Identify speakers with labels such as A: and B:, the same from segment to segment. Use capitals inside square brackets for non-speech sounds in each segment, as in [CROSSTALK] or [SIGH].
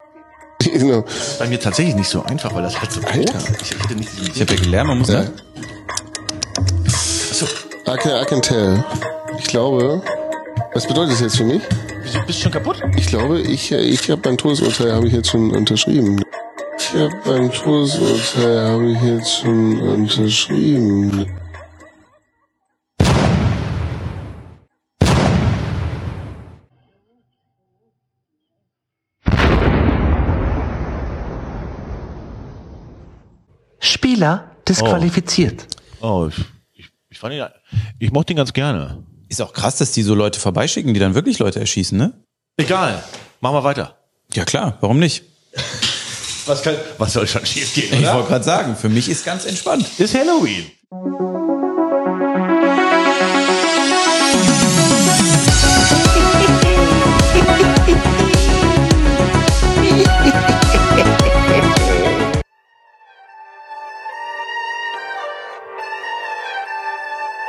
A: [LAUGHS] genau.
B: Bei mir tatsächlich nicht so einfach, weil das halt so
A: Alter.
B: groß ist. Ich hätte nicht die
C: Ich habe ja gelernt, man muss
A: Ja.
C: ne?
B: Achso,
A: Ake Akentel. Ich glaube, was bedeutet das jetzt für mich?
B: wieso bist du schon kaputt?
A: Ich glaube, ich, äh, ich habe beim Todesurteil habe ich jetzt schon unterschrieben. Ich habe beim Todesurteil habe ich jetzt schon unterschrieben.
D: Spieler disqualifiziert.
B: Oh, ich, ich, ich fand ihn, ja- ich mochte ihn ganz gerne.
C: Ist auch krass, dass die so Leute vorbeischicken, die dann wirklich Leute erschießen, ne?
B: Egal, machen wir weiter.
C: Ja klar, warum nicht?
B: Was, kann, was soll schon schief gehen,
C: Ich
B: oder?
C: wollte gerade sagen, für mich ist ganz entspannt.
B: ist Halloween.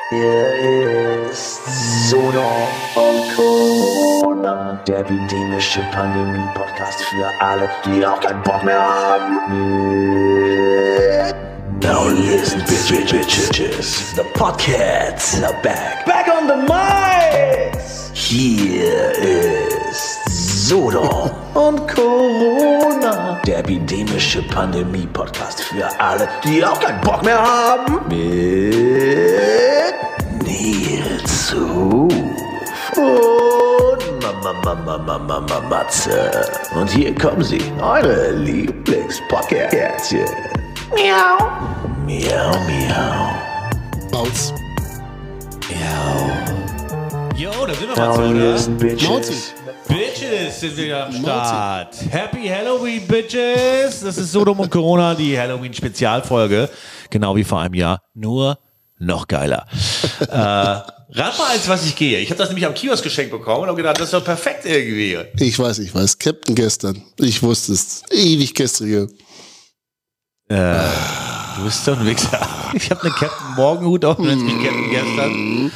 E: Hier ist Sono Corona, der epidemische Pandemie-Podcast für alle, die auch keinen Bock mehr haben. Now listen, bitch, bitch, bitch, bitches. The Podcasts are back. Back on the mics! Hier ist Sodom [LAUGHS] und Corona, der epidemische Pandemie-Podcast für alle, die auch keinen Bock mehr haben. Mit Nils Ruf und Mama, Mama, Mama, Mama, Matze. Und hier kommen sie, eure Lieblingspodcastchen. Miau. Miau, miau.
A: Bautz.
B: Jo, da sind wir
E: Now
B: mal zu,
E: listen, bitches.
B: Bitches sind wieder am Start. Happy Halloween, Bitches. Das ist Sodom und Corona, die Halloween-Spezialfolge. Genau wie vor einem Jahr, nur noch geiler. äh, rat mal eins, was ich gehe. Ich habe das nämlich am Kiosk geschenkt bekommen und habe gedacht, das ist doch perfekt irgendwie.
A: Ich weiß, ich weiß. Captain gestern. Ich wusste es. Ewig gestrige.
B: Du bist doch ein Wichser. Äh, [LAUGHS] Ich habe einen Captain Morgenhut auf und jetzt bin ich Captain gestern.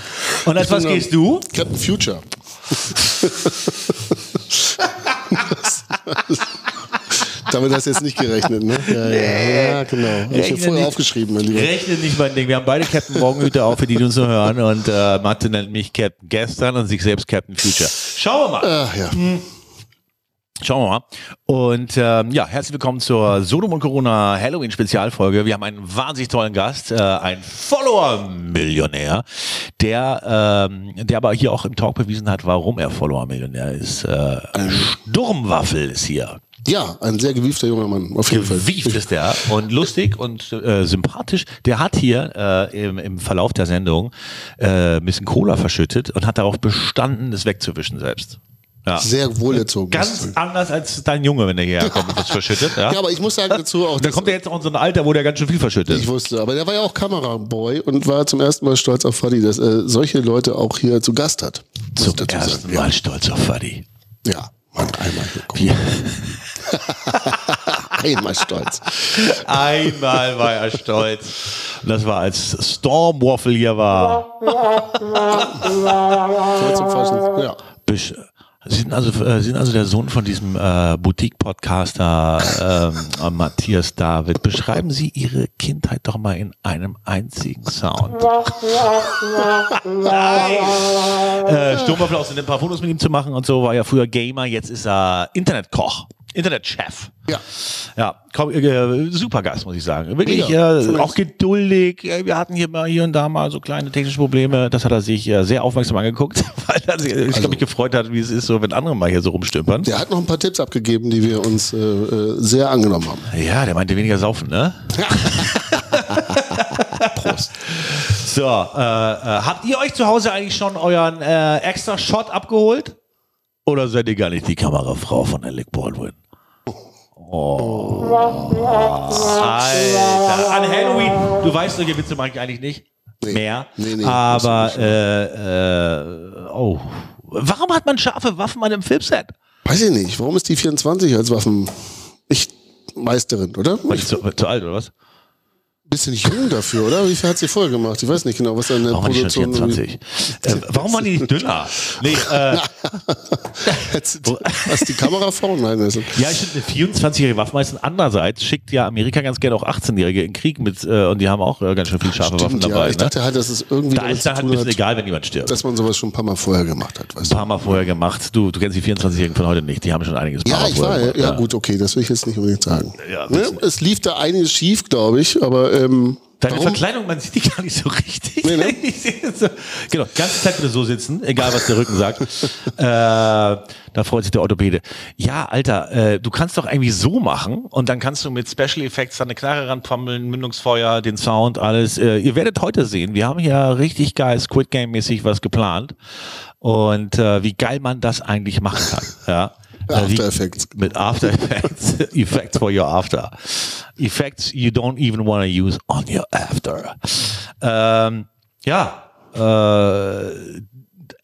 B: Und als was
A: bin
B: gehst du?
A: Captain Future. [LAUGHS] [LAUGHS] Damit hast du jetzt nicht gerechnet, ne? Ja, ja, ja genau. Hab ich ja
B: Rechne
A: vorher
B: nicht.
A: aufgeschrieben, mein Lieber.
B: Rechnet nicht mein Ding. Wir haben beide Captain Morgenhüte auf, für die, die uns nur hören. Und äh, Mathe nennt mich Captain gestern und sich selbst Captain Future. Schauen wir mal.
A: Ach ja.
B: Schauen wir mal. Und ähm, ja, herzlich willkommen zur Sodom und Corona Halloween Spezialfolge. Wir haben einen wahnsinnig tollen Gast, äh, einen Follower-Millionär, der, ähm, der aber hier auch im Talk bewiesen hat, warum er Follower-Millionär ist. Äh, Sturmwaffel ist hier.
A: Ja, ein sehr gewiefter junger Mann, auf jeden Fall.
B: Gewieft ist der und lustig und äh, sympathisch. Der hat hier äh, im, im Verlauf der Sendung äh, ein bisschen Cola verschüttet und hat darauf bestanden, es wegzuwischen selbst. Ja.
A: Sehr wohlerzogen. muss ich
B: Ganz
A: sagen.
B: anders als dein Junge, wenn der hierher kommt und das verschüttet. Ja,
A: Ja, aber ich muss sagen dazu auch,
B: Dann
A: dass-
B: kommt er jetzt auch in so ein Alter, wo der ganz schön viel verschüttet.
A: Ich wusste, aber der war ja auch Kameraboy und war zum ersten Mal stolz auf Freddy, dass er solche Leute auch hier zu Gast hat. muss
B: Zum
A: ich dazu
B: ersten
A: sagen.
B: Mal stolz auf Fadi.
A: Ja, ja Mann, einmal hier gucken. [LAUGHS] einmal stolz.
B: Einmal war er stolz. Und das war, als Stormwaffel hier war.
A: Stolz und falsch. Ja.
B: Bisch- Sie sind also, äh, Sie sind also der Sohn von diesem äh, Boutique-Podcaster ähm, Matthias David. Beschreiben Sie Ihre Kindheit doch mal in einem einzigen Sound. äh, Sturmwaffel aus ein paar Fotos mit ihm zu machen und so, war ja früher Gamer, jetzt ist er Internetkoch, Internetchef.
A: ja.
B: Ja, komm, äh, super Gast, muss ich sagen. Wirklich
A: Ja,
B: äh,
A: voll.
B: auch geduldig. Äh, Wir hatten hier mal hier und da mal so kleine technische Probleme. Das hat er sich äh, sehr aufmerksam angeguckt, [LAUGHS] weil er sich, ich glaube, mich gefreut hat, wie es ist, so wenn andere mal hier so rumstümpern.
A: Der hat noch ein paar Tipps abgegeben, die wir uns äh, äh, sehr angenommen haben.
B: Ja, der meinte weniger saufen, ne? [LAUGHS] Prost. So, äh, äh, habt ihr euch zu Hause eigentlich schon euren äh, extra Shot abgeholt? Oder seid ihr gar nicht die Kamerafrau von Alec Baldwin? Oh. Alter, an Halloween. Du weißt, solche Witze mag ich eigentlich nicht. Mehr.
A: Nee, nee,
B: Aber, äh, äh, oh. Warum hat man scharfe Waffen an einem Filmset?
A: Weiß ich nicht, warum ist die 24 als Waffen nicht Meisterin, oder?
B: War
A: Ein
B: ich zu, zu alt, oder was?
A: bisschen jung dafür, oder? Wie viel hat sie vorher gemacht? Ich weiß nicht genau, was an der
B: Warum waren die schon
A: Produktion.
B: 24? Äh, warum waren die nicht dünner? Nee, äh,
A: Jetzt, was die Kamera vorne? Nein, also- das ist
B: Ja, ich finde, 24-jährige Waffenmeister. Andererseits schickt ja Amerika ganz gerne auch 18-Jährige in den Krieg mit, äh, und die haben auch äh, ganz schön viel scharfe Waffen
A: Stimmt, ja.
B: dabei.
A: ich
B: ne?
A: dachte halt, dass es irgendwie
B: da
A: damit
B: ist dann
A: zu
B: halt ein
A: tun
B: bisschen
A: hat,
B: egal, wenn jemand stirbt.
A: dass man sowas schon ein paar Mal vorher gemacht hat, weißt du?
B: ein paar Mal vorher gemacht. Du, du kennst die 24-Jährigen von heute nicht. Die haben schon einiges
A: Ja,
B: Mal
A: ich
B: vorher
A: war, ja,
B: gemacht,
A: ja
B: ne?
A: gut, okay, das will ich jetzt nicht unbedingt sagen.
B: Ja,
A: ne? Es lief da einiges schief, glaube ich, aber ähm,
B: Deine
A: warum-
B: Verkleidung, man sieht die gar nicht so richtig.
A: Nee, ne?
B: [LAUGHS] Ich sehe so- genau, ganze Zeit bitte so sitzen, egal was der Rücken
A: [LAUGHS]
B: sagt. äh, da freut sich der Orthopäde. Ja, Alter, äh, du kannst doch irgendwie so machen und dann kannst du mit Special Effects dann eine Knarre ranpommeln, Mündungsfeuer, den Sound, alles. Äh, ihr werdet heute sehen, wir haben hier richtig geil Squid Game mäßig was geplant und äh, wie geil man das eigentlich machen kann. Ja. Äh, wie-
A: After Effects.
B: mit After Effects. [LAUGHS] Effects for your after. Effects you don't even want to use on your after. Ähm, ja. Äh,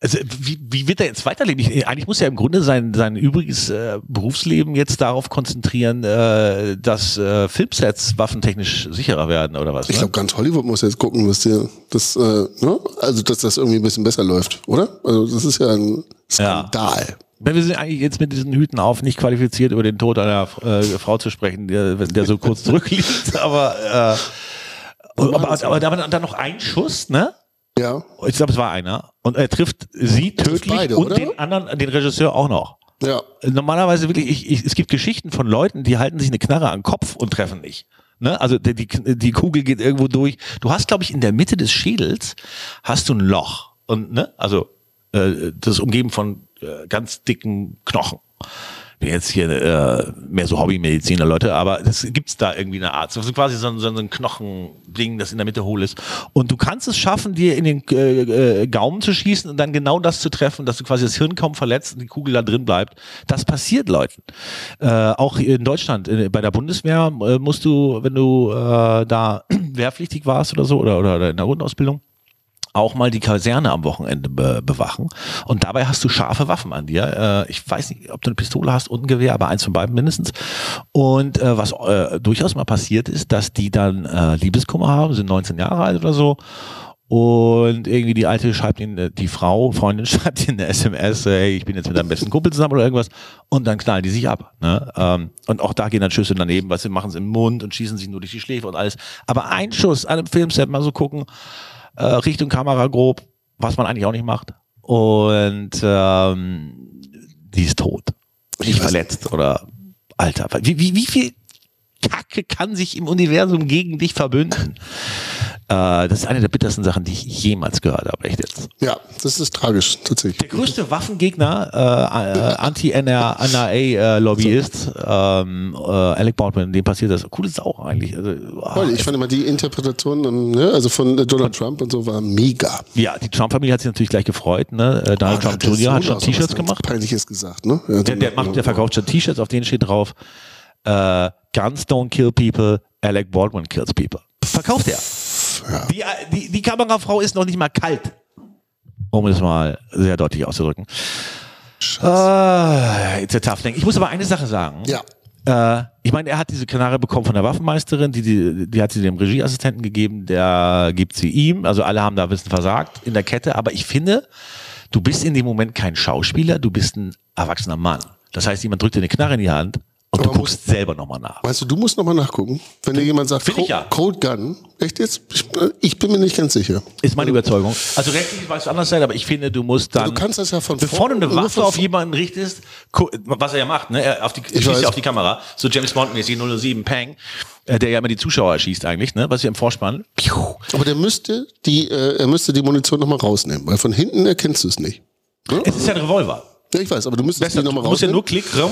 B: also wie, wie wird er jetzt weiterleben? Ich, eigentlich muss er im Grunde sein, sein übriges äh, Berufsleben jetzt darauf konzentrieren, äh, dass äh, Filmsets waffentechnisch sicherer werden oder was?
A: Ich
B: ne?
A: glaube, ganz Hollywood muss jetzt gucken, dass die, das, äh, ne? also dass das irgendwie ein bisschen besser läuft, oder? Also das ist ja ein Skandal.
B: Weil Wir sind eigentlich jetzt mit diesen Hüten auf nicht qualifiziert, über den Tod einer äh, Frau zu sprechen, der, der so kurz [LAUGHS] zurückliegt. Aber, äh, aber, aber da- dann noch ein Schuss, ne?
A: Ja,
B: Ich glaube, es war einer. Und er trifft sie tödlich
A: beide,
B: und
A: oder?
B: den anderen, den Regisseur auch noch.
A: ja.
B: Normalerweise wirklich, ich, ich, es gibt Geschichten von Leuten, die halten sich eine Knarre an den Kopf und treffen nicht. Ne? Also die, die, die Kugel geht irgendwo durch. Du hast, glaube ich, in der Mitte des Schädels hast du ein Loch. Und, ne? Also äh, das ist umgeben von äh, ganz dicken Knochen. Bin jetzt hier äh, mehr so Hobbymediziner, Leute, aber das gibt's da irgendwie eine Art. Das ist quasi so ein, so ein Knochending, das in der Mitte hohl ist. Und du kannst es schaffen, dir in den äh, äh, Gaumen zu schießen und dann genau das zu treffen, dass du quasi das Hirn kaum verletzt und die Kugel da drin bleibt. Das passiert Leuten. Äh, auch hier in Deutschland, äh, bei der Bundeswehr äh, musst du, wenn du äh, da [CLEARS THROAT] wehrpflichtig warst oder so, oder, oder in der Grundausbildung, auch mal die Kaserne am Wochenende be bewachen. Und dabei hast du scharfe Waffen an dir. Äh, ich weiß nicht, ob du eine Pistole hast und ein Gewehr, aber eins von beiden mindestens. Und äh, was äh, durchaus mal passiert ist, dass die dann äh, Liebeskummer haben, sind 19 Jahre alt oder so. Und irgendwie die alte schreibt ihnen, äh, die Frau, Freundin [LAUGHS] schreibt ihnen eine SMS, äh, hey, ich bin jetzt mit deinem besten Kumpel zusammen oder irgendwas. Und dann knallen die sich ab. Ne? Ähm, und auch da gehen dann Schüsse daneben, was sie machen es im Mund und schießen sich nur durch die Schläfe und alles. Aber ein Schuss an einem Filmset mal so gucken, äh, Richtung Kamera grob, was man eigentlich auch nicht macht. Und ähm, die ist tot. Nicht verletzt oder Alter. Wie, wie, wie viel Kacke kann sich im Universum gegen dich verbünden? äh, das ist eine der bittersten Sachen, die ich jemals gehört habe. Echt jetzt.
A: Ja, das ist tragisch,
B: Der
A: tatsächlich.
B: größte Waffengegner, äh, äh, Anti-NRA-Lobbyist, äh, ähm, äh, Alec Baldwin, dem passiert das. Cool ist auch eigentlich. Also, ah,
A: Voll, Ich fand immer die Interpretation ähm, ne, also von äh, Donald Trump und so war mega.
B: ja, die Trump-Familie hat sich natürlich gleich gefreut. Ne? Äh, Donald Trump Jr. hat schon T-Shirts gemacht.
A: Peinliches gesagt, ne? Ja,
B: Also Der, der, macht, der verkauft schon T-Shirts, auf denen steht drauf, äh, Guns don't kill people, Alec Baldwin kills people. Verkauft er. Die, die, die Kamerafrau ist noch nicht mal kalt. Um es mal sehr deutlich auszudrücken. Ah, it's a tough thing. Ich muss aber eine Sache sagen.
A: Ja.
B: Äh, ich meine, er hat diese Knarre bekommen von der Waffenmeisterin, die, die, die hat sie dem Regieassistenten gegeben, der gibt sie ihm. Also alle haben da ein bisschen versagt in der Kette. Aber ich finde, du bist in dem Moment kein Schauspieler, du bist ein erwachsener Mann. Das heißt, jemand drückt dir eine Knarre in die Hand und
A: Aber
B: du
A: man
B: guckst selber nochmal nach.
A: Meinst du, du musst nochmal nachgucken, wenn dir jemand sagt,
B: Find ich
A: Cold,
B: ja.
A: Cold Gun, echt jetzt? Ich, äh, ich bin mir nicht ganz sicher.
B: Ist meine Überzeugung. Also rechtlich weiß es anders sein, aber ich finde, du musst dann.
A: Du kannst das ja von
B: Bevor du eine
A: nur
B: Waffe
A: von
B: auf jemanden richtest, gu- was er ja macht, ne? Er auf die, schießt
A: weiß.
B: ja auf die Kamera, so James Bond-mäßig 007 Pang, äh, der ja immer die Zuschauer schießt eigentlich, ne? Was ja im Vorspann. Piu.
A: Aber der müsste die, äh, er müsste die Munition nochmal rausnehmen, weil von hinten erkennst du es nicht.
B: Es ist ja ein Revolver.
A: Ja, ich weiß, aber du müsstest
B: Besser,
A: die
B: du
A: nochmal
B: musst ja
A: rausnehmen.
B: nur Klick rum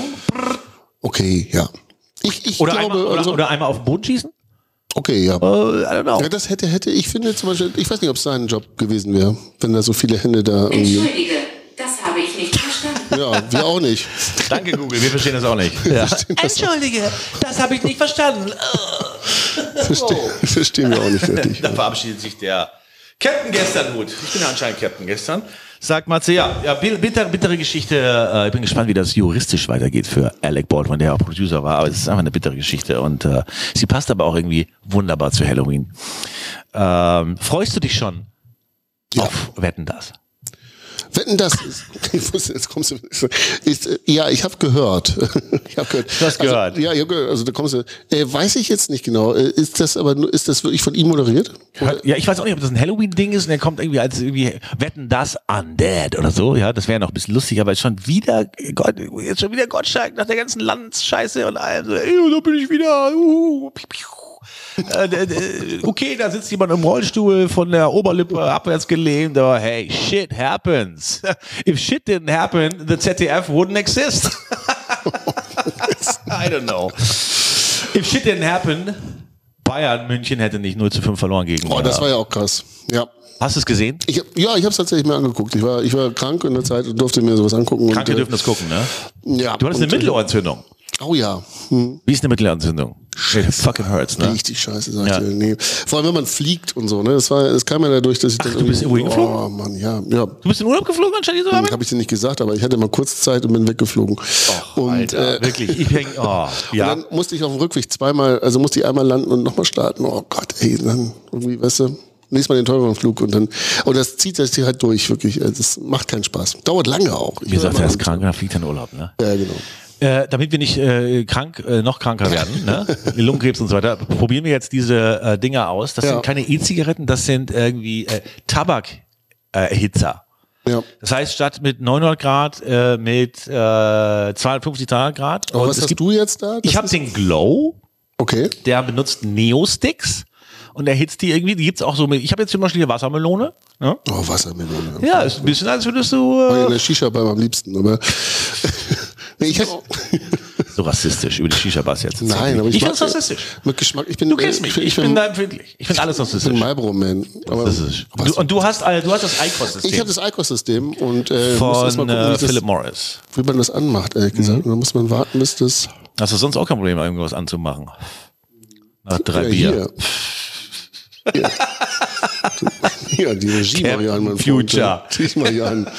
A: okay, ja. Ich, ich
B: oder,
A: glaube,
B: einmal, oder,
A: also,
B: oder einmal auf den Boden schießen.
A: okay, ja.
B: Äh, I don't know.
A: Ja, das hätte, hätte, ich finde zum Beispiel, ich weiß nicht, ob es sein Job gewesen wäre, wenn da so viele Hände da irgendwie.
F: Entschuldige, das habe ich nicht verstanden.
A: Ja, wir auch nicht.
B: Danke, Google, wir verstehen das auch nicht. Ja. Entschuldige, das habe ich nicht verstanden.
A: [LAUGHS] Verste Verstehen wir auch nicht richtig.
B: Da verabschiedet sich der Captain gestern gut. Ich bin ja anscheinend Captain gestern. Sagt Matze, ja, ja bi- bitter, bittere Geschichte. Äh, Ich bin gespannt, wie das juristisch weitergeht für Alec Baldwin, der ja auch Producer war. Aber es ist einfach eine bittere Geschichte und äh, sie passt aber auch irgendwie wunderbar zu Halloween. Ähm, freust du dich schon
A: Ja.
B: auf Wetten das?
A: Wetten das? Ich wusste, jetzt kommst du. Ich, äh, ja, ich habe gehört. [LAUGHS] Ich habe gehört.
B: Du hast gehört.
A: Also, ja, ich habe gehört. Also da kommst du. Äh, weiß ich jetzt nicht genau. Äh, ist das aber nur- ist das wirklich von ihm moderiert?
B: Ja, ich weiß auch nicht, ob das ein Halloween-Ding ist und er kommt irgendwie als irgendwie Wetten das Undead oder so. Ja, das wäre noch ein bisschen lustig, aber ist schon wieder Gott, jetzt schon wieder Gottschalk nach der ganzen Landscheiße und allem. So, ey, da bin ich wieder. Uh, piu, piu. Äh, äh, äh, Okay, da sitzt jemand im Rollstuhl von der Oberlippe abwärts gelähmt, aber hey, shit happens. [LAUGHS] If shit didn't happen, the ZDF wouldn't exist. [LAUGHS] I don't know. If shit didn't happen, Bayern München hätte nicht 0 zu 5 verloren gegen
A: Oh, das
B: äh,
A: war ja auch krass. Ja.
B: Hast du es gesehen?
A: Ich hab, ja, ich habe es tatsächlich mir angeguckt. Ich war, ich war krank in der Zeit und durfte mir sowas angucken.
B: Kranke
A: und,
B: dürfen das gucken, ne?
A: das. Ja,
B: Du hattest
A: und- äh,
B: eine Mittelohrentzündung.
A: Oh ja. Hm.
B: Wie ist eine Mittelohrentzündung? It fucking hurts, ne?
A: Richtig scheiße, sag ich
B: Ja.
A: dir. Nee. Vor allem, wenn man fliegt und so. Ne? Das, war, das kam ja dadurch, dass ich dann
B: du bist
A: irgendwie-
B: irgendwo hingeflogen?
A: Oh Mann, ja. ja.
B: Du bist in Urlaub geflogen anstatt hier zu arbeiten?
A: Habe ich dir nicht gesagt, aber ich hatte mal kurz Zeit und bin weggeflogen. und,
B: Alter,
A: äh,
B: wirklich. Ich [LAUGHS] denk, oh, ja.
A: Und dann musste ich auf dem Rückweg zweimal, also musste ich einmal landen und nochmal starten. Oh Gott, ey, dann irgendwie, weißt du, nächstes Mal den teureren Flug und dann, und das zieht das hier halt durch, wirklich. Also Das macht keinen Spaß. Dauert lange auch. Ich
B: Mir sagt er,
A: war
B: er ist
A: immer-
B: krank, dann fliegt er in Urlaub, ne?
A: Ja, genau.
B: Äh, damit wir nicht äh, krank, äh, noch kranker werden, [LAUGHS] ne? Lungenkrebs und so weiter, probieren wir jetzt diese äh, Dinger aus. Das
A: Ja.
B: sind keine E-Zigaretten, das sind irgendwie äh, Tabakerhitzer. Äh, Hitzer.
A: Ja.
B: das heißt, statt mit 900 Grad, äh, mit äh, 250 Grad.
A: Aber
B: Und
A: was
B: es
A: hast
B: gibt-
A: du jetzt da? Das
B: Ich habe
A: ist-
B: den Glow.
A: Okay.
B: der benutzt Neo-Sticks und erhitzt die irgendwie. Die gibt's auch so mit. Ich habe jetzt zum Beispiel hier Wassermelone. Ne?
A: Oh, Wassermelone.
B: Ja, ist ein bisschen, als würdest du.
A: Ich war
B: Äh,
A: in der Shisha bei am liebsten,
B: [LAUGHS]
A: aber. nee, ich hab,
B: so rassistisch über die Shisha-Bars jetzt.
A: nein, aber ich,
B: ich
A: mag-
B: finde rassistisch.
A: Mit Geschmack. Ich bin,
B: Du kennst mich. Ich bin da empfindlich. Ich finde alles
A: ich bin
B: rassistisch.
A: Marlboro Man. Aber
B: rassistisch. Du, und du hast, äh, du hast das
A: ich habe
B: Eikos-System
A: das Icos-System und äh, muss erst mal
B: von
A: gucken, wie
B: äh,
A: ich das-
B: Philip Morris. Mhm.
A: wie man das anmacht, ehrlich gesagt. Und dann muss man warten, bis das
B: Hast du sonst auch kein Problem, irgendwas anzumachen? Nach drei
A: Ja,
B: Bier.
A: äh, Hier.
B: [LAUGHS]
A: Hier. Ja, die Regie
B: Captain
A: mache ich an, mein
B: Future.
A: Freund. Ich mache ich an.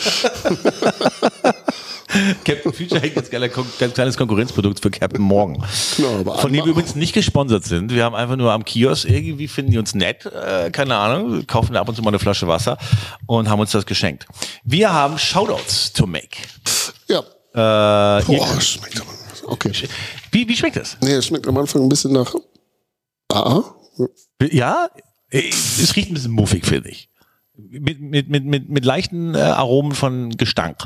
B: [LAUGHS] [LAUGHS] Captain Future hängt jetzt ein ganz kleines Konkurrenzprodukt für Captain Morgan.
A: Genau, aber
B: Von dem
A: anmachen.
B: wir übrigens nicht gesponsert sind. Wir haben einfach nur am Kiosk irgendwie finden die uns nett, äh, keine Ahnung, kaufen ab und zu mal eine Flasche Wasser und haben uns das geschenkt. Wir haben Shoutouts to make.
A: Ja.
B: Äh, ihr,
A: Boah, schmeckt aber. Okay.
B: wie, wie schmeckt das?
A: Nee, es schmeckt am Anfang ein bisschen nach. Ah,
B: Ja, äh, es riecht ein bisschen muffig, finde ich. Mit, mit, mit, mit, mit leichten äh, Aromen von Gestank.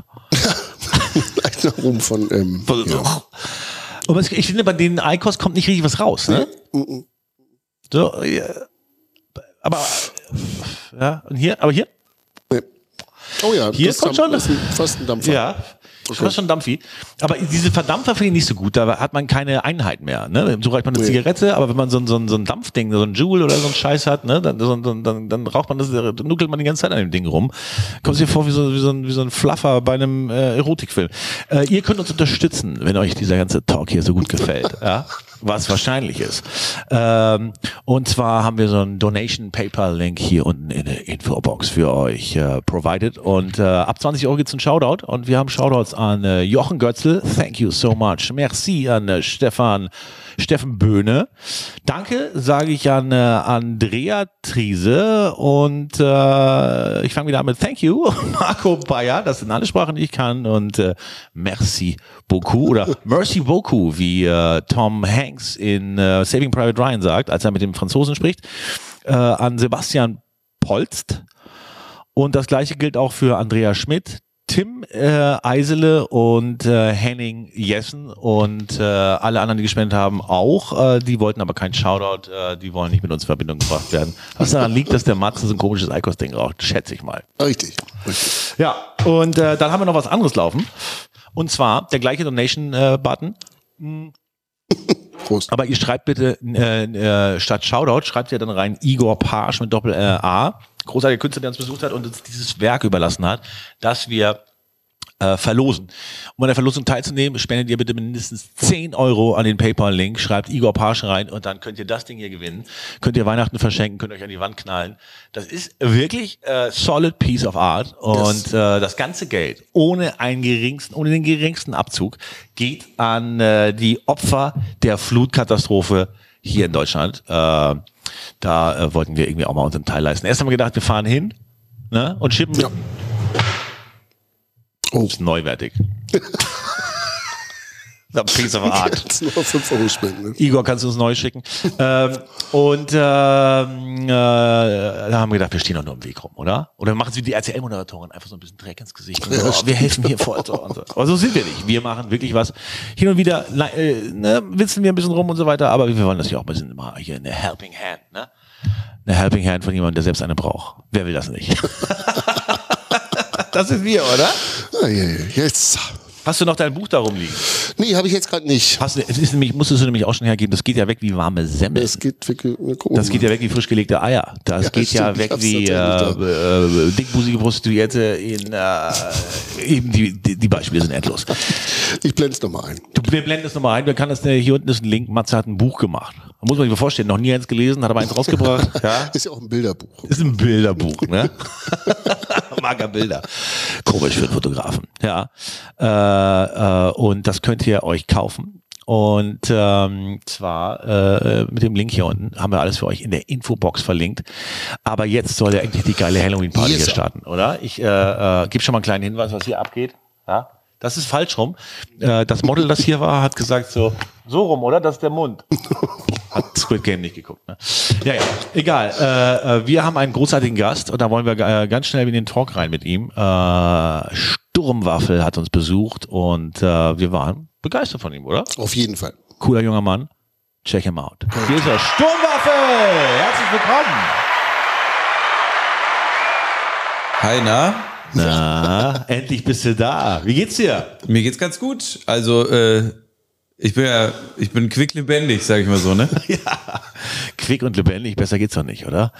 A: leicht nach oben von. Ähm, ja.
B: Aber es- ich finde, bei den Eikos kommt nicht richtig was raus, ne? So, ja. Aber, äh, ja, und hier, aber hier?
A: Oh ja,
B: Hier
A: das
B: kommt
A: Dampf-
B: schon-
A: das ist ein- fast ein Dampfer.
B: Ja. Das war schon dampfig. Aber diese Verdampfer finde ich nicht so gut, da hat man keine Einheit mehr. Ne? So raucht man eine
A: Nee.
B: Zigarette, aber wenn man so ein, so ein, so ein Dampfding, so ein Joule oder so ein Scheiß hat, ne? dann, so ein- so ein- dann, dann raucht man das, dann nuckelt man die ganze Zeit an dem Ding rum. Kommt dir vor wie so, wie, so ein, wie so ein Fluffer bei einem äh, Erotikfilm. Äh, ihr könnt uns unterstützen, wenn euch dieser ganze Talk hier so gut gefällt. ja? Was wahrscheinlich ist. Ähm, und zwar haben wir so einen Donation PayPal Link hier unten in der Infobox für euch äh, provided. Und äh, ab 20 Euro gibt's einen Shoutout. Und wir haben Shoutouts an äh, Jochen Götzl. Thank you so much. Merci an äh, Stefan, Steffen Böhne. Danke sage ich an äh, Andrea Triese. Und äh, ich fange wieder an mit Thank you. [LAUGHS] Marco Bayer. Das sind alle Sprachen, die ich kann. Und äh, merci beaucoup oder merci beaucoup, wie äh, Tom Hanks in äh, Saving Private Ryan sagt, als er mit dem Franzosen spricht. Äh, an Sebastian Polst. Und das gleiche gilt auch für Andrea Schmidt, Tim äh, Eisele und äh, Henning Jessen und äh, alle anderen, die gespendet haben, auch. Äh, die wollten aber keinen Shoutout, äh, die wollen nicht mit uns in Verbindung gebracht werden. Was daran liegt, dass der Matzen so ein komisches Eikos-Ding raucht, schätze ich mal.
A: Richtig. richtig.
B: Ja, und äh, dann haben wir noch was anderes laufen. Und zwar der gleiche Donation-Button.
A: Prost.
B: Aber ihr schreibt bitte äh, äh, statt Shoutout, schreibt ihr dann rein Igor Pasch mit Doppel äh, A. Großartiger Künstler, der uns besucht hat und uns dieses Werk überlassen hat, dass wir äh, verlosen. Um an der Verlosung teilzunehmen, spendet ihr bitte mindestens 10 Euro an den PayPal-Link, schreibt Igor Pasch rein und dann könnt ihr das Ding hier gewinnen. Könnt ihr Weihnachten verschenken, könnt euch an die Wand knallen. Das ist wirklich äh, solid piece of art und äh, das ganze Geld ohne einen geringsten, ohne den geringsten Abzug geht an äh, die Opfer der Flutkatastrophe hier in Deutschland. Äh, da äh, wollten wir irgendwie auch mal unseren Teil leisten. Erst haben wir gedacht, wir fahren hin ne, und schippen
A: Ja. Oh,
B: Ist [LAUGHS] neuwertig. A piece of art.
A: jetzt noch 5 Euro spenden.
B: Igor, kannst du uns neu schicken? ähm, und ähm, äh, da haben wir gedacht, wir stehen doch nur im Weg rum, oder? Oder wir machen es wie die RTL-Moderatorin, einfach so ein bisschen Dreck ins Gesicht. Und so, oh, wir helfen hier voll. So und so. Aber so sind wir nicht. Wir machen wirklich was. Hin und wieder na, äh, ne, witzen wir ein bisschen rum und so weiter, aber wir wollen das ja auch ein bisschen mal hier eine Helping Hand, ne? Eine Helping Hand von jemandem, der selbst eine braucht. Wer will das [LAUGHS] nicht? das sind wir, oder?
A: Ah, ja, ja, jetzt.
B: Hast du noch dein Buch darum liegen?
A: Nee, habe ich jetzt gerade nicht.
B: Hast, du- es ist nämlich, musstest du nämlich auch schon hergeben, das geht ja weg wie warme Semmel.
A: Es geht wirklich.
B: Das geht ja weg wie frisch gelegte Eier. Das
A: Ja,
B: geht ja
A: stimmt,
B: weg
A: ich hab's
B: wie äh,
A: natürlich
B: äh, dickbusige Prostituierte in äh, eben die, die, die Beispiele sind endlos.
A: Ich blende es nochmal ein.
B: Du, wir blenden das nochmal ein, wir kann das äh, hier unten ist ein Link, Matze hat ein Buch gemacht. Muss man sich mal vorstellen, noch nie eins gelesen, hat aber eins rausgebracht.
A: [LAUGHS]
B: ja.
A: Ist ja auch ein Bilderbuch.
B: Ist ein Bilderbuch, [LAUGHS] ne? Mag er Bilder. Komisch für einen Fotografen. Ja. Äh, äh, und das könnt ihr euch kaufen. Und ähm, zwar äh, mit dem Link hier unten haben wir alles für euch in der Infobox verlinkt. Aber jetzt soll ja endlich die geile Halloween-Party
A: Yes,
B: hier
A: sir.
B: starten, oder? Ich äh, äh, gebe schon mal einen kleinen Hinweis, was hier abgeht. Ja? Das ist falsch rum. Äh, das Model, das hier war, hat gesagt so, so rum, oder? Das ist der Mund. Hat Squid Game nicht geguckt, ne? Ja, ja. Egal. Äh, äh, wir haben einen großartigen Gast und da wollen wir äh, ganz schnell in den Talk rein mit ihm. Äh, Sturmwaffel hat uns besucht und äh, wir waren begeistert von ihm, oder?
A: Auf jeden Fall.
B: Cooler junger Mann. Check him out. Hier ist er, Sturmwaffel! Herzlich willkommen!
C: Hi, na?
B: Na, endlich bist du da. Wie geht's dir?
C: Mir geht's ganz gut. Also, äh, ich bin ja, ich bin quicklebendig, sag ich mal so, [LAUGHS] ne?
B: Quick und lebendig, besser geht's doch nicht, oder?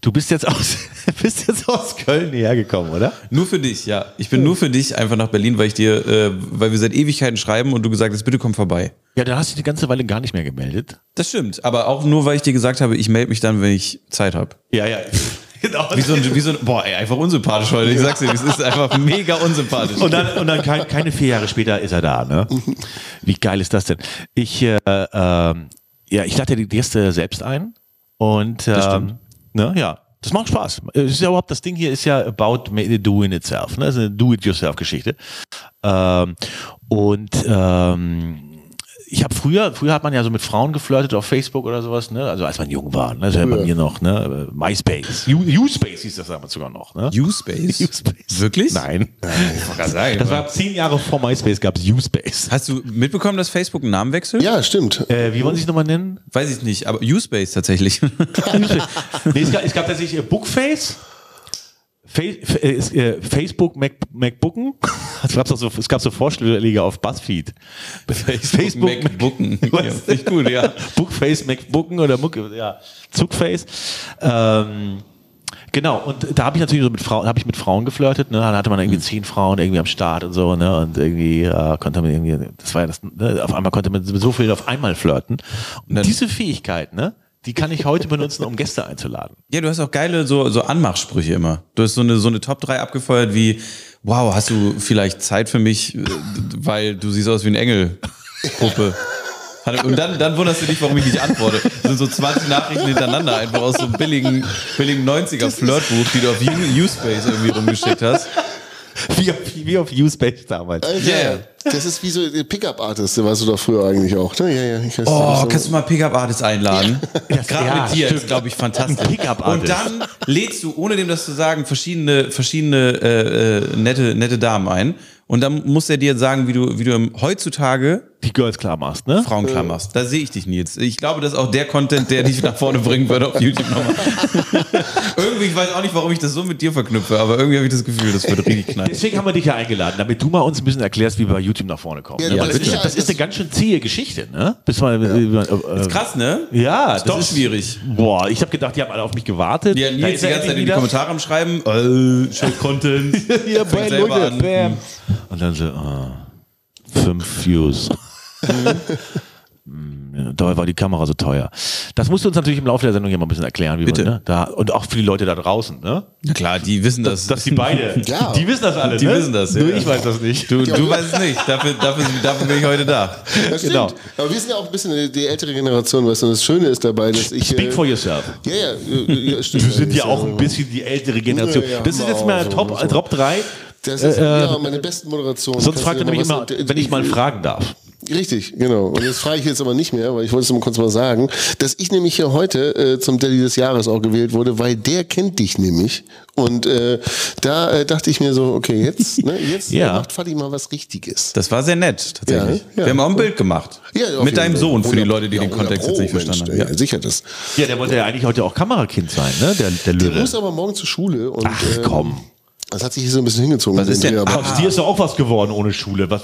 B: Du bist jetzt aus, [LAUGHS] bist jetzt aus Köln hierher gekommen, oder?
C: Nur für dich, ja. Ich bin nur für dich einfach nach Berlin, weil ich dir, äh, weil wir seit Ewigkeiten schreiben und du gesagt hast, bitte komm vorbei.
B: Ja, dann hast du die ganze Weile gar nicht mehr gemeldet.
C: Das stimmt, aber auch nur, weil ich dir gesagt habe, ich melde mich dann, wenn ich Zeit habe.
B: Ja, [LAUGHS] ja. Genau.
C: Wie so ein, wie so ein, boah, ey, einfach unsympathisch heute. Ich sag's dir, es ist einfach mega unsympathisch.
B: Und dann, und dann kein, keine vier Jahre später ist er da, ne? Wie geil ist das denn? Ich, äh, ähm, ja, ich lade ja die Gäste selbst ein und ähm, ne, ja, das macht Spaß. Es ist ja überhaupt das Ding hier ist ja about ma- doing itself, ne? Das ist eine Do-it-yourself-Geschichte. Ähm, und ähm, ich habe früher, früher hat man ja so mit Frauen geflirtet auf Facebook oder sowas, ne? Also als man jung war, ne? Also bei mir noch, ne? MySpace, U- U-Space hieß das damals sogar noch, ne?
C: U-Space?
B: [LAUGHS] U-Space.
C: Wirklich?
B: Nein.
C: Kann sein,
B: Das
C: aber-
B: war zehn Jahre vor MySpace gab es Uspace.
C: Hast du mitbekommen, dass Facebook einen Namen wechselt?
A: Ja, stimmt.
B: Äh, wie wollen Sie es nochmal nennen?
C: Weiß ich nicht, aber U-Space tatsächlich. [LAUGHS]
B: nee, es, gab, es gab tatsächlich äh, Bookface. Fa- Fa- äh, es- äh, Facebook Mac MacBooken. Es gab so, es gab so Vorschläge auf Buzzfeed. Facebook [LAUGHS]
C: MacBooken. Ja,
B: Weißt du?
C: finde ich gut, ja.
B: Bookface MacBooken oder Muck, ja, Zugface. Ähm, genau, und da habe ich natürlich so mit Frauen, habe ich mit Frauen geflirtet, ne? Da hatte man irgendwie zehn Frauen irgendwie am Start und so, ne? Und irgendwie äh, konnte man irgendwie, das war ja das, ne? auf einmal konnte man so viel auf einmal flirten. Und diese Fähigkeit, ne? Die kann ich heute benutzen, um Gäste einzuladen.
C: Ja, du hast auch geile so, so Anmachsprüche immer. Du hast so eine, so eine Top 3 abgefeuert wie, wow, hast du vielleicht Zeit für mich, äh, weil du siehst aus wie ein Engel. Puppe. Hat- Und dann, dann wunderst du dich, warum ich nicht antworte. Das sind so 20 Nachrichten hintereinander, einfach aus so einem billigen, billigen 90er Flirtbuch, die du auf U- Uspace irgendwie rumgeschickt hast.
B: [LAUGHS] Wie auf, wie auf Usebase damals.
A: Alter,
C: Ja, ja.
A: Also, Das ist wie so der Pickup-Artist, der warst du doch früher eigentlich auch. Ne? Ja, ja, ich weiß
C: Oh,
A: nicht,
C: kannst du mal Pickup-Artist einladen? [LAUGHS] Gerade
B: ja,
C: mit dir
B: stimmt.
C: ist, glaube ich, fantastisch.
B: Ein Pickup-Artist.
C: Und dann lädst du, ohne dem das zu sagen, verschiedene, verschiedene äh, äh, nette, nette Damen ein. Und dann muss er dir sagen, wie du, wie du im- heutzutage
B: Die Girls klar machst, ne?
C: Frauen klar machst. Da sehe ich dich, Nils. Ich glaube, das ist auch der Content, der dich nach vorne bringen würde auf YouTube
B: [LAUGHS]
C: nochmal. irgendwie, ich weiß auch nicht, warum ich das so mit dir verknüpfe, aber irgendwie habe ich das Gefühl, das würde richtig knallen.
B: Deswegen haben wir dich [LAUGHS] ja eingeladen, damit du mal uns ein bisschen erklärst, wie wir bei YouTube nach vorne kommen.
A: Ja,
B: ne?
A: ja,
B: Weil das,
A: bitte.
B: ist, ja- das ist eine ganz schön zähe Geschichte, ne? Bis man, äh, äh,
C: Krass, ne?
B: Ja,
C: Ist doch schwierig.
B: Boah, ich habe gedacht, die haben alle auf mich gewartet.
C: Ja,
B: Da
C: Nils
B: ist
C: die
B: er
C: ganze Zeit in die
B: endlich wieder.
C: Kommentare am Schreiben. Äh, schön Content.
B: [LAUGHS] Ja, bam,
C: Fängt selber
B: Leute,
C: an.
B: bam. Und dann so, ah, fünf Views. Hm, ja, Dabei war die Kamera so teuer. Das musst du uns natürlich im Laufe der Sendung hier mal ein bisschen erklären, wie
C: Bitte.
B: wir, ne? da, und auch für die Leute da draußen, ne?
C: Na klar, die wissen das.
B: Dass die
C: [LAUGHS]
B: beide,
A: Ja.
B: die wissen das alle,
C: Die
B: ne?
C: wissen das, ja.
B: Nur ich weiß das nicht.
C: Du, du weißt es nicht. Dafür, dafür, dafür bin ich heute da.
A: Das stimmt.
B: genau.
A: Aber wir sind ja auch ein bisschen die- die ältere Generation, weißt du, und das Schöne ist dabei, dass ich.
B: Speak
A: äh,
B: for yourself.
A: ja, ja, äh, ja, ja, stimmt. Also,
B: Wir sind ja auch ein bisschen die ältere Generation.
A: Ja, ja,
C: genau.
B: Das ist jetzt mal
A: so,
B: Top,
A: so.
B: Top 3
A: Das ist
B: Äh, äh,
A: ja, meine besten Moderationen.
B: Sonst
A: Kannst
B: fragt
A: du
B: er
A: dir
B: nämlich
A: mal
B: immer,
A: was-
B: wenn ich mal
C: äh,
B: fragen darf.
A: Richtig, genau. Und das frage ich jetzt aber nicht mehr, weil ich wollte es nur kurz mal sagen, dass ich nämlich hier heute äh, zum Daddy des Jahres auch gewählt wurde, weil der kennt dich nämlich. Und äh, da äh, dachte ich mir so, okay, jetzt, ne, jetzt
B: Ja.
A: macht Fadi mal was Richtiges.
C: Das war sehr nett, tatsächlich.
A: Ja, ja.
C: Wir haben auch ein Bild gemacht.
A: Ja, auf jeden
C: Mit deinem
A: Fall.
C: Sohn, für die
A: 100
C: Leute, die
A: ja,
C: den
A: 100
C: Kontext jetzt nicht
A: Pro,
C: verstanden haben.
A: Mensch,
C: Ja.
A: ja. sicher das.
B: Ja, der wollte ja eigentlich heute auch Kamerakind sein, ne? Der,
A: Der
B: der Lüde.
A: muss aber morgen zur Schule. Und,
B: Ach,
A: ähm,
B: komm.
A: Das hat sich hier so ein bisschen hingezogen.
C: Was
A: mit
C: ist
A: dem
C: denn-
A: Dreh, aber-
B: Aus dir ist doch auch was geworden ohne Schule. Was,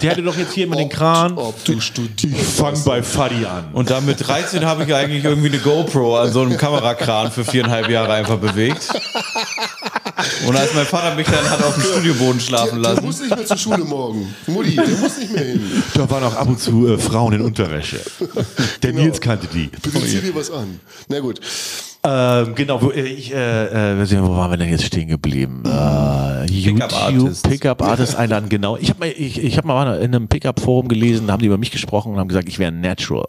B: der hätte doch jetzt hier immer den Kran.
A: Ob du studierst.
B: Fang bei Fuddy an.
C: Und dann mit 13 habe ich eigentlich irgendwie eine GoPro an so einem Kamerakran für viereinhalb Jahre einfach bewegt. Und als mein Vater mich dann hat auf dem Studioboden
A: Der,
C: schlafen
A: der
C: lassen.
A: muss nicht mehr zur Schule morgen. Mutti, der muss nicht mehr
C: [LAUGHS]
A: hin.
B: Da waren auch ab und zu äh, Frauen in Unterwäsche. Der
A: Genau.
B: Nils kannte die.
C: Oh
A: Bitte zieh dir was an. Na gut.
B: Ähm, genau, wo, äh, ich, äh, äh, weiß nicht, wo waren wir denn jetzt stehen geblieben? Äh, YouTube
C: Artists.
B: Pickup Artist einladen, genau. Ich habe mal, ich, ich hab mal in einem Pickup Forum gelesen, da haben die über mich gesprochen und haben gesagt, ich wäre ein Natural.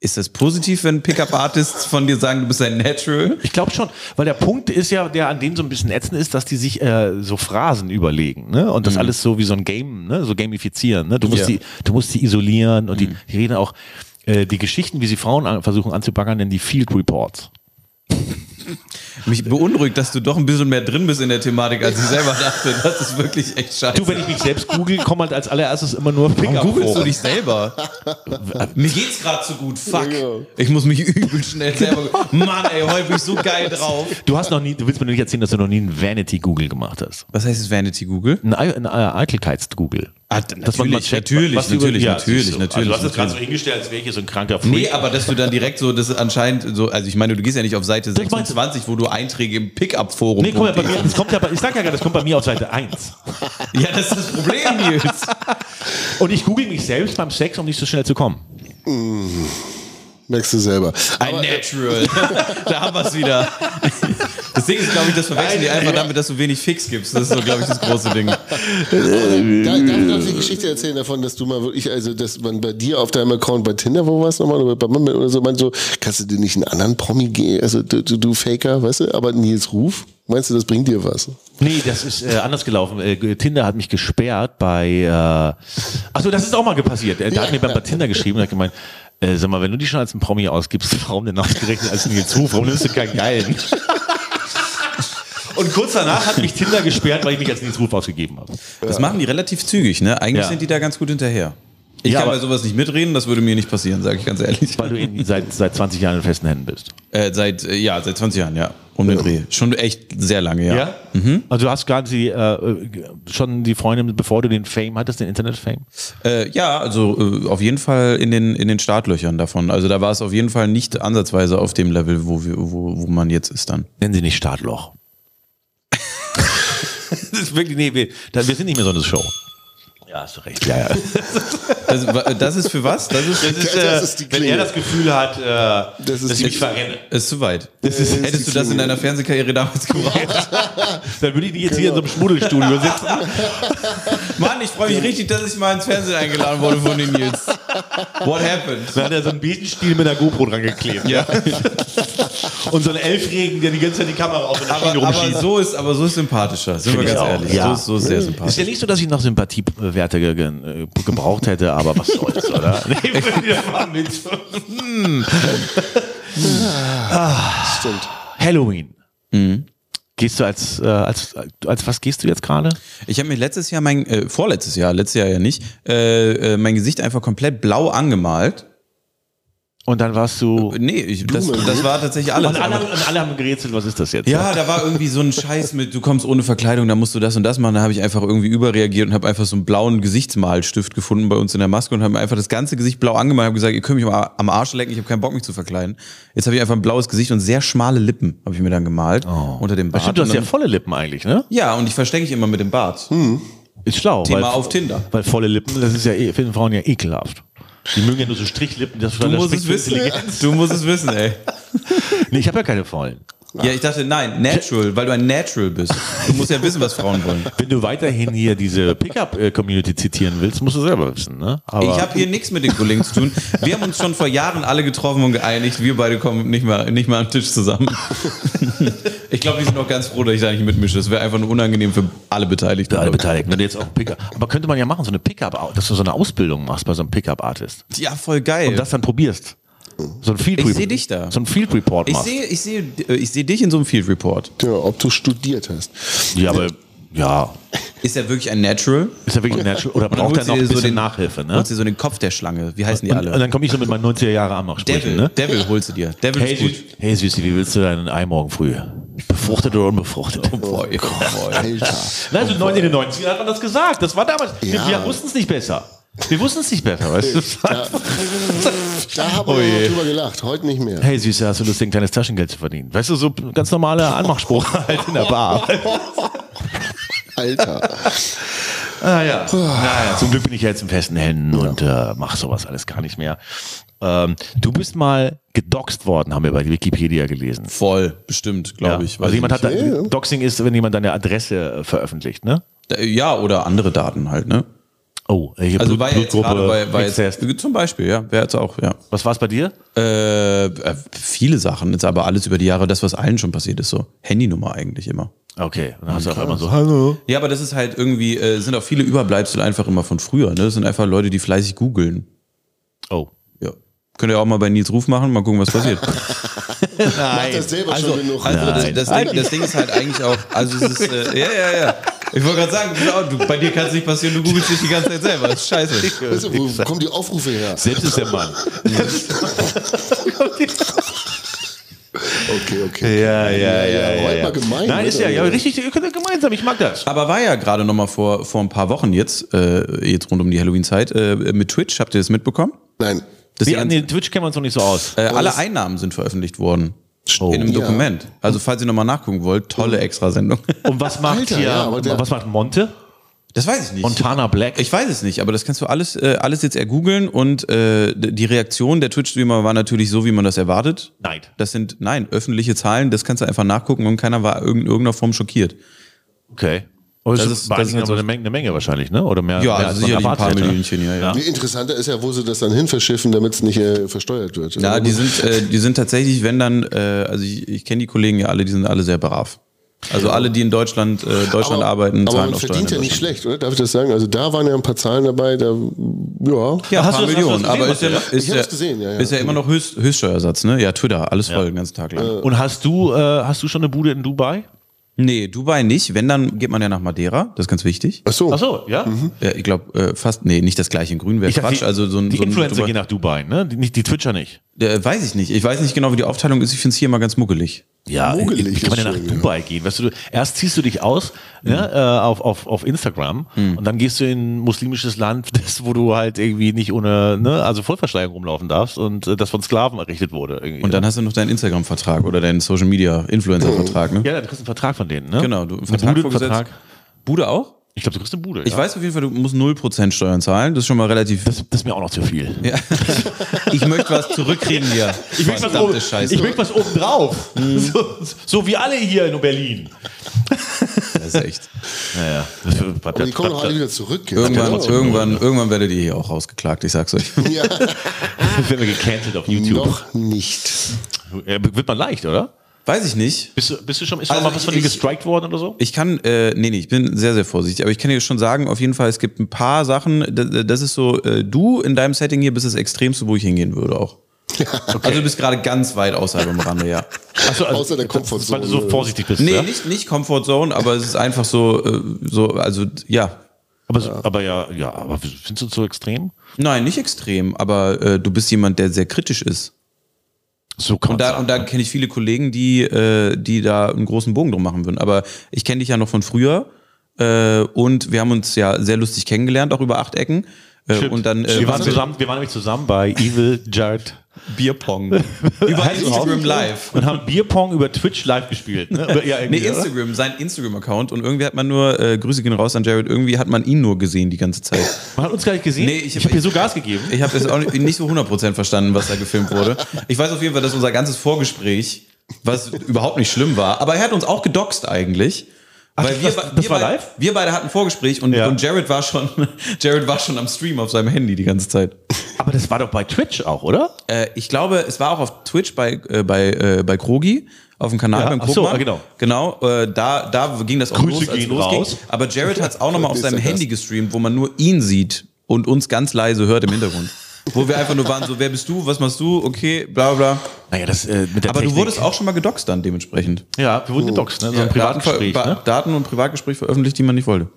C: Ist das positiv, wenn Pickup-Artists von dir sagen, du bist ein Natural?
B: Ich glaube schon, weil der Punkt ist ja, der an dem so ein bisschen ätzend ist, dass die sich äh, so Phrasen überlegen, ne? Und das alles so wie so ein Game, ne? So gamifizieren, ne? Du musst
C: Mhm. Ja. Mhm.
B: die, du musst die isolieren und die, die reden auch äh, die Geschichten, wie sie Frauen an, versuchen anzubaggern, nennen die Field Reports.
C: Mich beunruhigt, dass du doch ein bisschen mehr drin bist in der Thematik, als ich selber dachte. Das ist wirklich echt scheiße.
B: Du, wenn ich mich selbst google, kommt halt als allererstes immer nur Pickup
C: Warum googelst du
B: Forum.
C: dich selber? Mir geht's gerade so gut, fuck.
A: Genau.
C: Ich muss mich [LAUGHS] übel schnell selber. Mann, ey, heute bin ich so geil drauf.
B: Du hast noch nie, du willst mir nicht erzählen, dass du noch nie einen Vanity Google gemacht hast.
C: Was heißt das Vanity Google?
B: Ein, Ei- ein Ei- Eitelkeits-Google.
C: Ah,
B: Dass man mal
C: natürlich,
B: checkt,
C: natürlich,
B: was du über-
C: natürlich,
B: ja,
C: natürlich,
B: siehst du. Also
C: natürlich,
B: du hast das gerade so
C: natürlich.
B: hingestellt, als wäre ich hier so ein kranker Freak.
C: Nee, aber dass du dann direkt so, das ist anscheinend so, also ich meine, du gehst ja nicht auf Seite
B: Das meinst du-
C: 26, wo du Einträge im Pickup-Forum.
B: Nee, guck mal, bei mir, das kommt ja bei, ich sag ja gerade, das kommt bei mir auf Seite 1.
C: Ja, das ist das Problem, Nils.
B: Und ich google mich selbst beim Sex, um nicht so schnell zu kommen.
A: Merkst du selber.
C: Ein Natural. äh, [LAUGHS] da haben wir's wieder. Das Ding ist, glaube ich, das verwechseln die einfach damit, dass du wenig Fix gibst. Das ist so, glaube ich, das große Ding.
A: Da, darf ich noch die Geschichte erzählen davon, dass du mal wirklich, also dass man bei dir auf deinem Account bei Tinder, wo warst du nochmal, oder bei Bumble oder so, meint so, kannst du dir nicht einen anderen Promi gehen, also du, du, du Faker, weißt du, aber Nils Ruf, meinst du, das bringt dir was?
B: Nee, das ist äh, anders gelaufen. Äh, Tinder hat mich gesperrt bei. Äh, Achso, das ist auch mal passiert. Äh, Da hat mir beim bei Tinder geschrieben und hat gemeint, äh, sag mal, wenn du dich schon als ein Promi ausgibst, [LAUGHS] warum denn ausgerechnet als Nils Ruf? Warum nimmst du keinen Geilen? Und kurz danach hat mich Tinder gesperrt, weil ich mich als Nils Ruf ausgegeben habe.
C: Das machen die relativ zügig, ne? Eigentlich
B: Ja.
C: sind die da ganz gut hinterher. Ich
B: Ja,
C: kann
B: aber-
C: bei sowas nicht mitreden, das würde mir nicht passieren, sage ich ganz ehrlich.
B: Weil du eben seit, seit 20 Jahren in festen Händen bist.
C: Äh, seit, äh, ja, seit 20 Jahren, ja. Um den Dreh. Schon echt sehr lange, ja.
B: Also du hast gar die, äh, schon die Freundin, bevor du den Fame hattest, den Internet-Fame?
C: Äh, ja, also äh, auf jeden Fall in den, in den Startlöchern davon. Also da war es auf jeden Fall nicht ansatzweise auf dem Level, wo, wir, wo, wo man jetzt ist dann.
B: Nennen sie nicht Startloch. [LAUGHS] das ist wirklich, nee, wir, da, wir sind nicht mehr so eine Show. Ja, hast du recht. Ja, ja.
C: Das, wa- das ist für was? Das ist,
A: ist, äh, Das ist die wenn Klingel. er das
B: Gefühl hat, äh,
A: Das ist dass ich die- mich
B: verrenne,
C: ist zu weit.
A: ist-
C: Hättest du das in deiner
B: [LAUGHS]
C: Fernsehkarriere damals gebraucht?
B: dann würde ich nicht jetzt hier in so einem
A: [LAUGHS]
B: Schmuddelstudio sitzen.
C: Mann, ich freue mich richtig, dass ich mal ins Fernsehen eingeladen wurde von den Nils. What happened?
B: Dann hat er so einen Besenstiel mit einer GoPro dran geklebt.
C: Ja.
B: [LAUGHS] Und so einen Elfregen, der die ganze Zeit die Kamera auf der
C: Aber, aber so ist aber so ist sympathischer, sind wir
B: ich
C: ganz
B: auch,
C: ehrlich.
B: ja.
C: So ist so ist sehr
B: Ist ja
C: sympathisch.
B: nicht so, dass ich noch Sympathiewerte ge ge äh, gebraucht hätte, aber was soll's, oder? Nee, ich bin wieder mal mit.
A: Stimmt.
B: [LAUGHS] Halloween. Mhm. Gehst du als, äh, als, als was gehst du jetzt gerade?
C: Ich habe mir letztes Jahr mein äh, vorletztes Jahr, letztes Jahr ja nicht, äh, äh, mein Gesicht einfach komplett blau angemalt.
B: Und dann warst du.
C: Nee, ich, das, das war tatsächlich alles.
B: Und alle,
C: Aber-
B: und alle haben gerätselt, was ist das jetzt?
C: Ja, da war irgendwie so ein Scheiß mit, du kommst ohne Verkleidung, da musst du das und das machen. Da habe ich einfach irgendwie überreagiert und habe einfach so einen blauen Gesichtsmalstift gefunden bei uns in der Maske und habe mir einfach das ganze Gesicht blau angemalt und habe gesagt, ihr könnt mich am Ar- am Arsch lecken, ich habe keinen Bock, mich zu verkleiden. Jetzt habe ich einfach ein blaues Gesicht und sehr schmale Lippen habe ich mir dann gemalt unter dem
B: Ach,
C: Bart.
B: Stimmt, du hast
C: Und
B: ja
C: dann,
B: volle Lippen eigentlich, ne?
C: ja, Hm, und ich verstecke ich immer mit dem Bart.
B: Ist schlau.
C: Thema
B: weil,
C: auf Tinder.
B: Weil volle Lippen, das ist ja eh- finden Frauen ja ekelhaft. Die mögen ja nur so Strichlippen, das
C: Du musst es wissen. Du musst es wissen, ey.
B: Nee, ich habe ja keine vollen.
C: Ja, ich dachte, nein, natural, weil du ein Natural bist. Du musst ja wissen, was Frauen wollen.
B: Wenn du weiterhin hier diese Pickup-Community zitieren willst, musst du selber wissen, ne? Aber
C: Ich habe hier nichts mit den Kollegen zu tun. Wir haben uns schon vor Jahren alle getroffen und geeinigt, wir beide kommen nicht mal, nicht mal am Tisch zusammen. [LAUGHS] Ich glaube, die sind auch ganz froh, dass ich da nicht mitmische. Das wäre einfach nur unangenehm für alle Beteiligten.
B: für alle Beteiligten. Wenn du jetzt auch einen Pickup. Aber könnte man ja machen, so eine Pickup, dass du so eine Ausbildung machst bei so einem Pickup-Artist.
C: Ja, voll geil.
B: Und das dann probierst. So ein Field
C: Ich
B: Report-
C: seh dich da.
B: So ein Field Report
C: ich
B: machst.
C: sehe ich sehe, äh, ich sehe dich in so einem Field Report.
A: Ja, ob du studiert hast.
B: ja, aber ja.
C: Ist er wirklich ein Natural?
B: Ist ja wirklich natural. Oder braucht er noch ein bisschen Nachhilfe, ne?
C: Holst du dir so den Kopf der Schlange. Wie heißen die
B: Und, und
C: alle?
B: dann komme ich so mit meinen 90er Jahre am
C: Devil.
B: sprechen, ne?
C: Devil holst du dir. Devil
B: Hey,
C: ist gut.
B: Süß- hey Süßi, wie willst du dein Ei morgen früh? Befruchtet oder unbefruchtet?
C: [LAUGHS] Boah, ey, boah, ey.
A: Alter. [LAUGHS]
B: Nein, also in den 90ern hat man das gesagt. Das war damals.
A: Ja.
B: Wir, wir wussten es nicht besser. Wir wussten es nicht besser, weißt
C: [LAUGHS]
B: du?
A: Da
B: Oh
A: haben wir noch drüber gelacht, heute nicht mehr.
B: Hey Süße, hast du Lust, dir ein kleines Taschengeld zu verdienen? Weißt du, so ganz normaler Anmachspruch [LAUGHS] halt in der Bar.
A: Alter.
B: Ah ja. Naja, zum Glück bin ich ja jetzt in festen Händen und äh, mach sowas alles gar nicht mehr. Ähm, du bist mal gedoxt worden, haben wir bei Wikipedia gelesen.
C: Voll, bestimmt, glaube
B: Ja.
C: ich.
B: also
C: Weiß
B: jemand
C: ich
B: hat da, Doxing ist, wenn jemand deine Adresse äh, veröffentlicht, ne?
C: nicht. Ja, oder andere Daten halt, ne?
B: Oh, hier
C: Also
B: Blut-
C: war jetzt gerade bei, war
B: Mixtest.
C: jetzt, zum Beispiel, ja, wäre jetzt auch, ja.
B: Was war's bei dir?
C: Äh, äh, viele Sachen, jetzt aber alles über die Jahre, das, was allen schon passiert ist, so. Handynummer eigentlich immer.
B: Okay, dann hast du auf einmal so, hallo.
C: Ja, aber das ist halt irgendwie, äh, sind auch viele Überbleibsel einfach immer von früher, ne? Das sind einfach Leute, die fleißig googeln.
B: Oh.
C: Ja. Könnt ihr auch mal bei Nils Ruf machen, mal gucken,
A: [LAUGHS]
C: was passiert.
A: Mach das selber
C: Also,
A: schon genug.
C: also das,
B: Nein.
C: das, Ding, das Ding
A: [LAUGHS]
C: ist halt eigentlich auch, also es ist, äh, ja, ja, ja. Ich wollte gerade sagen, genau, du, bei dir kann es nicht passieren, du googelst dich die ganze Zeit selber. Das ist scheiße.
A: Weißt du, wo kommen die Aufrufe her?
B: Selbst ist der Mann.
A: Okay, okay.
B: ja, ja,
A: heute mal gemein,
B: Nein, ist ja,
A: oder?
B: ja richtig, ihr könnt ja gemeinsam, ich mag das.
C: Aber war ja gerade nochmal vor, vor ein paar Wochen jetzt, äh, jetzt rund um die Halloween-Zeit, äh, mit Twitch, habt ihr das mitbekommen?
A: Nein.
C: Das
B: Wir,
C: die
B: an
C: ganze,
B: den Twitch kennen wir uns noch nicht so aus.
C: äh, alle Einnahmen sind veröffentlicht worden.
B: Oh.
C: In einem
A: Ja.
C: Dokument. Also falls ihr nochmal nachgucken wollt, tolle Extrasendung. [LAUGHS]
B: Und was macht
A: Alter,
B: hier,
A: ja, aber der-
B: was macht Monte?
C: Das weiß ich nicht.
B: Montana Black?
C: Ich weiß es nicht, aber das kannst du alles, äh, alles jetzt ergoogeln und äh, d- die Reaktion der Twitch-Streamer war natürlich so, wie man das erwartet.
B: Nein.
C: Das sind, nein, öffentliche Zahlen, das kannst du einfach nachgucken und keiner war in irgendeiner Form schockiert.
B: Okay. Aber das,
C: Das
B: ist,
C: ist-
B: war
C: das ist
B: so eine Menge, eine Menge wahrscheinlich, ne? Oder mehr?
C: Ja,
B: mehr
C: also sicherlich ein
B: erwartet
C: paar
B: hätte.
C: Millionchen, ja, ja.
A: Nee, interessanter ist ja, wo sie das dann hin verschiffen, damit es nicht äh, versteuert wird.
C: Ja, die sind, äh, die sind tatsächlich, wenn dann, äh, also ich, ich kenne die Kollegen ja alle, die sind alle sehr brav. Also alle, die in Deutschland, äh, Deutschland arbeiten,
A: aber
C: zahlen
A: man
C: auch Steuern. in
A: verdient ja nicht
C: Deutschland.
A: schlecht, oder? Darf ich das sagen? Also da waren ja ein paar Zahlen dabei, da, ja.
C: Ja, ein
B: Hast
C: paar
B: du das- hast
C: Millionen,
B: du
C: aber
B: das
C: ist ja,
B: gesehen,
C: ist,
A: Ich
C: ja,
A: hab's gesehen, ja, ja.
C: ist ja immer noch Höchst, Höchststeuersatz, ne? Ja, Twitter, alles voll den ganzen Tag lang.
B: Und hast du, äh, hast du schon eine Bude in Dubai?
C: Nee, Dubai nicht. Wenn, dann geht man ja nach Madeira. Das ist ganz wichtig.
A: Ach so.
B: Ach so, ja.
C: Äh, ich glaube, äh, fast, nee, nicht das gleiche in Grün wäre
B: Mhm. Ich dachte,
C: Quatsch.
B: die,
C: also so ein,
B: die
C: so ein
B: Influencer
C: Dubai-
B: gehen nach Dubai, ne? Die, nicht, die Twitcher nicht.
C: äh, Weiß ich nicht. Ich weiß nicht genau, wie die Aufteilung ist. Ich finde es hier immer ganz muckelig.
B: Ja, äh,
A: Mogelig
B: wie kann man
A: ist
B: denn nach
A: schön, ja.
B: Dubai gehen? Weißt du, du, erst ziehst du dich aus ne, äh, auf, auf, auf Instagram und dann gehst du in ein muslimisches Land, [LAUGHS] das, wo du halt irgendwie nicht ohne, ne, also Vollverschleierung rumlaufen darfst und äh, das von Sklaven errichtet wurde. Irgendwie.
C: Und dann hast du noch deinen Instagram-Vertrag oder deinen Social Media Influencer-Vertrag, ne?
B: ja, du kriegst einen Vertrag von denen, ne?
C: Genau, du
B: einen
C: Vertrag
B: Vertrag, Bude,
C: vorgesetzt.
B: Vertrag.
C: Bude auch?
B: Ich glaube, du kriegst eine Bude.
C: Ich
B: ja.
C: weiß auf jeden Fall, du musst 0% Steuern zahlen. Das ist schon mal relativ.
B: Das, das ist mir auch noch zu viel.
C: ja. ich möchte was zurückkriegen hier.
B: [LAUGHS] Ich möchte was,
C: Verdammte
B: oben,
C: Scheiße. Mhm.
B: ich möchte was obendrauf. So, so wie alle hier in Berlin.
C: das ist echt.
B: Naja. Das,
A: Aber die kommen doch alle wieder zurück. jetzt.
C: Irgendwann,
A: Genau.
C: irgendwann, irgendwann werdet ihr hier auch rausgeklagt, ich sag's euch.
A: [LAUGHS]
C: [LAUGHS]
A: Ja,
B: [LAUGHS] werden wir gecancelt auf YouTube.
A: noch nicht.
B: Äh, Wird man leicht, oder?
C: Weiß ich nicht.
B: Bist du, bist du schon, ist
C: Also
B: schon mal was von dir
C: ich-
B: gestrikt worden oder so?
C: Ich kann, äh, nee, nee, ich bin sehr, sehr vorsichtig, aber ich kann dir schon sagen, auf jeden Fall, es gibt ein paar Sachen, das, das ist so, äh, du in deinem Setting hier bist das Extremste, wo ich hingehen
B: [LAUGHS]
C: würde auch. Also du bist gerade ganz weit außerhalb am Rande, ja.
B: Achso, also,
A: Außer der
B: weil
A: Komfortzone.
B: du so vorsichtig bist.
C: Nee,
B: ja?
C: nicht, nicht Comfort Zone, aber es ist einfach so, äh, so, also ja.
B: Aber, so- aber ja, ja, aber findest du es so extrem?
C: Nein, nicht extrem, aber äh, du bist jemand, der sehr kritisch ist.
B: So kann
C: Und da, und da
B: ne?
C: kenne ich viele Kollegen, die, äh, die da einen großen Bogen drum machen würden. Aber ich kenne dich ja noch von früher äh, und wir haben uns ja sehr lustig kennengelernt, auch über acht Ecken. Äh, und dann äh,
B: wir, waren
C: waren wir
B: zusammen, wir waren nämlich zusammen bei Evil Jared.
C: Bierpong. [LAUGHS] über
B: Heißt du auch?
C: Instagram Live.
B: Und haben Bierpong über Twitch live
C: [LAUGHS]
B: gespielt. Ne, Oder- ja,
C: Nee,
B: irgendwie, oder?
C: Instagram, sein Instagram-Account und irgendwie hat man nur, äh, Grüße gehen raus an Jared, irgendwie hat man ihn nur gesehen die ganze Zeit.
B: Man hat uns gar nicht gesehen.
C: Nee, ich-
B: hab hier so Gas gegeben.
C: Ich habe jetzt auch nicht, nicht so 100% verstanden, was da gefilmt wurde. Ich weiß auf jeden Fall, dass unser ganzes Vorgespräch was überhaupt nicht schlimm war. Aber er hat uns auch gedoxt eigentlich. weil
B: das-
C: wir,
B: das
C: wir
B: war
C: beide-
B: live?
C: Wir beide hatten Vorgespräch und,
B: Ja.
C: und Jared war schon, [LAUGHS] Jared war schon am Stream auf seinem Handy die ganze Zeit.
B: Aber das war doch bei Twitch auch, oder?
C: Äh, ich glaube, es war auch auf Twitch bei, äh, bei, äh, bei Krogi, auf dem Kanal
B: Ja,
C: beim
B: ach so,
C: Krogmann.
B: ah, genau.
C: Genau, äh, da, da ging das auch
B: Grüße
C: los, als
B: gehen
C: losging.
B: raus.
C: Aber Jared hat es auch nochmal auf
A: Nächster
C: seinem Handy gestreamt, wo man nur ihn sieht und uns ganz leise hört im Hintergrund. wo wir einfach nur waren, so, wer bist du, was machst du, okay, bla bla. bla.
B: Naja, das äh, mit der
C: Aber
B: Technik.
C: du wurdest auch schon mal gedoxt dann dementsprechend.
B: Ja, wir wurden gedoxt, ne? So ein
C: Daten,
B: Privatgespräch,
C: Ba-
B: ne?
C: Daten und Privatgespräch veröffentlicht, die man nicht wollte.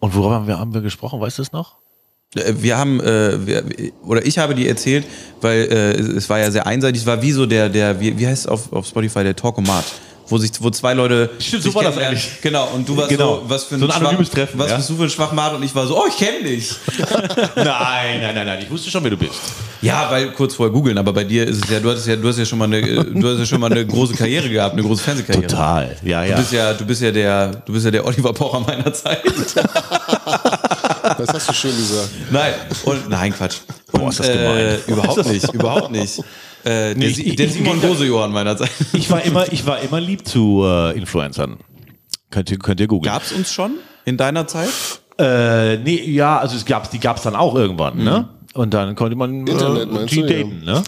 B: Und worüber haben wir, haben wir gesprochen? Weißt du es noch?
C: Äh, Wir haben, äh, wir, oder ich habe die erzählt, weil äh, es- es war ja sehr einseitig. Es war wie so der, der wie, wie heißt es auf, auf Spotify, der Talkomat. Wo, sich, wo zwei Leute.
B: Stimmt,
C: sich
B: so war das
C: kennenlernen.
B: eigentlich.
C: Genau, und du warst
B: Genau.
C: so, was für ein,
B: So ein anonymes
C: Schwach-
B: Treffen,
C: Was
B: ja.
C: bist du für ein Schwachmat? Und ich war so, oh, ich
B: [LAUGHS]
C: kenne dich.
B: [LAUGHS] nein, nein, nein, nein. Ich wusste schon, wer du bist.
C: ja, weil kurz vorher googeln, aber bei dir ist es ja, du hattest ja, du hast ja schon mal eine, äh, du hast ja schon mal eine große Karriere gehabt, eine große Fernsehkarriere.
B: Total. Ja,
C: Du
B: ja.
C: bist ja, du bist ja der, du bist ja der Oliver Pocher meiner Zeit.
A: Das hast du schön gesagt.
C: Nein, und nein, Quatsch.
B: Boah, ist das
C: Und,
B: gemein.
C: Äh, überhaupt nicht, überhaupt nicht. Äh, der,
B: Nee,
C: Si- der
B: ich-
C: Simon Gosejohann meiner Zeit.
B: Ich war immer, ich war immer lieb zu äh, Influencern. Könnt ihr, könnt ihr googeln.
C: Gab's uns schon in deiner Zeit?
B: Äh, nee, ja, also es gab's, die gab's dann auch irgendwann, ne?
C: Mhm.
B: Und dann konnte man
A: Internet,
B: äh,
A: meinst
B: die
A: du, ja.
B: daten, ne?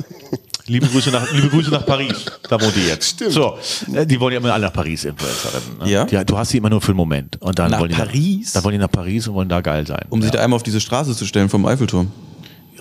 B: Liebe Grüße, nach, liebe Grüße nach Paris, da wohnt die jetzt.
A: Stimmt.
B: So, äh, die wollen ja immer alle nach Paris, Influencerinnen. Ne?
C: Ja.
B: Die, du hast sie immer nur für einen Moment. Und dann
C: Nach
B: wollen die
C: Paris?
B: Dann wollen die nach Paris und wollen da geil sein.
C: Um sich da einmal auf diese Straße zu stellen vom Eiffelturm.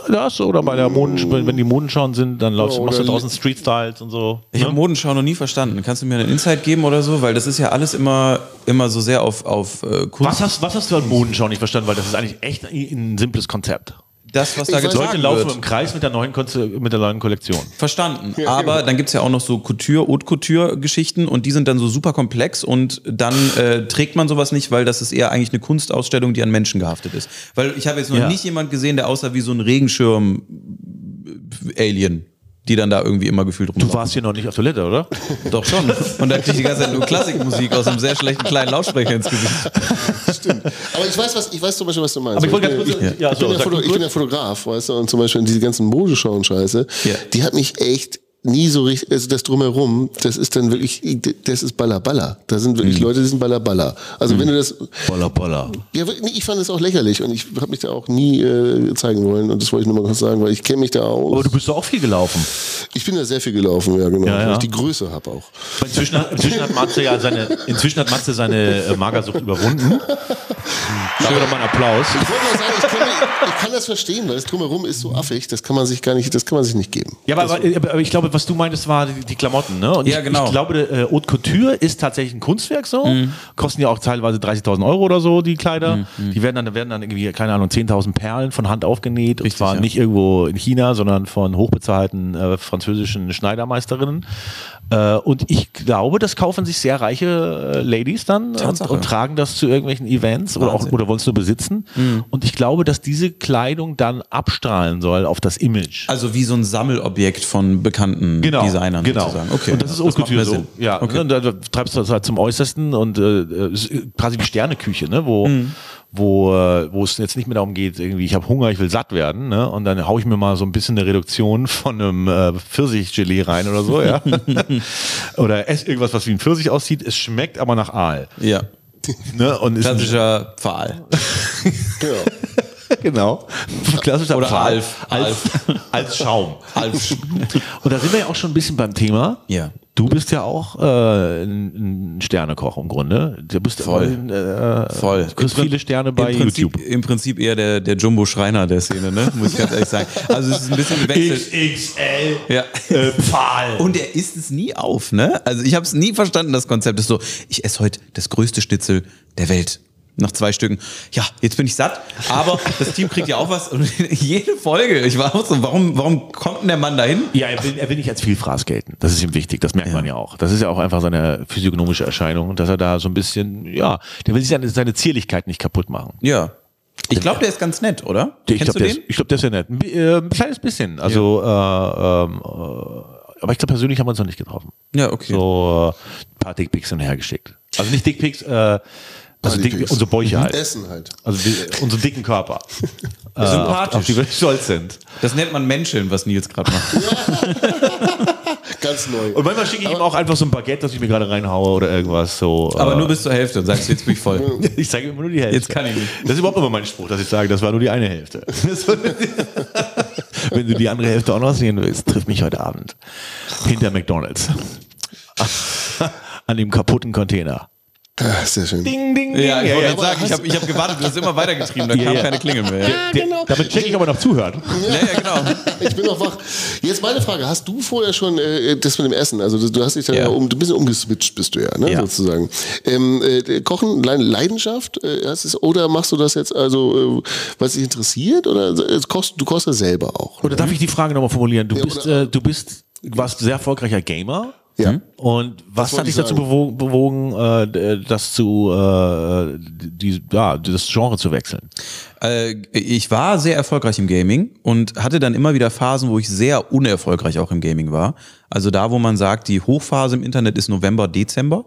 B: ja, das oder bei der Moden, wenn, wenn die Modenschauen sind, dann läufst,
A: Oh. Ja,
B: machst du
A: oder
B: draußen Street Styles und so. ne?
C: Ich habe Modenschau noch nie verstanden. Kannst du mir einen Insight geben oder so? Weil das ist ja alles immer, immer so sehr auf, auf äh,
B: Was
C: Kunst.
B: hast, was hast du an Modenschauen nicht verstanden? Weil das ist eigentlich echt ein simples Konzept.
C: Das, was da
A: Ich weiß-
C: getragen
B: Leute laufen im
C: wird.
B: Kreis mit der neuen, Konze mit der neuen Kollektion.
C: Verstanden. Aber
B: genau.
C: dann gibt's ja auch noch so Couture, Haute Couture-Geschichten und die sind dann so super komplex und dann äh, trägt man sowas nicht, weil das ist eher eigentlich eine Kunstausstellung, die an Menschen gehaftet ist. Weil ich habe jetzt noch
B: Ja.
C: nicht jemand gesehen, der aussah wie so ein Regenschirm-Alien, die dann da irgendwie immer gefühlt
B: Du
C: rumlaufen.
B: warst hier noch nicht auf Toilette, oder?
C: Doch schon. Und da krieg ich die ganze Zeit nur Klassikmusik aus einem sehr schlechten kleinen Lautsprecher ins Gesicht.
A: Aber ich weiß, was, ich weiß zum Beispiel, was du meinst.
B: Aber ich wollte ganz
A: bin-
B: kurz-
A: ich,
B: ja,
A: ich, bin
B: so,
A: ja
B: sag
A: Foto,
B: du
A: ich bin ja Fotograf, weißt du, und zum Beispiel diese ganzen Modeschauen Scheiße,
C: Ja.
A: die hat mich echt nie so richtig, also das drumherum, das ist dann wirklich, das ist Baller Baller. Da sind
C: Mhm.
A: wirklich Leute, die sind Baller Baller. Also wenn du das,
B: Boller, boller.
A: ja, wirklich, nee, ich fand das auch lächerlich und ich habe mich da auch nie äh, zeigen wollen und das wollte ich nur mal kurz sagen, weil ich kenne mich da
B: Aber
A: aus.
B: du bist doch auch viel gelaufen.
A: Ich bin da sehr viel gelaufen, ja genau,
B: Ja, ja.
A: weil ich die Größe habe auch.
B: Inzwischen hat, inzwischen hat Matze ja seine, inzwischen hat Matze seine äh, Magersucht überwunden. Schön nochmal einen Applaus.
A: Ich wollte mal sagen, ich kann, ich kann das verstehen, weil das drumherum ist so affig, das kann man sich gar nicht, das kann man sich nicht geben.
B: Ja, aber, aber, aber ich glaube, was du meintest, war die, die Klamotten, ne? Und
C: Ja,
B: ich,
C: genau. Mhm.
B: Ich glaube, äh, Haute Couture ist tatsächlich ein Kunstwerk so. Kosten ja auch teilweise 30.000 Euro oder so, die Kleider. Die werden dann, werden dann irgendwie, keine Ahnung, 10.000 Perlen von Hand aufgenäht. und zwar
C: ja.
B: nicht irgendwo in China, sondern von hochbezahlten äh, französischen Schneidermeisterinnen. Äh, und ich glaube, das kaufen sich sehr reiche äh, Ladies dann und,
C: Tatsache.
B: und tragen das zu irgendwelchen Events oder, auch, oder wollen es nur besitzen.
C: Mhm.
B: Und ich glaube, dass diese Kleidung dann abstrahlen soll auf das Image.
C: Also wie so ein Sammelobjekt von bekannten
B: genau,
C: Designern
B: genau.
C: sozusagen. Okay.
B: Und das ist Haute
C: macht mehr
B: Couture so.
C: Sinn.
B: Ja,
C: Okay.
B: ne, und da, da treibst du das halt zum Äußersten und äh, äh, es ist quasi wie Sterneküche, ne, wo
C: Mhm.
B: wo äh, wo es jetzt nicht mehr darum geht, irgendwie ich habe Hunger, ich will satt werden, ne, und dann hau ich mir mal so ein bisschen eine Reduktion von einem äh, Pfirsichgelee rein oder so,
C: [LAUGHS]
B: ja, oder ess irgendwas, was wie ein Pfirsich aussieht, es schmeckt aber nach Aal,
C: Ja.
B: ne, und ist
C: Klassischer Pfahl.
A: Genau.
B: [LAUGHS] genau klassischer
C: Oder
B: Pfahl.
C: Alf.
B: als als
C: [LAUGHS]
B: Schaum.
C: Alf.
B: Und da sind wir ja auch schon ein bisschen beim Thema.
C: Ja.
B: Du bist ja auch äh, ein ein Sternekoch im Grunde. Du bist
C: Voll.
B: Äh,
C: Voll.
B: Du kriegst
C: Im Prin-
B: viele Sterne bei
C: im Prinzip,
B: YouTube.
C: Im Prinzip eher der, der Jumbo Schreiner der Szene, ne? Muss ich ganz ehrlich sagen. Also es ist ein bisschen gewechselt.
B: XXL
C: Ja.
B: äh, Pfahl.
C: Und er isst es nie auf, ne? Also ich habe es nie verstanden, das Konzept ist so, ich esse heute das größte Schnitzel der Welt. Nach zwei Stücken. Ja, jetzt bin ich satt, aber das Team kriegt ja auch was. Und [LAUGHS] jede Folge, ich war auch so, warum, warum kommt denn der Mann dahin?
B: ja, er will, er will nicht als Vielfraß gelten. Das ist ihm wichtig, das merkt man ja auch. Das ist ja auch einfach seine physiognomische Erscheinung, dass er da so ein bisschen, ja, der will sich seine, seine Zierlichkeit nicht kaputt machen.
C: Ja. Ich glaube, der ist ganz nett, oder?
B: Ich glaube, der, ist- ich glaub, der ist ja nett. Ein bi- äh, ein kleines bisschen. Also, äh, ähm, äh, aber ich glaube, persönlich haben wir uns noch nicht getroffen.
C: Ja, okay.
B: so äh, ein paar Dickpics hin und her geschickt. Also nicht Dickpics, äh, also Dick,
A: Dickpics.
B: unsere Bäuche halt.
A: Essen halt.
B: Also die, unsere dicken
C: [LAUGHS]
B: Körper. Äh, auf, auf die wir stolz sind.
C: Das nennt man Menscheln, was Nils gerade macht.
A: Ganz ganz neu.
B: Und manchmal schicke ich ihm auch einfach so ein Baguette, das ich mir gerade reinhaue oder irgendwas. So,
C: Aber
B: äh,
C: nur bis zur Hälfte und sagst, jetzt bin ich [LAUGHS] voll.
B: [LAUGHS] Ich zeige immer nur die Hälfte.
C: Jetzt kann ich nicht.
B: Das ist überhaupt immer mein Spruch, dass ich sage, das war nur die eine
C: [LAUGHS]
B: Hälfte. So, [LAUGHS] Wenn du die andere Hälfte auch noch sehen willst, triff mich heute Abend. Hinter McDonalds. [LAUGHS] An dem kaputten Container.
A: Ah, sehr schön.
B: Ding, ding,
C: Ja, ich wollte
B: ja.
C: gerade sagen, ich habe ich hab gewartet, du hast immer weitergetrieben, da
B: Ja,
C: kam
B: ja.
C: keine Klingel mehr. Ja,
B: Der, Damit checke ich, ob er noch zuhört.
C: ja, genau.
A: Ich bin noch wach. Jetzt meine Frage: Hast du vorher schon äh, das mit dem Essen? Also du, du hast dich dann
C: Ja.
A: ja um, ein bisschen umgeswitcht, bist du ja, ne,
C: Ja.
A: sozusagen. Ähm, äh, Kochen Le- Leidenschaft? Äh, hast es, oder machst du das jetzt also, äh, was dich interessiert? Oder äh, kochst, du kochst ja selber auch?
B: Oder
C: Mhm.
B: darf ich die Frage nochmal formulieren? Du bist,
A: oder-
B: äh, du bist, warst sehr erfolgreicher Gamer. Mhm.
A: Ja.
B: Und was
A: wollte
B: hat
A: ich
B: dich dazu
A: sagen.
B: bewogen, bewogen äh, d- das zu, äh, die, ja, das Genre zu wechseln?
C: Äh, ich war sehr erfolgreich im Gaming und hatte dann immer wieder Phasen, wo ich sehr unerfolgreich auch im Gaming war. Also da, wo man sagt, die Hochphase im Internet ist November, Dezember.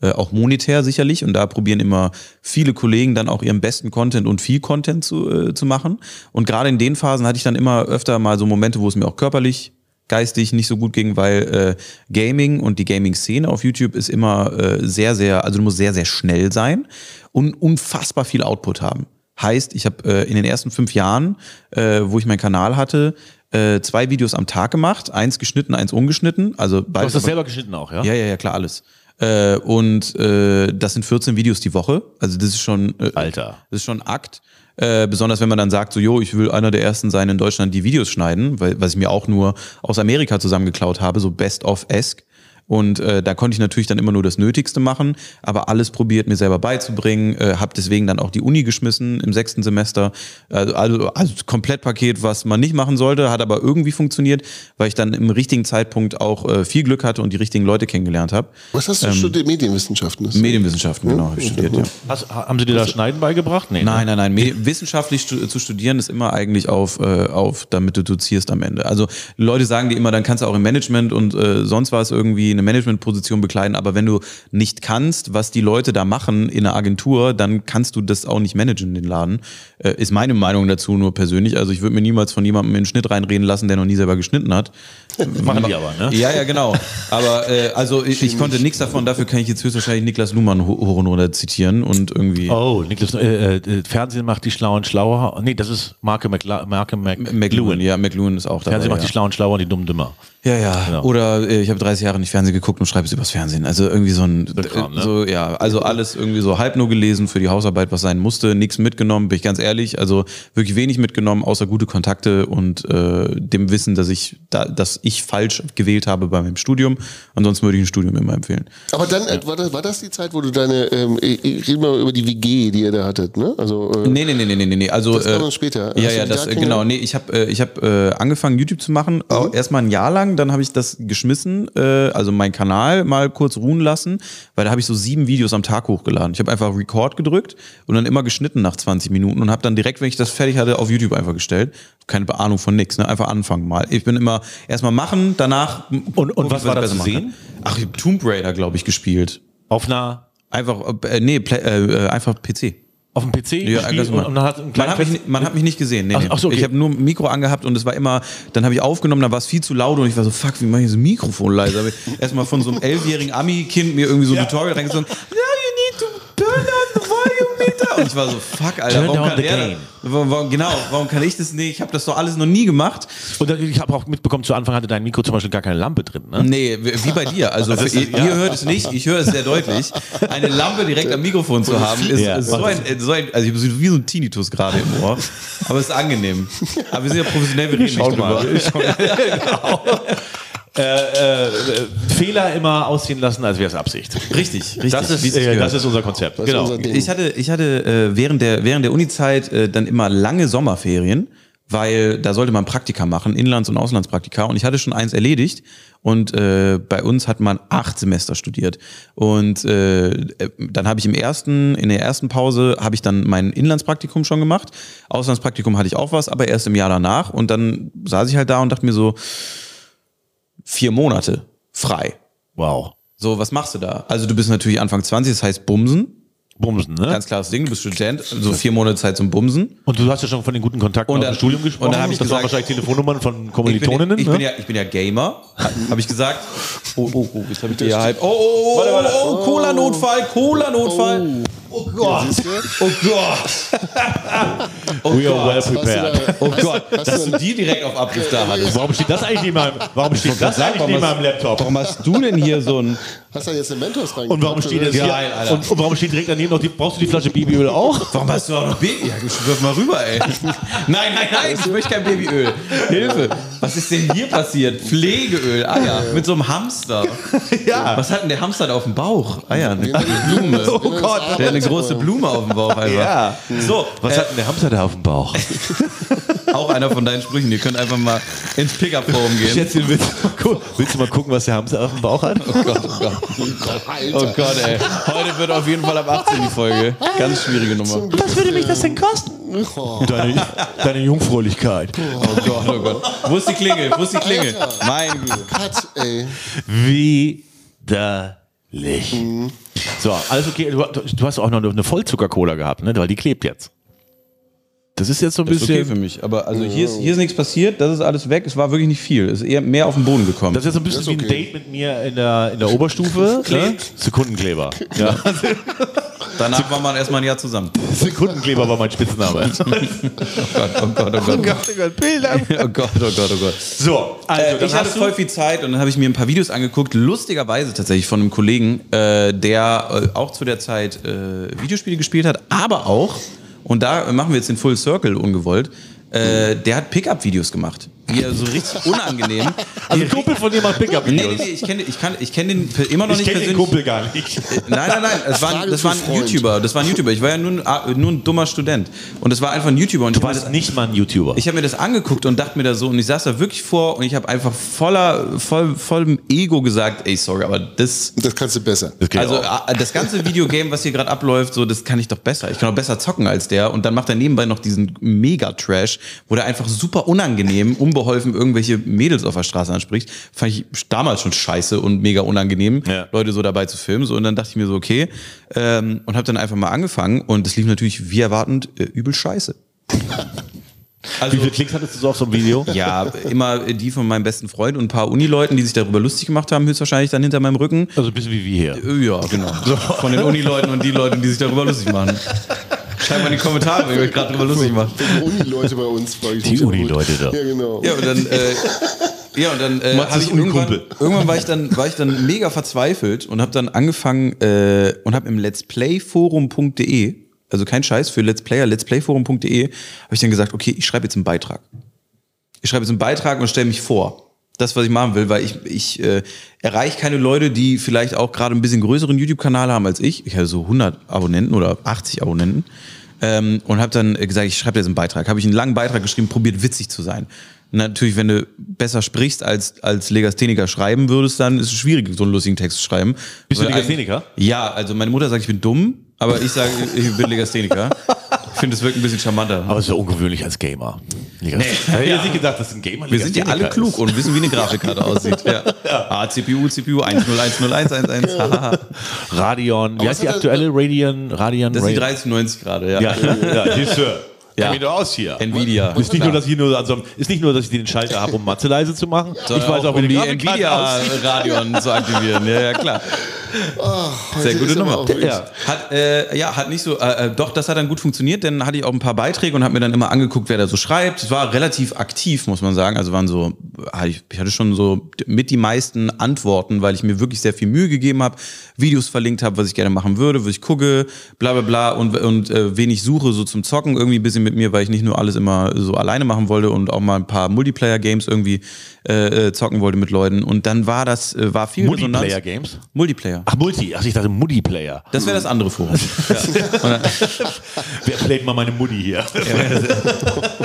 C: Äh, auch monetär sicherlich und da probieren immer viele Kollegen dann auch ihren besten Content und viel Content zu, äh, zu machen und gerade in den Phasen hatte ich dann immer öfter mal so Momente, wo es mir auch körperlich geistig nicht so gut ging, weil äh, Gaming und die Gaming-Szene auf YouTube ist immer äh, sehr, sehr, also du musst sehr, sehr schnell sein und unfassbar viel Output haben. Heißt, ich habe äh, in den ersten fünf Jahren, äh, wo ich meinen Kanal hatte, äh, zwei Videos am Tag gemacht, eins geschnitten, eins ungeschnitten. Also
B: Du
C: beides
B: hast das
C: aber-
B: selber geschnitten auch, ja?
C: ja, ja, ja, klar, alles. Äh, und äh, das sind 14 Videos die Woche. Also das ist schon äh,
B: Alter.
C: Das ist schon ein Akt. Äh, besonders wenn man dann sagt, so, jo, ich will einer der ersten sein in Deutschland, die Videos schneiden, weil, was ich mir auch nur aus Amerika zusammengeklaut habe, so best of esque. Und äh, da konnte ich natürlich dann immer nur das Nötigste machen, aber alles probiert, mir selber beizubringen, äh, habe deswegen dann auch die Uni geschmissen im sechsten Semester. Also, also, also Komplettpaket, was man nicht machen sollte, hat aber irgendwie funktioniert, weil ich dann im richtigen Zeitpunkt auch äh, viel Glück hatte und die richtigen Leute kennengelernt habe.
A: Was hast du studiert? Medienwissenschaften. ist-
C: Medienwissenschaften, genau, habe ich studiert, ja.
B: Hast, ha- haben sie dir da Schneiden beigebracht? Nee.
C: Nein,
B: ne?
C: nein, nein. Medi- Wissenschaftlich stu zu studieren ist immer eigentlich auf, äh, auf, damit du dozierst am Ende. Also Leute sagen dir immer, dann kannst du auch im Management und äh, sonst was irgendwie eine Managementposition bekleiden, aber wenn du nicht kannst, was die Leute da machen in einer Agentur, dann kannst du das auch nicht managen, den Laden. Äh, ist meine Meinung dazu nur persönlich. Also ich würde mir niemals von jemandem in den Schnitt reinreden lassen, der noch nie selber geschnitten hat.
B: Machen die aber, ne?
C: Ja, ja, genau. Aber äh, also ich, ich konnte nichts davon, dafür kann ich jetzt höchstwahrscheinlich Niklas Luhmann ho- hoch und runter zitieren und irgendwie.
B: Oh, Niklas, äh, äh, Fernsehen macht die Schlauen schlauer. Nee, das ist Marke, McLa Marke Mac
C: McLuhan, ja, McLuhan ist auch dabei.
B: Fernsehen macht
C: ja.
B: die Schlauen schlauer und die Dummen dümmer.
C: Ja, ja.
B: Genau.
C: Oder äh, ich habe 30 Jahre nicht Fernsehen geguckt und schreibe es übers Fernsehen. Also irgendwie so ein
B: Kram,
C: äh,
B: ne?
C: so ja, also alles irgendwie so halb nur gelesen für die Hausarbeit, was sein musste, nichts mitgenommen, bin ich ganz ehrlich, also wirklich wenig mitgenommen, außer gute Kontakte und äh, dem Wissen, dass ich da, dass ich falsch gewählt habe bei meinem Studium. Ansonsten würde ich ein Studium immer empfehlen.
A: Aber dann, äh, war, das, war das die Zeit, wo du deine, ähm, ich, ich rede mal über die WG, die ihr da hattet, ne? Also, äh,
C: Nee, nee, nee, nee, nee, nee, nee. Also,
A: Das kam
C: äh,
A: dann später.
C: Ja,
A: Hast
C: ja,
A: du die Mhm.
C: das,
A: da
C: äh, genau.
A: kennengelernt?
C: Nee, ich habe äh, ich hab, äh, angefangen, YouTube zu machen. Auch Erstmal ein Jahr lang, dann habe ich das geschmissen, äh, also meinen Kanal mal kurz ruhen lassen, weil da habe ich so sieben Videos am Tag hochgeladen. Ich habe einfach Record gedrückt und dann immer geschnitten nach 20 Minuten und habe dann direkt, wenn ich das fertig hatte, auf YouTube einfach gestellt. Keine Ahnung von nix, ne? Einfach anfangen mal. Ich bin immer erstmal machen, danach.
B: und
C: gucken,
B: was
C: ich
B: war da
C: besser
B: zu
C: machen
B: sehen?
C: kann. Ach, ich hab Tomb Raider, glaube ich, gespielt.
B: Auf einer,
C: Einfach, äh, nee, Play, äh, äh, einfach PC.
B: auf dem PC
C: Ja,
B: gespielt
C: ganz normal.
B: und, und dann hat ein
C: man, hat mich,
B: kleines
C: ni- man hat mich nicht gesehen. Nee,
B: Ach-
C: nee.
B: ach so, okay.
C: Ich habe nur ein Mikro angehabt und es war immer, dann habe ich aufgenommen, dann war es viel zu laut und ich war so, fuck, wie mache ich das Mikrofon leiser? Hab ich Erstmal von
B: [LAUGHS]
C: so einem elfjährigen Ami-Kind mir irgendwie so ein Tutorial reingezogen. Now you need to turn down the volume meter. Und ich war so, fuck, Alter,
B: Turn
C: warum
B: down
C: kann
B: the
C: der
B: gain.
C: warum, warum, Genau, warum kann ich das nicht? Ich habe das doch alles noch nie gemacht.
B: Und dann- ich habe auch mitbekommen, zu Anfang hatte dein Mikro zum Beispiel gar keine Lampe drin. Ne?
C: Nee, wie bei dir. Also für, ihr, ihr hört es nicht, ich höre es sehr deutlich. Eine Lampe direkt am Mikrofon zu haben, ist
B: Ja.
C: so, ein, so ein, also ich bin wie so ein Tinnitus gerade im Ohr. Aber es ist angenehm. Aber wir sind ja professionell, wir reden nicht drüber.
B: Äh, äh, Fehler immer aussehen lassen, als wäre es Absicht.
C: Richtig, richtig.
B: Das
C: wie es
B: ist,
C: sich
B: äh,
C: gehört.
B: das ist unser Konzept.
A: das ist
B: genau.
A: unser Ding.
C: Ich hatte, ich hatte äh, während der, während der Uni-Zeit äh, dann immer lange Sommerferien, weil da sollte man Praktika machen, Inlands- und Auslandspraktika. Und ich hatte schon eins erledigt. Und äh, bei uns hat man acht Semester studiert. Und äh, äh, dann habe ich im ersten, in der ersten Pause habe ich dann mein Inlandspraktikum schon gemacht. Auslandspraktikum hatte ich auch was, aber erst im Jahr danach. Und dann saß ich halt da und dachte mir so, vier Monate frei.
B: Wow.
C: So, was machst du da? Also du bist natürlich Anfang 20, das heißt Bumsen.
B: Bumsen, ne?
C: Ganz klares Ding, du bist Student, so vier Monate Zeit zum Bumsen.
B: und du hast ja schon von den guten Kontakten
C: Und
B: aus
C: dann-
B: dem Studium gesprochen.
C: und dann hab ich
B: das waren
C: gesagt-
B: wahrscheinlich Telefonnummern von
C: Ich bin,
B: Kommilitoninnen.
C: ich, bin
B: ne?
C: ja, ich bin ja [LAUGHS] Gamer, habe ich gesagt. Oh, oh, oh, jetzt habe ich dir ja halb. Oh, oh, oh, warte, warte. oh, Cola-Notfall, Cola-Notfall. Oh Gott, oh Gott. [LAUGHS] Oh
B: We are well
C: Gott,
A: Hast du da-
B: prepared.
C: oh
A: hast-
C: Gott,
A: hast
C: dass
A: du-
C: du die direkt auf Abruf da hattest.
B: Warum steht das eigentlich neben meinem, warum steht das
C: Sag,
B: eigentlich neben meinem Laptop?
C: Warum hast du denn hier so ein...
A: Hast du da jetzt eine Mentos rein?
B: Und warum steht das
C: Geil,
B: hier?
C: Alter.
B: Und, und warum steht direkt daneben noch die, brauchst du die Flasche Babyöl [LAUGHS] auch?
C: Warum hast du auch noch Baby? Ja, wirf mal rüber, ey. [LAUGHS] Nein, nein, nein, ich möchte kein Babyöl. Hilfe. Was ist denn hier passiert? Pflegeöl, Eier. Mit so einem [LAUGHS] Hamster.
B: Ja.
C: Was hat denn der Hamster da auf dem Bauch? Eier, eine [LAUGHS] Blume.
B: Oh Gott.
C: Der hat eine große Blume auf dem Bauch einfach.
B: Ja.
C: So,
B: Was hat denn der Hamster da auf dem [LAUGHS] Bauch?
C: auch einer von deinen Sprüchen. Ihr könnt einfach mal ins Pickup-Forum gehen.
B: Schätzchen, willst du, mal gu- willst du mal gucken, was der Hamster auf dem Bauch hat?
C: Oh Gott, oh Gott.
A: Alter.
C: Oh Gott, ey. Heute wird auf jeden Fall ab 18 die Folge. Ganz schwierige Nummer.
B: Was würde mich das denn kosten?
A: Oh.
B: Deine, deine Jungfräulichkeit.
C: Oh Gott, oh Gott. Wo ist die Klingel? Wo ist die Klingel? Meine Güte.
A: Katz, ey.
B: Widerlich. So, alles okay. Du, du hast auch noch eine Vollzucker-Cola gehabt, ne? Weil die klebt jetzt. Das ist jetzt so ein
C: Das ist
B: bisschen.
C: okay für mich. Aber also hier ist, hier ist nichts passiert, das ist alles weg. Es war wirklich nicht viel. Es ist eher mehr auf den Boden gekommen.
B: Das ist jetzt so ein bisschen
A: ist
B: wie ein
A: okay.
B: Date mit mir in der, in
A: [LAUGHS]
B: der Oberstufe. ne? Sekundenkleber. Ja.
C: Danach waren wir erstmal ein Jahr zusammen.
B: Sekundenkleber war
A: [LAUGHS]
B: mein Spitzname.
C: Oh Gott, oh Gott,
B: [LAUGHS]
C: oh Gott.
B: Bilder.
C: Oh Gott, oh Gott, oh Gott.
B: So, also,
C: Also,
B: dann
C: ich hatte
B: hast
C: voll
B: du.
C: viel Zeit und dann habe ich mir ein paar Videos angeguckt, lustigerweise tatsächlich von einem Kollegen, äh, der äh, auch zu der Zeit äh, Videospiele gespielt hat, aber auch, und da machen wir jetzt den Full Circle ungewollt, äh, der hat Pickup-Videos gemacht. Die er
B: [LAUGHS]
C: so richtig unangenehm.
B: Also, ein Kumpel von dir macht
C: Nee, nee,
B: Pickup-Videos.
C: nee, ich kenne ich kann, ich kenn den per- immer noch
B: ich
C: nicht
B: kenne den
C: persönlich.
B: Kumpel gar nicht.
C: Nein, nein, nein, es waren,
A: Frage
C: das
A: für
C: waren
A: Freund.
C: YouTuber, das waren YouTuber. Ich war ja nur ein, ah, nur ein dummer Student. Und das war einfach ein YouTuber. Und ich
B: Du
C: hab
B: warst
C: mir das-
B: nicht mal ein YouTuber.
C: ich habe mir das angeguckt und dachte mir da so, und ich saß da wirklich vor und ich habe einfach voller, voll, vollem Ego gesagt, ey, sorry, aber das,
A: Das kannst du besser.
B: Das geht
C: also
B: auch.
C: ah, das ganze Videogame, was hier gerade abläuft, so, das kann ich doch besser. Ich kann doch besser zocken als der. Und dann macht er nebenbei noch diesen Mega-Trash, wo der einfach super unangenehm, unbeholfen irgendwelche Mädels auf der Straße anspricht. Fand ich damals schon scheiße und mega unangenehm,
B: Ja.
C: Leute so dabei zu filmen. So, und dann dachte ich mir so, okay, ähm, und habe dann einfach mal angefangen. Und es lief natürlich, wie erwartend, äh, übel
B: [LAUGHS]
C: scheiße. Also,
B: Wie viele Klicks hattest du so auf so einem Video?
C: ja, immer die von meinem besten Freund und ein paar Unileuten, die sich darüber lustig gemacht haben, höchstwahrscheinlich dann hinter meinem Rücken.
B: Also ein bisschen wie wir hier.
C: Äh, Ja, genau. Von den Unileuten und die Leuten, die sich darüber lustig machen. Schreibt mal in die Kommentare, wenn ihr euch gerade darüber lustig macht.
A: Die Uni-Leute bei uns, frage ich
B: Die
A: mich auch gut.
B: Uni-Leute da.
A: Ja, genau.
C: Ja, und dann, äh, ja, und dann äh,
B: Mats
C: hab
B: ist
C: ich irgendwann,
B: Unikumpel.
C: irgendwann war ich dann, war ich dann mega verzweifelt und habe dann angefangen äh, und habe im Let's Play Forum.de, also kein Scheiß für Let's Player, Let's Play Forum.de, habe ich dann gesagt, okay, ich schreibe jetzt einen Beitrag. Ich schreibe jetzt einen Beitrag und stelle mich vor. Das, was ich machen will, weil ich, ich äh, erreiche keine Leute, die vielleicht auch gerade ein bisschen größeren YouTube-Kanal haben als ich. Ich habe so 100 Abonnenten oder 80 Abonnenten. Ähm, und habe dann äh, gesagt, ich schreibe jetzt einen Beitrag. Habe ich einen langen Beitrag geschrieben, probiert witzig zu sein. Natürlich, wenn du besser sprichst, als, als Legastheniker schreiben würdest, dann ist es schwierig, so einen lustigen Text zu schreiben.
B: Bist du
C: Weil eigentlich-
B: Legastheniker?
C: Ja, also meine Mutter sagt, ich bin dumm, aber ich sage, ich bin Legastheniker. Ich finde, es wirkt ein bisschen charmanter.
B: Aber es ist ja ungewöhnlich als Gamer. Nee. [LAUGHS] Hätte ja. nicht gedacht, dass ein Gamer
C: Wir sind ja alle klug und wissen, wie eine Grafikkarte aussieht. Ja. Ah, CPU, CPU, 10101111. haha.
B: Radeon. Wie heißt die aktuelle? Radeon? Radeon?
C: Das sind die
B: Radeon-
C: 3090 gerade, ja.
B: Ja, ja, ja, siehst du.
C: Ja.
B: Kenn mich doch aus hier.
C: Nvidia.
B: Ist nicht, nur, dass ich nur an so einem, ist nicht nur, dass ich den Schalter habe, um Matze leise zu machen. ich weiß auch, wie die
C: um die
B: Grafikkarte aussieht.
C: Nvidia-Radion zu aktivieren. Ja, ja, klar. Sehr gute
A: ist aber
C: Nummer.
A: auch wirklich-
B: Ja.
C: Hat, äh, ja, hat nicht so, äh, äh, doch, das hat dann gut funktioniert, denn hatte ich auch ein paar Beiträge und habe mir dann immer angeguckt, wer da so schreibt. Es war relativ aktiv, muss man sagen. Also waren so, ah, ich ich hatte schon so mit die meisten Antworten, weil ich mir wirklich sehr viel Mühe gegeben habe, Videos verlinkt habe, was ich gerne machen würde, was ich gucke, bla bla bla und, und äh, wenig suche, so zum Zocken irgendwie ein bisschen mit mir, weil ich nicht nur alles immer so alleine machen wollte und auch mal ein paar Multiplayer-Games irgendwie äh, äh, zocken wollte mit Leuten. Und dann war das, äh, war viel Resonanz.
B: Multiplayer-Games?
C: Multiplayer.
B: Ach, Multi. Ach, ich dachte Multiplayer.
C: Das wäre das andere Forum.
B: Wer playt mal meine Mutti
C: [LAUGHS]
B: hier?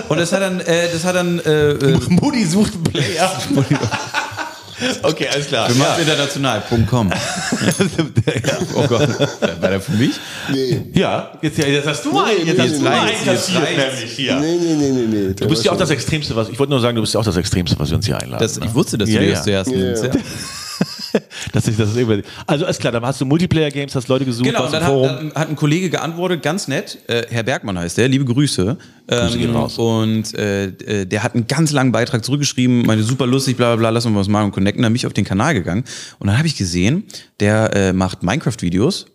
C: Und das hat dann, äh, das hat dann, äh,
B: [LAUGHS]
C: äh,
B: Mutti sucht einen Player. okay, alles klar. [LAUGHS]
C: international.com. oh Gott, war der für mich?
A: Nee,
B: Ja, jetzt, jetzt hast du mal, jetzt hast du mal
C: reicht's, jetzt
B: einkassiert,
C: reicht's.
B: nämlich hier.
A: nee, nee, nee, nee. nee.
B: Du bist ja auch das Extremste, was. Ich wollte nur sagen, du bist ja auch das Extremste, was wir uns hier einladen.
C: Das,
B: ne?
C: ich wusste, dass du
B: Ja,
C: ja,
B: ja.
C: das zuerst nimmst. Ja.
B: dass ich das irgendwie. Also alles klar, dann hast du Multiplayer-Games, hast Leute gesucht
C: Genau,
B: aus
C: und
B: dem
C: dann hat,
B: Forum.
C: dann hat ein Kollege geantwortet, ganz nett, äh, Herr Bergmann heißt der, liebe Grüße. Ähm, Und äh, äh, der hat einen ganz langen Beitrag zurückgeschrieben, meine super lustig, bla bla bla, lass uns was machen und connecten, dann bin ich auf den Kanal gegangen. Und dann habe ich gesehen, der äh, macht Minecraft-Videos.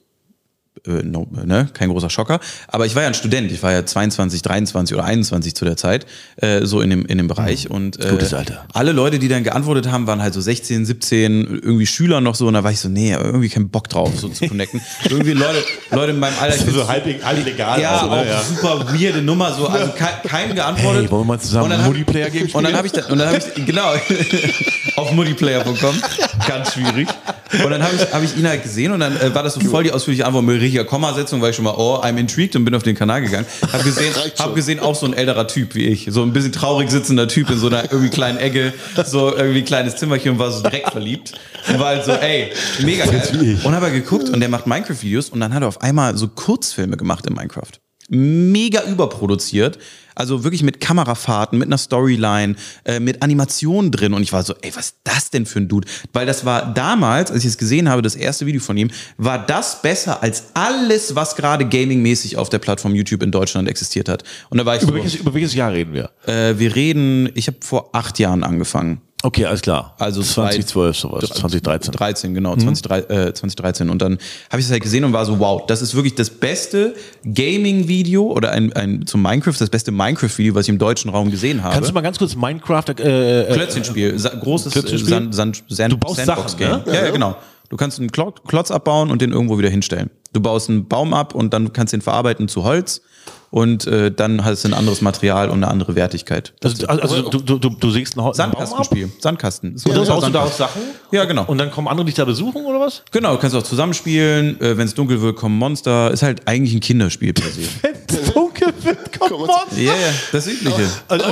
C: Äh, no, ne? Kein großer Schocker. Aber ich war ja ein Student, ich war ja 22, 23 oder 21 zu der Zeit, äh, so in dem, in dem Bereich. Und, äh,
B: Hm. Gutes Alter.
C: alle Leute, die dann geantwortet haben, waren halt so 16, 17, irgendwie Schüler noch so. Und da war ich so, nee, irgendwie keinen Bock drauf, so
B: [LAUGHS]
C: zu connecten. irgendwie Leute, Leute in meinem Alter. Ich find's
B: so halb, e-, halb legal.
C: ja,
B: auch,
C: auch
B: ne? ja.
C: super weirde Nummer, so,
B: [LAUGHS]
C: also ke keinem geantwortet.
B: Hey, wollen wir mal zusammen
C: Und dann hab-
B: Multiplayer-Game
C: Und dann habe ich, da- und dann hab
B: [LAUGHS]
C: ich, genau, auf multiplayer.com, ganz schwierig. Und dann habe ich, hab ich ihn halt gesehen und dann äh, war das so voll die ausführliche Antwort mit richtiger Kommasetzung, weil ich schon mal, oh, I'm intrigued und bin auf den Kanal gegangen. Hab gesehen,
A: [LAUGHS] Reicht schon.
C: hab gesehen, auch so ein älterer Typ wie ich, so ein bisschen traurig sitzender Typ in so einer irgendwie kleinen Ecke, so irgendwie kleines Zimmerchen und war so direkt verliebt. Und war halt so, ey, mega geil. Und habe geguckt und der macht Minecraft-Videos und dann hat er auf einmal so Kurzfilme gemacht in Minecraft mega überproduziert. Also wirklich mit Kamerafahrten, mit einer Storyline, äh, mit Animationen drin. Und ich war so, ey, was ist das denn für ein Dude? Weil das war damals, als ich es gesehen habe, das erste Video von ihm, war das besser als alles, was gerade gaming-mäßig auf der Plattform YouTube in Deutschland existiert hat. Und da war ich
B: über,
C: so,
B: welches, über welches Jahr reden wir?
C: äh, wir reden, ich habe vor acht Jahren angefangen.
B: Okay, alles klar.
C: Also
B: 2012 sowas,
C: drei-
B: 2013.
C: 13,
B: Mhm.
C: genau, 20, äh, 2013. Und dann habe ich es halt gesehen und war so, wow, das ist wirklich das beste Gaming-Video oder ein, ein zum Minecraft, das beste Minecraft-Video, was ich im deutschen Raum gesehen habe.
B: Kannst du mal ganz kurz Minecraft äh, äh,
C: Klötzchenspiel, sa- großes äh,
B: Klötzchenspiel?
C: Klötzchenspiel? Sand, Sand, Sand,
B: Du baust
C: Sandbox-Game.
B: Sachen, ne?
C: Ja, ja, genau. Du kannst einen Klo- Klotz abbauen und den irgendwo wieder hinstellen. Du baust einen Baum ab und dann kannst du ihn verarbeiten zu Holz und äh, dann hast du ein anderes Material und eine andere Wertigkeit.
B: Also, also du, du, du, du sägst einen Hau- einen Baum ab
C: Sandkastenspiel. Sandkasten.
B: Und dann baust du daraus Sachen?
C: Ja, genau.
B: Und dann kommen andere dich da besuchen oder [LAUGHS] was?
C: Genau, kannst du auch zusammenspielen. Äh, Wenn es dunkel wird, kommen Monster. Ist halt eigentlich ein Kinderspiel
B: [LAUGHS]
C: per se.
B: Dunkel wird, kommt Monster.
C: Ja, ja, das Übliche.
B: Also,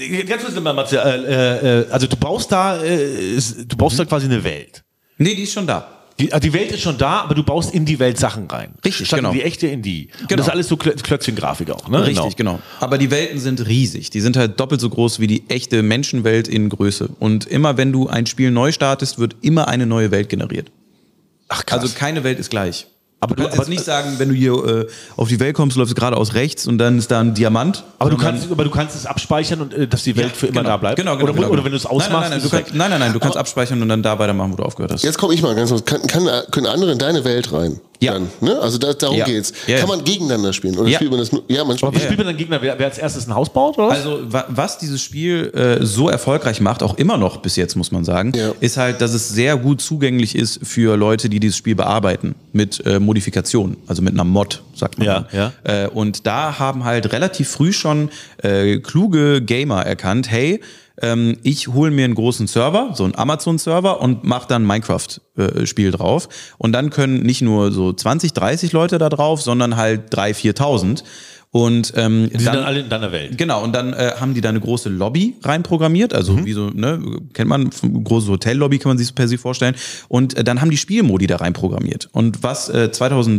B: äh, äh, ganz kurz nochmal, Matze, äh, äh, also du baust da, äh, ist- du baust da quasi eine Welt.
C: Nee, die ist schon da.
B: Die, also die Welt ist schon da, aber du baust in die Welt Sachen rein.
C: Richtig,
B: Statt
C: genau.
B: in die echte in die. Genau. Und
C: Genau.
B: das ist alles so Klö- Klötzchen-Grafik auch, ne?
C: Richtig, genau. Aber die Welten sind riesig. Die sind halt doppelt so groß wie die echte Menschenwelt in Größe. Und immer wenn du ein Spiel neu startest, wird immer eine neue Welt generiert.
B: Ach, krass.
C: Also keine Welt ist gleich.
B: Aber du-
C: kannst
B: aber-
C: jetzt nicht sagen, wenn du hier äh, auf die Welt kommst, läufst du geradeaus rechts und dann ist da ein Diamant.
B: aber du,
C: Sondern-
B: kannst, aber du kannst es abspeichern und äh, dass die Welt für immer
C: genau,
B: da bleibt.
C: Genau, genau.
B: oder,
C: genau,
B: oder wenn du es
C: genau.
B: ausmachst,
C: Nein, nein, nein,
B: ist
C: du
B: es
C: kannst,
B: weg.
C: nein, nein, nein, du kannst abspeichern und dann da weitermachen, wo du aufgehört hast.
A: Jetzt komme ich mal ganz kurz. Kann, kann, können andere in deine Welt rein?
C: Ja.
A: Dann, ne? Also da, darum
C: Ja.
A: geht's.
C: Ja, ja.
A: Kann man gegeneinander spielen? Oder
C: Ja.
A: spielt man das nur? Ja, man
B: aber
A: spielt.
B: was spielt man dann Gegner? Wer, wer als erstes ein Haus baut oder was?
C: Also wa was dieses Spiel äh, so erfolgreich macht, auch immer noch bis jetzt muss man sagen,
A: Ja.
C: ist halt, dass es sehr gut zugänglich ist für Leute, die dieses Spiel bearbeiten mit äh, Modifikationen, also mit einer Mod, sagt man.
B: Ja,
C: dann. Äh, und da haben halt relativ früh schon äh, kluge Gamer erkannt, hey, ähm, ich hole mir einen großen Server, so einen Amazon-Server und mache dann ein Minecraft-Spiel drauf. Und dann können nicht nur so 20, 30 Leute da drauf, sondern halt 3.000, 4.000. Und ähm,
B: die sind dann alle in deiner Welt.
C: Genau, und dann äh, haben die da eine große Lobby reinprogrammiert, also
B: Mhm.
C: wie so, ne, kennt man, vom- große Hotellobby kann man sich so per se vorstellen. Und äh, dann haben die Spielmodi da reinprogrammiert. Und was äh,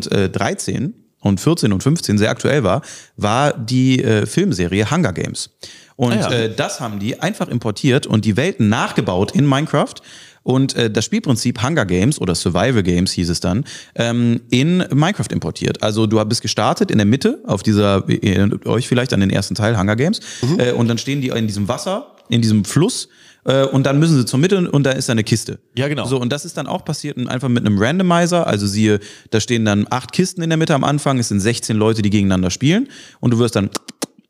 C: 2013 und 14 und 15 sehr aktuell war, war die äh, Filmserie Hunger Games. Und
B: Ah ja.
C: äh, das haben die einfach importiert und die Welten nachgebaut in Minecraft. Und äh, das Spielprinzip Hunger Games oder Survival Games hieß es dann, ähm, in Minecraft importiert. Also du bist gestartet in der Mitte auf dieser, ihr erinnert euch vielleicht an den ersten Teil Hunger Games,
B: Mhm.
C: äh, und dann stehen die in diesem Wasser, in diesem Fluss, äh, und dann müssen sie zur Mitte und da ist da eine Kiste.
B: Ja, genau.
C: So, und das ist dann auch passiert und einfach mit einem Randomizer. Also siehe, da stehen dann acht Kisten in der Mitte am Anfang, es sind 16 Leute, die gegeneinander spielen und du wirst dann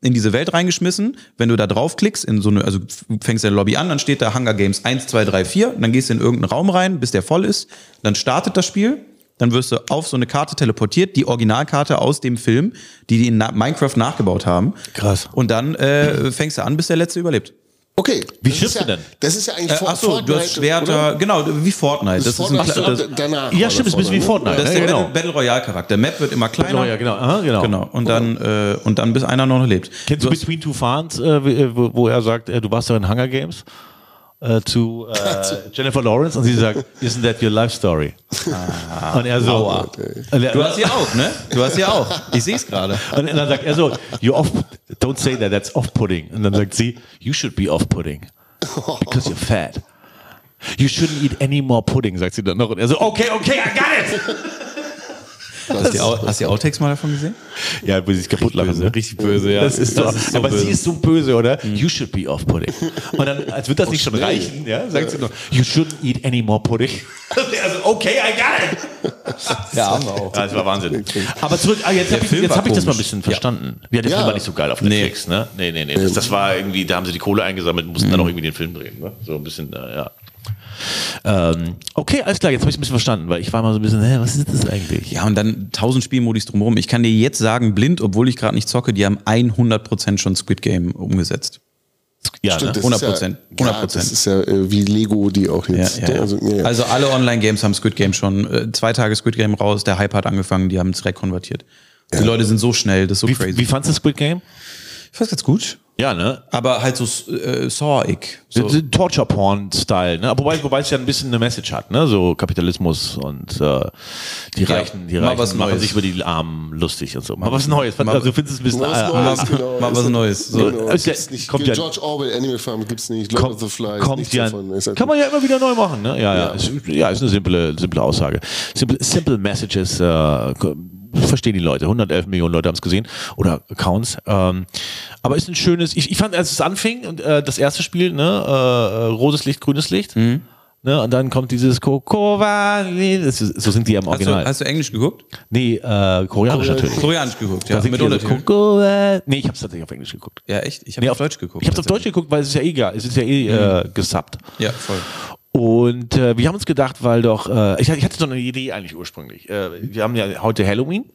C: in diese Welt reingeschmissen. Wenn du da draufklickst, in so eine, also fängst deine Lobby an, dann steht da Hunger Games 1, 2, 3, 4, und dann gehst du in irgendeinen Raum rein, bis der voll ist, dann startet das Spiel. Dann wirst du auf so eine Karte teleportiert, die Originalkarte aus dem Film, die die in Na Minecraft nachgebaut haben.
B: Krass.
C: Und dann äh, fängst du an, bis der letzte überlebt.
A: Okay.
B: Wie
A: das
B: schiffst
A: ist ja,
B: du denn?
A: Das ist ja eigentlich
C: Äh,
A: For-
C: achso, du hast
A: Fortnite,
C: Schwerter,
A: oder?
C: genau, wie Fortnite. Das, ist ein
A: Fortnite,
C: Kla- das,
A: ab- danach.
B: Ja,
A: war
B: stimmt,
A: das
B: ist ein bisschen wie Fortnite.
C: das ist
B: Ja,
C: der
B: genau.
C: Battle, Battle Royale Charakter. Map wird immer kleiner.
B: Genau, ja, genau. Aha, genau.
C: Genau. Und dann, äh, und dann bis einer noch lebt.
B: Kennst du Between Two Fans, äh, wie- wo, wo er sagt, äh, du warst doch in Hunger Games? Äh, zu
C: [LAUGHS]
B: äh, Jennifer Lawrence und sie sagt, isn't that your life story? und er so,
C: Ah. Aua.
B: und, er,
C: Du hast ja auch, ne? Du hast ja auch. Ich sehe es gerade.
B: und dann sagt er so, you off, don't say that, that's off-putting. Und dann sagt sie, you should be off-putting because you're fat. You shouldn't eat any more pudding, sagt sie dann noch. Und er so, okay, okay, I got it.
C: Hast du die, Au- hast du die Outtakes mal davon gesehen?
B: Ja, wo sie sich kaputt lachen.
C: böse,
B: ne?
C: richtig böse, ja.
B: Das ist so,
C: Das ist so
B: aber
C: böse.
B: sie ist so böse, oder? You should be off pudding. Und dann, als
C: Oh,
B: wird das nicht schon reichen, ja, sagt sie noch, you shouldn't eat any more
C: [LAUGHS]
B: pudding. also, okay, I got it.
C: Ja, haben wir auch.
B: Ja, das war Wahnsinn. Aber zurück, ah, jetzt habe ich,
C: Film
B: jetzt
C: war
B: hab ich das mal ein
C: komisch.
B: bisschen verstanden. Ja, der Film
A: Ja.
B: war nicht so geil auf Netflix, ne? Nee, nee, nee. Das, das war irgendwie, da haben sie die Kohle eingesammelt und mussten
A: Mhm.
B: dann auch irgendwie den Film drehen, ne? So ein bisschen, äh, ja. Ähm, okay, alles klar, jetzt habe ich es ein bisschen verstanden, weil ich war mal so ein bisschen, hä, was ist das eigentlich?
C: Ja, und dann tausend Spielmodis drumherum. Ich kann dir jetzt sagen, blind, obwohl ich gerade nicht zocke, die haben 100% schon Squid Game umgesetzt.
B: Ja,
A: Stimmt,
B: ne?
A: das ist
C: 100%,
A: Ja,
C: 100%.
A: ja, das ist ja äh, wie Lego, die auch
C: Ja,
A: jetzt.
C: ja, ja.
A: Also,
C: Also,
A: ja, ja.
C: alle Online-Games haben Squid Game schon. Äh, zwei Tage Squid Game raus, der Hype hat angefangen, die haben es direkt konvertiert. Die Leute sind so schnell, das ist so
B: Wie,
C: crazy.
B: wie fandst du Squid Game?
C: ich fand's ganz gut.
B: Ja, ne?
C: Aber halt so äh, Saw-ig. So.
B: So. Torture-Porn-Style, ne? Wobei, wobei es ja ein bisschen eine Message hat, ne? So Kapitalismus und äh, die Reichen, die
C: mal
B: Reichen
C: was
B: machen
C: Neues.
B: sich über die Armen lustig und so. Mal was Neues.
C: mal-
B: also findest du es ein bisschen
A: Mal was
B: äh,
A: Neues,
B: äh,
A: genau.
C: mal was Neues. So. Äh,
A: Genau,
B: Ist ja-
A: gibt's nicht.
B: kommt ja-
A: George Orwell, Animal Farm gibt's nicht, Lord of the Flies,
B: kommt
A: nichts
B: ja,
A: davon. Ist halt-
B: kann man ja immer wieder neu machen, ne? Ja, ja. Ist, ja, ist eine simple, simple Aussage. Simple, simple Messages, äh, k- verstehen die Leute. 111 Millionen Leute haben es gesehen oder Accounts. Ähm, aber ist ein schönes, ich, ich fand, als es anfing, und äh, das erste Spiel, ne, äh, äh, rotes Licht, grünes Licht,
C: Mhm.
B: ne, und dann kommt dieses Kokova, so singt die ja im
C: Hast, du,
B: Original.
C: hast du Englisch geguckt?
B: nee, äh, koreanisch natürlich.
C: Koreanisch geguckt, ja.
B: Da singt
C: Mit
B: die so,
C: Untertiteln.
B: Kokova. Nee, ich hab's tatsächlich auf Englisch geguckt.
C: Ja, echt? Ich habe
B: Nee,
C: auf Deutsch geguckt. Also, Mhm.
B: Ich habe auf Deutsch geguckt, weil es ist ja eh egal. Es ist ja eh äh, gesubbt.
C: Ja, voll.
B: Und äh, wir haben uns gedacht, weil doch, äh, ich, ich hatte so eine Idee eigentlich ursprünglich. Äh, wir haben ja heute Halloween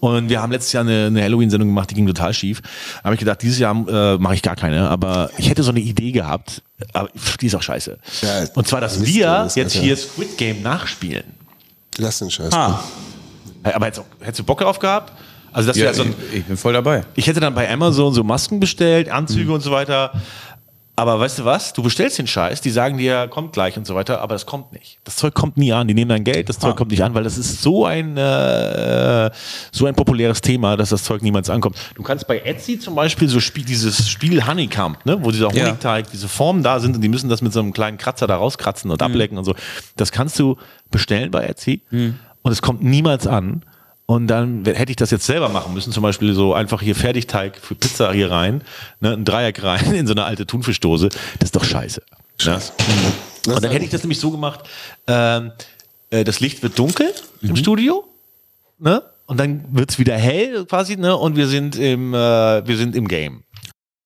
B: und wir haben letztes Jahr eine, eine Halloween-Sendung gemacht, die ging total schief. Da habe ich gedacht, dieses Jahr äh, mache ich gar keine, aber ich hätte so eine Idee gehabt, aber die ist auch scheiße.
A: Ja,
B: und zwar, dass
A: Mist,
B: wir
A: Mist,
B: jetzt
A: Alter.
B: hier Squid Game nachspielen. Äh,
A: Lass den Scheiß.
C: Ah,
B: Aber jetzt, auch- hättest du Bock darauf gehabt? Also, das
C: ja,
B: wäre so ein,
C: ich, ich bin voll dabei.
B: ich hätte dann bei Amazon so Masken bestellt, Anzüge und so weiter. Aber weißt du was? Du bestellst den Scheiß, die sagen dir, kommt gleich und so weiter, aber das kommt nicht. Das Zeug kommt nie an. Die nehmen dein Geld, das Zeug kommt nicht an, weil das ist so ein, äh, so ein populäres Thema, dass das Zeug niemals ankommt. Du kannst bei Etsy zum Beispiel so Spiel, dieses Spiel Honeycomb, ne? wo dieser
C: Ja.
B: Honigteig, diese Formen da sind und die müssen das mit so einem kleinen Kratzer da rauskratzen und ablecken und so. Das kannst du bestellen bei Etsy und es kommt niemals an. Und dann w- hätte ich das jetzt selber machen müssen, zum Beispiel so einfach hier Fertigteig für Pizza hier rein, ne, ein Dreieck rein [LAUGHS] in so eine alte Thunfischdose. Das ist doch scheiße. Ne? Und dann hätte ich das nämlich so gemacht, ähm, äh, das Licht wird dunkel im Studio ne? Und dann wird's wieder hell quasi, ne? Und wir sind im, äh, wir sind im Game.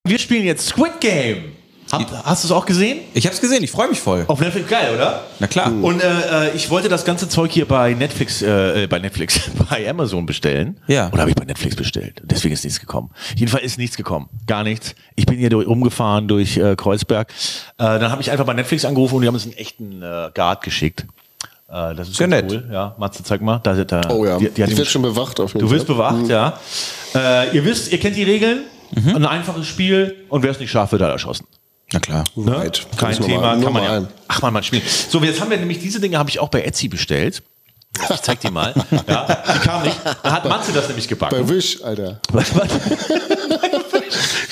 B: Wir spielen jetzt Squid Game. Hab, hast du es auch gesehen?
C: Ich hab's gesehen, ich freue mich voll.
B: Auf Netflix geil, oder?
C: Na klar.
B: Und äh, äh, ich wollte das ganze Zeug hier bei Netflix, äh, äh, bei Netflix, [LAUGHS] bei Amazon bestellen.
C: Ja.
B: Oder habe ich bei Netflix bestellt? Deswegen ist nichts gekommen. Jedenfalls ist nichts gekommen. Gar nichts. Ich bin hier durch, rumgefahren durch äh, Kreuzberg. Äh, dann habe ich einfach bei Netflix angerufen und die haben uns einen echten äh, Guard geschickt. Äh, das ist
C: Sehr
B: ganz
C: nett.
B: cool. Ja, Matze, zeig mal. Da, da,
A: Oh ja,
B: Die, die hat
A: ich
B: ihm-
A: werde schon bewacht auf jeden
B: Du wirst
A: Fall.
B: bewacht, ja. Äh, ihr wisst, ihr kennt die Regeln. Ein einfaches Spiel und wer es nicht schafft, wird halt erschossen.
C: Na klar.
B: Ne?
A: Right.
B: Kein
A: Ganz
B: Thema,
A: normal.
B: kann man ja.
A: Normal.
B: Ach man, man spielt. So, jetzt haben wir nämlich diese Dinge habe ich auch bei Etsy bestellt. Ich zeig dir mal. Ja, die kam nicht. Da hat Matze das nämlich
A: Bei
B: gebacken.
A: Wish, Alter.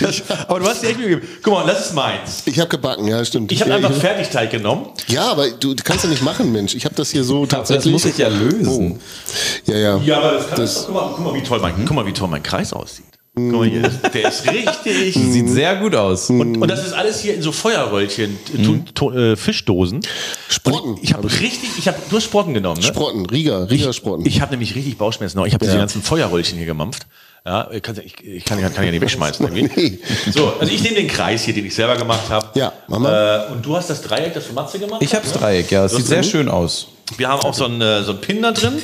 B: Das, aber du hast dir echt Mühe gegeben. Guck mal, das ist meins.
A: Ich habe gebacken, ja, stimmt.
B: Ich habe
A: ja,
B: einfach Fertigteig genommen.
A: ja, aber du du kannst ja nicht machen, Mensch. Ich habe das hier so
C: Das
A: tatsächlich. Oh.
C: muss ich ja lösen.
A: Ja, ja.
B: Ja, aber das Mhm. kann
A: Das-
B: guck, mal, guck, mal, wie toll mein, guck mal, wie toll mein Kreis aussieht. Guck mal hier, der ist [LAUGHS] richtig.
C: Sieht sehr gut aus.
B: Und, und das ist alles hier in so Feuerröllchen, Tun- Tu- äh, Fischdosen.
A: Sprotten.
B: Ich habe richtig, ich habe nur Sporten genommen. Ne?
A: Sprotten, Riga, Riga Sprotten.
B: Ich habe nämlich richtig Bauchschmerzen. noch. Ich habe diese ganzen Feuerröllchen hier gemampft. Ja, ich kann, ich, ich kann, kann ja nicht wegschmeißen.
A: [LAUGHS]
B: Irgendwie. So, also ich nehme den Kreis hier, den ich selber gemacht habe.
A: Ja, mach mal.
B: Äh, und du hast das Dreieck, das du Matze gemacht
C: Ich hab's
B: hast. ne?
C: Dreieck, ja. Es sieht sehr schön aus.
B: Wir haben auch so einen, äh, so einen Pin da drin.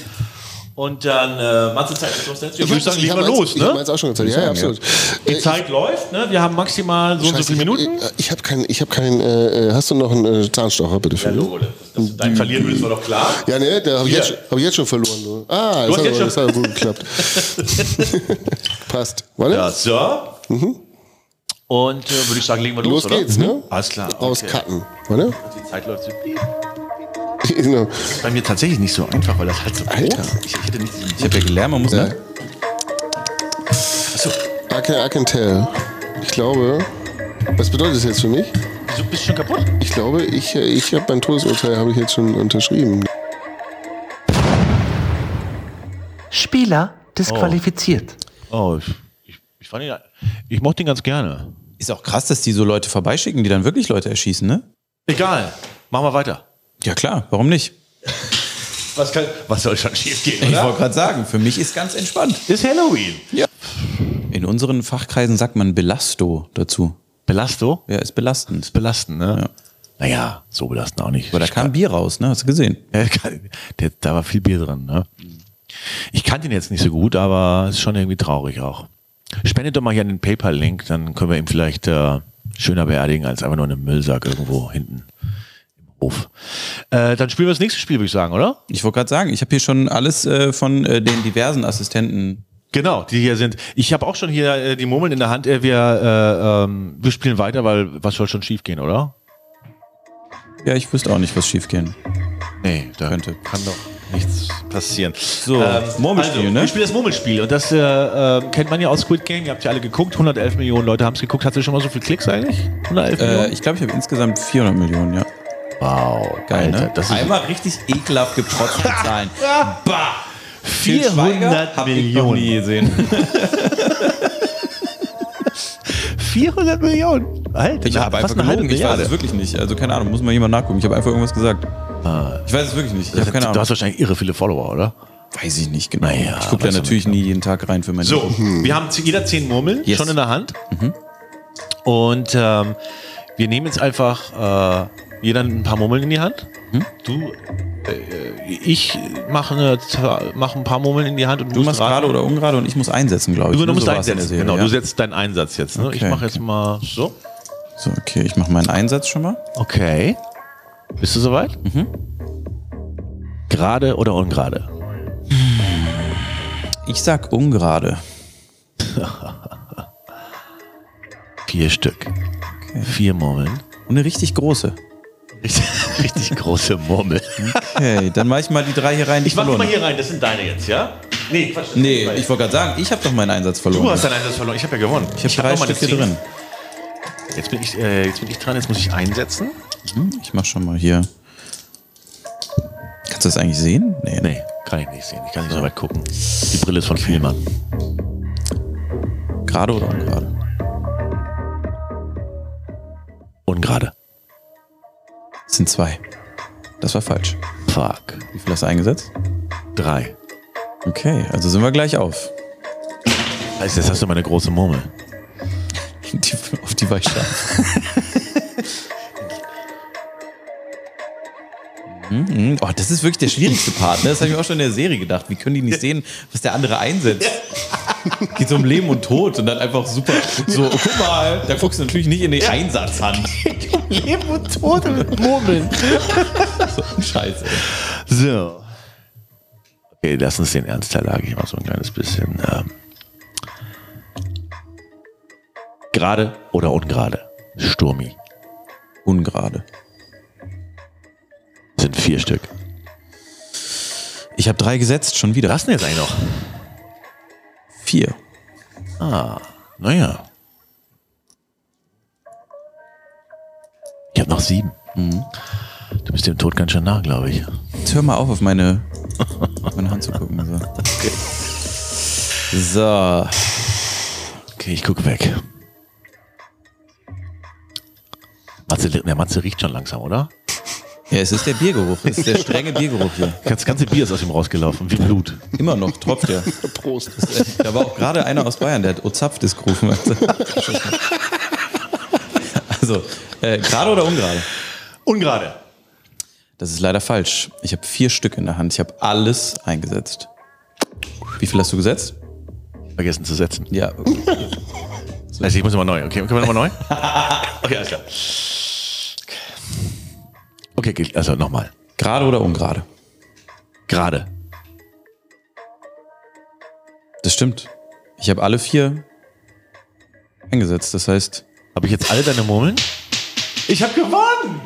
B: Und dann, äh, Matze zeigt uns was jetzt. Ich würde sagen,
A: Ich
B: legen
A: hab
B: wir
A: eins-
B: los,
A: Ich habe
B: ne?
A: meins auch schon gezeigt. Ja, ja, absolut. Äh,
B: Die Zeit läuft, ne? Wir haben maximal so und so
A: Scheiße,
B: viele Minuten.
A: Ich, äh, ich habe keinen, ich habe keinen, äh, hast du noch einen äh, Zahnstocher, bitte für mich?
B: Hallo, Ole. Dass du deinen verlieren würdest, war doch klar.
A: Ja, ne, da habe ich,
B: Hier.
A: jetzt schon- hab ich jetzt schon verloren. Du. Ah,
B: hast
A: das hat, aber,
B: jetzt schon-
A: das hat aber gut geklappt.
B: [LAUGHS]
A: [LAUGHS] Passt. Warte,
B: Ja, so. Und äh, würde ich sagen, legen wir los,
A: Mhm. los
B: oder? Mhm.
A: geht's, ne?
B: Alles klar.
A: Rauscutten. Warte.
B: Die Zeit läuft so.
A: [LAUGHS] genau.
B: Bei mir tatsächlich nicht so einfach, weil das halt so
A: Alter.
B: Ich, ich hätte nicht diesen.
C: Ich habe ja gelernt, man muss,
A: Ja.
C: ne?
A: I can, I can tell. Ich glaube, was bedeutet das jetzt für mich?
B: Du bist schon kaputt?
A: Ich glaube, ich, äh, ich habe mein Todesurteil habe ich jetzt schon unterschrieben.
D: Spieler disqualifiziert.
B: Oh, ich, ich, ich fand ihn, ich mochte ihn ganz gerne.
C: Ist auch krass, dass die so Leute vorbeischicken, die dann wirklich Leute erschießen, ne?
B: Egal, machen wir weiter.
C: Ja klar, warum nicht?
B: Was, kann, was soll schon schief gehen,
C: Ich
B: oder?
C: wollte gerade sagen, für mich ist ganz entspannt.
B: Ist Halloween.
C: In unseren Fachkreisen sagt man Belasto dazu.
B: Belasto?
C: Ja, ist belastend.
B: Belasten, ne? Naja, so belasten auch nicht.
C: Aber da kam Bier raus, ne? Hast du gesehen?
B: Ja, [LAUGHS] der, da war viel Bier drin. Ne? Ich kannte ihn jetzt nicht so gut, aber ist schon irgendwie traurig auch. Spendet doch mal hier einen PayPal-Link, dann können wir ihn vielleicht äh, schöner beerdigen als einfach nur einen Müllsack irgendwo hinten im Hof. Äh, dann spielen wir das nächste Spiel, würde ich sagen, oder?
C: Ich wollte gerade sagen, ich habe hier schon alles äh, von äh, den diversen Assistenten.
B: Genau, die hier sind. Ich habe auch schon hier äh, die Murmeln in der Hand. Äh, wir, äh, ähm, wir spielen weiter, weil was soll schon schief gehen, oder?
C: Ja, ich wüsste auch nicht, was schiefgehen
B: Nee, da
C: könnte.
B: kann doch nichts passieren.
C: So, Murmelspiel, ne?
B: also, Ich spiele das Murmelspiel und das äh, äh, kennt man ja aus Squid Game. Ihr habt ja alle geguckt, 111 Millionen Leute haben es geguckt. Hat sie schon mal so viel Klicks eigentlich? 111
C: Äh,
B: Millionen?
C: ich glaube, ich habe insgesamt 400 Millionen, ja.
B: Wow,
C: Geil,
B: Alter,
C: ne?
B: Das ist
C: Einmal richtig ekelhaft geprotzte
B: [LAUGHS]
C: Zahlen. bah!
B: 400 Millionen. [LAUGHS]
C: gesehen.
B: 400 Millionen? Alter,
C: Ich habe einfach
B: fast eine halbe
C: gelogen. Ich weiß
B: Milliarde.
C: es wirklich nicht. Also keine Ahnung, muss mal jemand nachgucken. Ich habe einfach irgendwas gesagt. Ich weiß es wirklich nicht. Ich habe keine
B: Ah. du
C: Ahnung.
B: hast wahrscheinlich irre viele Follower, oder?
C: Weiß ich nicht genau.
B: Naja,
C: ich gucke ja
B: weiß man
C: natürlich nie jeden Tag rein für meine
B: So, wir haben zu jeder zehn Murmeln
C: Mhm. Yes. Mhm.
B: schon in der Hand. Und ähm, wir nehmen jetzt einfach äh, jeder ein paar Murmeln in die Hand.
C: Mhm.
B: Du, äh, ich mache eine, mach ein paar Murmeln in die Hand und
C: Du machst gerade oder ungerade und ich muss einsetzen, glaube ich.
B: Du, du
C: Nur
B: musst
C: so war's in der
B: einsetzen.
C: Serie,
B: Genau,
C: ja?
B: du setzt deinen Einsatz jetzt. Ne? ich
C: Okay,
B: mache jetzt mal so.
C: So, okay, ich mache meinen Einsatz schon mal.
B: Okay. Bist du soweit?
C: Mhm.
B: Gerade oder ungerade?
C: Ich sag ungerade.
B: Vier Stück. Vier
C: [LAUGHS]
B: Murmeln.
C: Und eine
B: [LAUGHS]
C: richtig große.
B: Richtig, richtig große Murmel.
C: Okay, dann mache ich mal die drei hier rein. die
B: Ich mach die mal
C: verloren
B: hier rein, das sind deine jetzt, ja? Nee, Quatsch. das sind
C: Nee,
B: meine.
C: ich wollte gerade sagen, ich habe doch meinen Einsatz verloren.
B: Du hast deinen Einsatz verloren, ich habe ja gewonnen.
C: ich habe drei
B: noch meine
C: Stück hier
B: zehn.
C: drin.
B: Jetzt bin, ich, äh, jetzt bin ich dran, jetzt muss ich einsetzen.
C: Mhm, Ich mach schon mal hier. Kannst du das eigentlich sehen? Nee. ne?
B: Nee, kann ich nicht sehen, ich kann nicht so weit gucken. Die Brille ist von Spielmann.
C: Gerade oder ungerade?
B: Ungerade.
C: Das sind zwei. Das war falsch.
B: Fuck.
C: Wie viel hast du eingesetzt?
B: Drei.
C: Okay, also sind wir gleich auf.
B: Heißt, jetzt hast du meine große Murmel.
C: Die, auf die Weichstadt. Mhm. Oh, das ist wirklich der schwierigste Part. Ne? Das habe ich mir auch schon in der Serie gedacht. Wie können die nicht sehen, was der andere einsetzt? Geht so um Leben und Tod und dann einfach super. So, oh, guck mal, da guckst du natürlich nicht in den
B: [LAUGHS]
C: Einsatzhand.
B: Um Leben und Tod mit Murmeln.
C: So ein Scheiß. Ey.
B: So. Okay, lass uns den Ernstteil lage ich mal so ein kleines bisschen. Ähm, gerade oder ungerade? Sturmi.
C: Ungerade.
B: Sind vier Stück.
C: Ich habe drei gesetzt, schon wieder.
B: Was denn jetzt eigentlich noch?
C: Vier.
B: Naja. Ich habe noch sieben. Du bist dem Tod ganz schön nah, glaube ich.
C: Jetzt hör mal auf, auf meine, auf meine Hand zu gucken. So. so.
B: Okay, ich gucke weg. Matze, der Matze riecht schon langsam, oder?
C: Ja, es ist der Biergeruch. Es ist der strenge Biergeruch hier.
B: Das ganze Bier ist aus ihm rausgelaufen, wie Blut.
C: Immer noch, tropft der.
A: Prost.
C: Da war auch gerade einer aus Bayern, der hat Ozapftes gerufen. [LAUGHS] Also, äh, gerade oder ungerade?
B: [LAUGHS] Ungerade.
C: Das ist leider falsch. Ich habe vier Stück in der Hand. Ich habe alles eingesetzt. Wie viel hast du gesetzt?
B: Vergessen zu setzen.
C: Ja, okay.
B: Also ich muss immer neu, okay? Können wir nochmal neu? [LAUGHS] okay, alles klar. Okay, geht- also nochmal.
C: gerade oder ungerade?
B: Gerade.
C: Das stimmt. Ich habe alle vier eingesetzt. Das heißt,
B: Habe ich jetzt alle deine Murmeln? Ich habe gewonnen!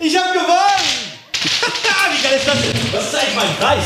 B: Ich habe gewonnen! Wie geil ist das denn? Was ist eigentlich mein Preis?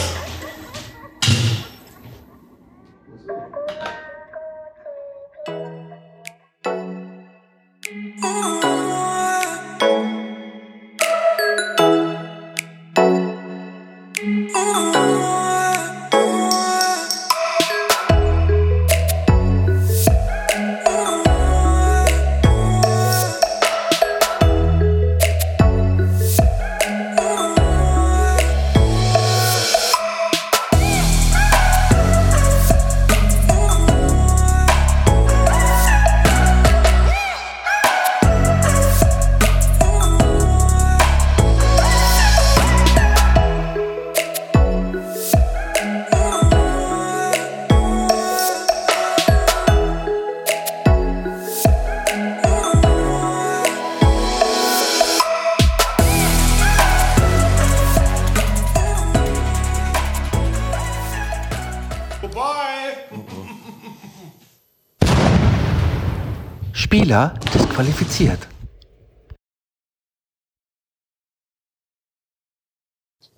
D: Spieler disqualifiziert.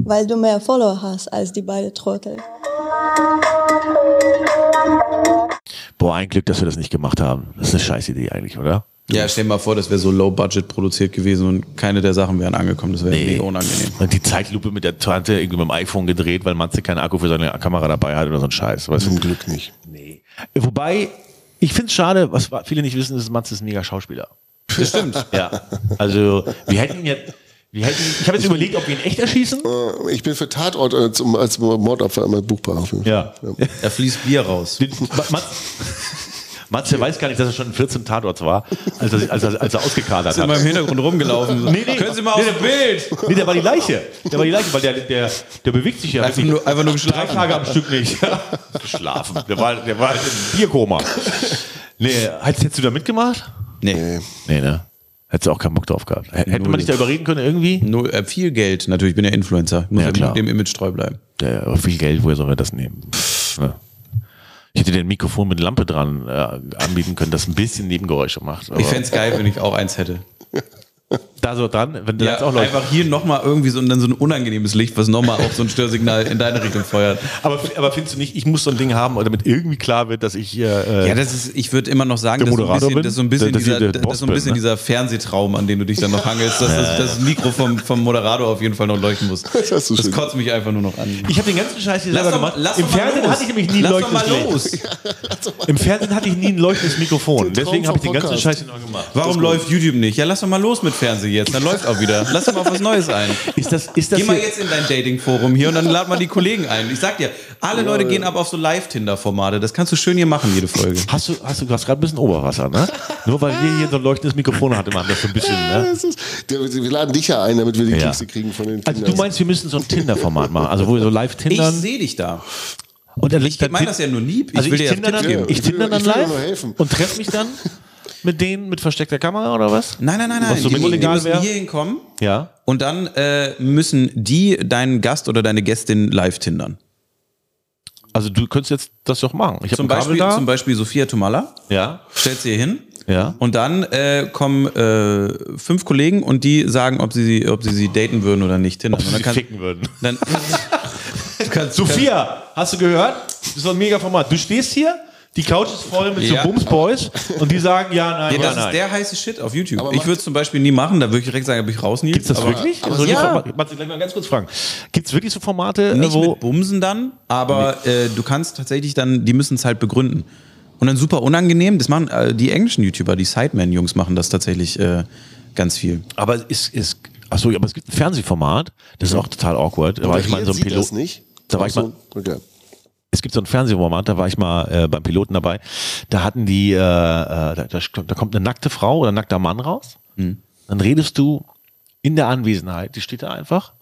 G: weil du mehr Follower hast als die beiden Trottel.
B: Boah, ein Glück, dass wir das nicht gemacht haben. Das ist eine scheiß Idee eigentlich, oder?
C: Ja, stell dir mal vor, das wäre so low-budget produziert gewesen und keine der Sachen wären angekommen. Das wäre mega unangenehm.
B: Und die Zeitlupe mit der Tante irgendwie mit dem iPhone gedreht, weil Matze keinen Akku für seine Kamera dabei hat oder so ein Scheiß. Weißt du?
A: Zum Glück nicht.
B: Nee. Wobei, ich finde es schade, was viele nicht wissen, ist, Matze ist ein mega Schauspieler.
C: Das [LAUGHS] stimmt.
B: Ja. Also, wir hätten ihn ja. Wir hätten, ich habe jetzt überlegt, ob wir ihn echt erschießen.
A: Äh, Ich bin für Tatort als, um, als Mordopfer immer buchbar. auf jeden Fall.
B: Ja.
C: Da fließt Bier raus.
B: Den- Ma- Ma- Matze weiß gar nicht, dass er schon in 14 Tatorts war, als er, als er, als er ausgekadert
C: [LAUGHS] Ist in
B: hat.
C: meinem Hintergrund rumgelaufen. So.
B: Nee, nee.
C: Können Sie mal aufs
B: Nee,
C: Bild?
B: Nee, der war die Leiche. Der war die Leiche, weil der, der, der bewegt sich ja
C: Einfach
B: wirklich
C: nur- einfach
B: Drei
C: nur geschlafen.
B: Tage am Stück [LAUGHS] nicht. Geschlafen. Der war, der war in Bierkoma. Nee, hättest, hättest du da mitgemacht?
C: Nee.
B: Nee, ne? Hättest du auch keinen Bock drauf gehabt. H- Hätte man
C: Null.
B: dich da überreden können irgendwie?
C: Nur, äh, viel Geld, natürlich, ich bin ja Influencer. Ich Muss
B: Ja,
C: ja,
B: klar.
C: dem Image treu bleiben.
B: Der, viel Geld, woher sollen wir das nehmen? Ja. ne? Ich hätte dir ein Mikrofon mit Lampe dran äh, anbieten können, das ein bisschen Nebengeräusche macht. aber-
C: Ich fänd's geil, wenn ich auch eins hätte.
B: da so dran, wenn du
C: Ja,
B: das auch läuft.
C: einfach hier nochmal irgendwie so, und dann so ein unangenehmes Licht, was nochmal auch so ein Störsignal in deine Richtung feuert.
B: Aber, aber findest du nicht, ich muss so ein Ding haben, damit irgendwie klar wird, dass ich hier. Äh,
C: Ja, das ist, ich würde immer noch sagen,
B: Der
C: dass so ein
B: Moderator
C: bisschen,
B: bin?
C: dass so ein bisschen,
B: Dass ich
C: dieser,
B: der
C: dass
B: Boss
C: so ein
B: bin,
C: bisschen
B: ne?
C: dieser Fernsehtraum, an dem du dich dann noch hangelst, dass das, das Mikro vom, vom Moderator auf jeden Fall noch
B: [LAUGHS]
C: leuchten muss. Das,
A: hast du schön.
C: kotzt mich einfach nur noch an.
B: ich habe den ganzen Scheiß hier selber gemacht. Im
C: mal
B: Fernsehen
C: los.
B: hatte ich nämlich nie ein
C: Lass doch
B: leuchtendes
C: mal
B: Licht.
C: los.
B: Im Fernsehen hatte ich nie ein leuchtendes
A: Traum
B: Mikrofon. Deswegen habe ich
A: vom
B: den ganzen
A: Podcast.
B: Scheiß hier noch gemacht.
C: Warum läuft YouTube nicht? Ja, lass doch mal los mit Fernsehen jetzt. Dann läuft auch wieder. Lass doch mal auf was Neues ein.
B: [LAUGHS] Ist das, ist das
C: Geh mal
B: hier-
C: jetzt in dein Dating-Forum hier und dann lad mal die Kollegen ein. Ich sag dir, alle Leute gehen ab auf so Live-Tinder-Formate. Das kannst du schön hier machen, jede Folge.
B: Hast du, hast du hast gerade ein bisschen Oberwasser, ne? Nur weil wir hier so ein leuchtendes Mikrofon hatten, haben das so ein bisschen, ne?
A: Das ist, der, wir laden dich ja ein, damit wir die
B: Ja.
A: Kekse kriegen von den
B: Also du meinst, wir müssen so ein Tinder-Format machen, also wo wir so live
C: Ich
B: tindern
C: sehe dich da.
B: und dann
C: Ich meine das ja nur lieb. Ich
B: also
C: will
B: ich
C: dir ja
B: tinder
C: Tipps
B: dann,
C: geben.
B: ich
A: Ich will-
B: tinder dann
A: ich will dir
B: live
A: nur helfen.
B: und treffe mich dann mit denen mit versteckter Kamera oder was?
C: Nein, nein, nein, nein.
B: Was so
C: die, die
B: illegal
C: müssen
B: wär?
C: hier hinkommen
B: Ja.
C: und dann äh, müssen die deinen Gast oder deine Gästin live tindern.
B: Also du könntest jetzt das doch machen. Ich habe
C: Zum
B: ein Kabel
C: Beispiel,
B: da.
C: zum Beispiel Sophia Tomalla.
B: ja.
C: Stellst sie hier hin.
B: Ja.
C: Und dann äh, kommen äh, fünf Kollegen und die sagen, ob sie, sie- ob sie sie daten würden oder nicht. Tinder. und dann kann-
B: würden.
C: [LAUGHS] Dann, Du kannst,
B: Sophia, hast du gehört? Das ist doch ein mega Format. Du stehst hier, die Couch ist voll mit
C: Ja.
B: so Bumsboys und die sagen ja, nein,
C: Ja,
B: ja,
C: das
B: nein.
C: ist der heiße Shit auf YouTube.
A: Aber
C: ich
A: macht-
C: würde es zum Beispiel nie machen, da würde ich direkt sagen, da bin ich raus, Nils.
B: Gibt's das
C: aber
B: wirklich? Also
A: aber
B: Soll ich
A: ja.
B: mal- Matze, gleich mal ganz kurz fragen. Gibt es wirklich so Formate,
C: Äh, Nicht
B: wo
C: mit Bumsen dann, aber äh, du kannst tatsächlich dann, die müssen es halt begründen. Und dann super unangenehm, das machen äh, die englischen YouTuber, die Sideman-Jungs machen das tatsächlich äh, ganz viel.
B: aber es ist, ist achso, aber es gibt ein Fernsehformat, das ist auch total awkward. Da war ich mal in so einem
A: sieht
B: Pilot.
A: das nicht.
B: Da war ich mal,
A: Okay.
B: es gibt so ein Fernsehformat, da war ich mal äh, beim Piloten dabei. Da hatten die, äh, äh, da, da, da kommt eine nackte Frau oder ein nackter Mann raus.
C: Mhm.
B: Dann redest du in der Anwesenheit, die steht da einfach.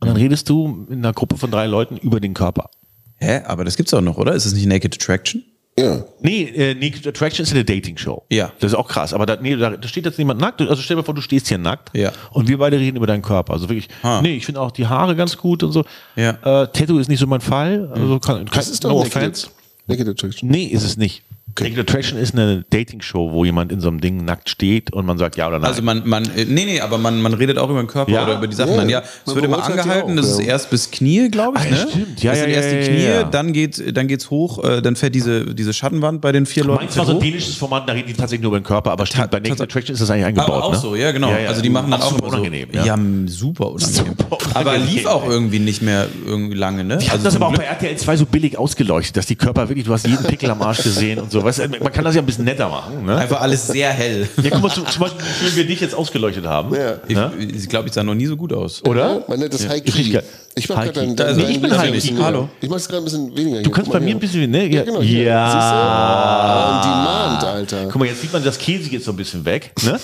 B: Und dann redest du in einer Gruppe von drei Leuten über den Körper.
C: Hä? Aber das gibt's auch noch, oder? Ist es nicht Naked Attraction?
A: Ja.
B: Nee, äh, Naked Attraction ist eine Dating-Show.
C: Ja.
B: Das ist auch krass. Aber da, nee, da, da steht jetzt niemand nackt. Also stell dir vor, du stehst hier nackt.
C: Ja.
B: Und wir beide reden über deinen Körper. Also wirklich,
C: Ha.
B: nee, ich finde auch die Haare ganz gut und so.
C: Ja. Mhm.
B: Äh, Tattoo ist nicht so mein Fall. Also kann, kann,
A: Das ist doch
B: no
A: Naked-
B: offense.
A: Naked Attraction.
B: Nee, ist es nicht. Naked Attraction ist eine Dating-Show, wo jemand in so einem Ding nackt steht und man sagt ja oder nein.
C: Also man, man, äh, nee, nee, aber man, man redet auch über den Körper
B: Ja? Oh.
C: oder über die Sachen.
A: Ja,
C: dann, ja,
A: man
C: es wird immer
A: beurteilt die
C: angehalten,
A: auch,
C: das ist
A: ja.
C: erst bis Knie, glaube ich.
B: Ah,
C: ne?
B: ja, stimmt. Ja,
C: das
B: ja,
C: sind
B: ja,
C: erst die
B: ja,
C: Knie,
B: ja.
C: dann geht dann geht's hoch, äh, dann fährt diese, diese Schattenwand bei den vier Leuten.
B: Meins war so ein
C: hoch.
B: dänisches Format, da reden die tatsächlich nur über den Körper, aber stimmt, bei Naked
C: tats-
B: Attraction ist das eigentlich eingebaut.
C: Aber auch
B: ne?
C: so, ja, genau.
B: Ja, ja.
C: Also die machen dann
B: Auch
C: auch,
B: super
C: immer so-
B: unangenehm, ja.
C: ja. m, super unangenehm.
B: Super
C: Aber
B: unangenehm,
C: lief auch
B: ey.
C: irgendwie nicht mehr irgendwie lange, ne?
B: Die hatten das aber auch bei RTL 2 so billig ausgeleuchtet, dass die Körper wirklich, du hast jeden Pickel am Arsch gesehen und so. Weißt, du, man kann das ja ein bisschen netter machen. Ne?
C: einfach alles sehr hell.
B: Ja, guck mal, zum, zum Beispiel, wie schön wir dich jetzt ausgeleuchtet haben.
A: Ja.
C: Ich,
B: Ne?
C: ich glaube, ich sah noch nie so gut aus.
B: Oder?
A: Man nennt das High
B: Richtig
A: Key.
B: geil.
A: Ich mach
B: High
A: grad
B: Key.
A: dann, dann
C: Also ich bin
A: dann-
C: High
A: ein
C: Key.
A: bisschen-
C: Hallo.
A: Ich mach's gerade ein bisschen weniger.
B: Du kannst bei mir ein bisschen, ne? Ja.
A: genau, hier.
B: ja.
A: Siehst du? On demand, Alter.
B: Guck mal, jetzt sieht man das Käsige jetzt so ein bisschen weg. Ne?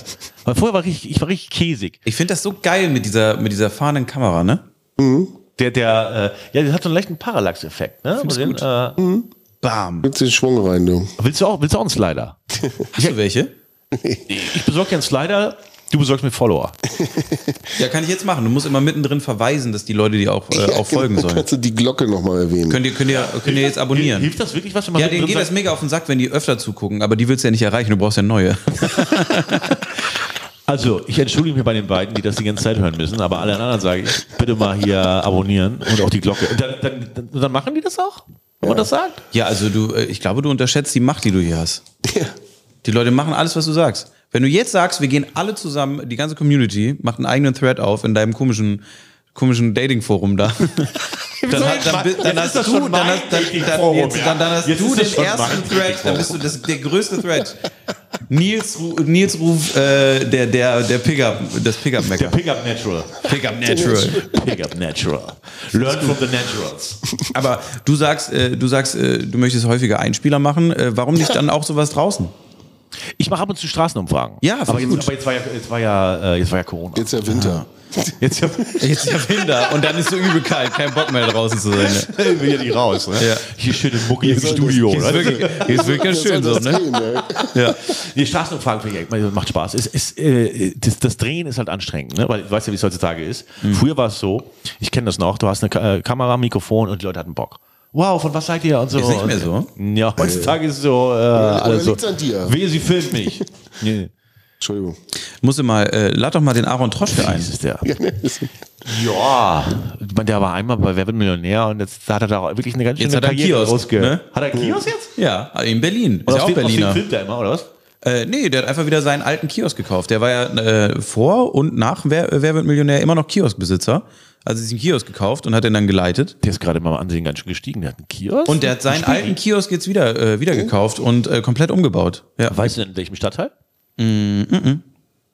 B: Weil vorher war ich, ich war richtig käsig.
C: Ich finde das so geil mit dieser, mit dieser fahrenden Kamera, ne?
B: Der, der, äh, ja, der hat so einen leichten Parallax-Effekt. Ne? Mal sehen, äh,
C: Bam.
A: Gibt's den Schwung rein, du.
B: willst, du auch, willst du auch einen Slider?
C: Hast du welche?
B: Ich besorge dir einen Slider. Du besorgst mir Follower.
C: Ja, kann ich jetzt machen. Du musst immer mittendrin verweisen, dass die Leute die auch, äh, auch folgen
B: genau.
C: sollen.
A: genau. Kannst du die Glocke nochmal erwähnen?
C: Könnt ihr, könnt ihr, könnt ihr jetzt abonnieren.
B: Hilft das wirklich was, wenn man
C: ja, denen geht das mega auf den Sack, wenn die öfter zugucken, aber die willst du ja nicht erreichen, du brauchst
B: [LAUGHS]
C: ja neue.
B: Also, ich entschuldige mich bei den beiden, die das die ganze Zeit hören müssen, aber alle anderen sage ich, bitte mal hier abonnieren und auch die Glocke. Und dann, dann, dann, dann machen die das auch? Wenn man das sagt?
C: Ja, also du, äh, ich glaube, du unterschätzt die Macht, die du hier hast. Die Leute machen alles, was du sagst. Wenn du jetzt sagst, wir gehen alle zusammen, die ganze Community macht einen eigenen Thread auf in deinem komischen, komischen Dating-Forum da. Dann, hat- dann, bi- dann hast du, dann hast, dann, dann, jetzt, dann, dann hast du den ersten Thread, dann bist du das, der größte Thread. Nils, Ru- Nils Ruf, äh, der, der, der Pickup, das Pickup-Mecker.
B: Pickup Natural.
C: Pickup Natural.
B: Pickup Natural. Learn from the Naturals.
C: Aber du sagst, äh, du sagst, äh, du möchtest häufiger Einspieler machen. Äh, warum nicht dann auch sowas draußen?
B: Ich mache ab und zu Straßenumfragen.
C: Ja, finde
B: aber
C: ich
B: jetzt,
C: gut.
B: aber jetzt war ja, jetzt war ja, äh, jetzt war ja Corona.
A: Jetzt der Winter.
B: Jetzt ja,
C: Jetzt
B: [LAUGHS]
C: ja Winter und dann ist so übel kalt, kein Bock mehr draußen zu sein. Ne?
B: ich will ja nicht raus. Ne?
C: Ja.
B: Hier schön im muckeligen
A: soll das-
B: Studio.
C: Hier ist
B: Oder? [LAUGHS]
C: wirklich, hier ist wirklich ganz schön so,
A: Das
C: ne?
A: gehen, ey.
C: Ja.
B: Die Straßenumfragen finde ich, echt, man- macht Spaß. Es, es, äh, das, das Drehen ist halt anstrengend, ne? weil du weißt ja, wie es heutzutage ist.
C: Mhm.
B: Früher war es so, ich kenne das noch, du hast eine Ka äh, Kamera, Mikrofon und die Leute hatten Bock. Wow, von was seid ihr? Und so.
C: Ist nicht mehr so?
B: Ja, heutzutage ist es so. Äh, alles so.
A: liegt's an dir?
B: Wehe, sie
A: [LAUGHS]
B: filmt mich. nee.
A: Entschuldigung.
C: Musst du mal, äh, lad doch mal den Aaron Troschke ein.
B: Das ist der.
A: ne,
B: Ja, ich meine, der war einmal bei Wer wird Millionär und jetzt hat er da auch wirklich eine ganz
C: Jetzt
B: schöne
C: hat er einen
B: Karriere
C: Kiosk,
B: rausge-
C: ne?
B: Hat er einen Kiosk jetzt?
C: Ja, Ah, in Berlin. Ist
B: Oder aus
C: ja auch
B: dem- aus dem
C: Berliner.
B: filmt er immer, oder was?
C: Äh, nee, der hat einfach wieder seinen alten Kiosk gekauft. Der war ja äh, vor und nach Wer, äh, Wer wird Millionär immer noch Kioskbesitzer. Also ist einen Kiosk gekauft und hat den dann geleitet.
B: Der ist gerade mal im Ansehen ganz schön gestiegen. Der hat einen Kiosk.
C: Und der hat seinen alten Kiosk jetzt wieder, äh, wieder gekauft und äh, komplett umgebaut. Ja.
B: Weißt du denn, in welchem Stadtteil?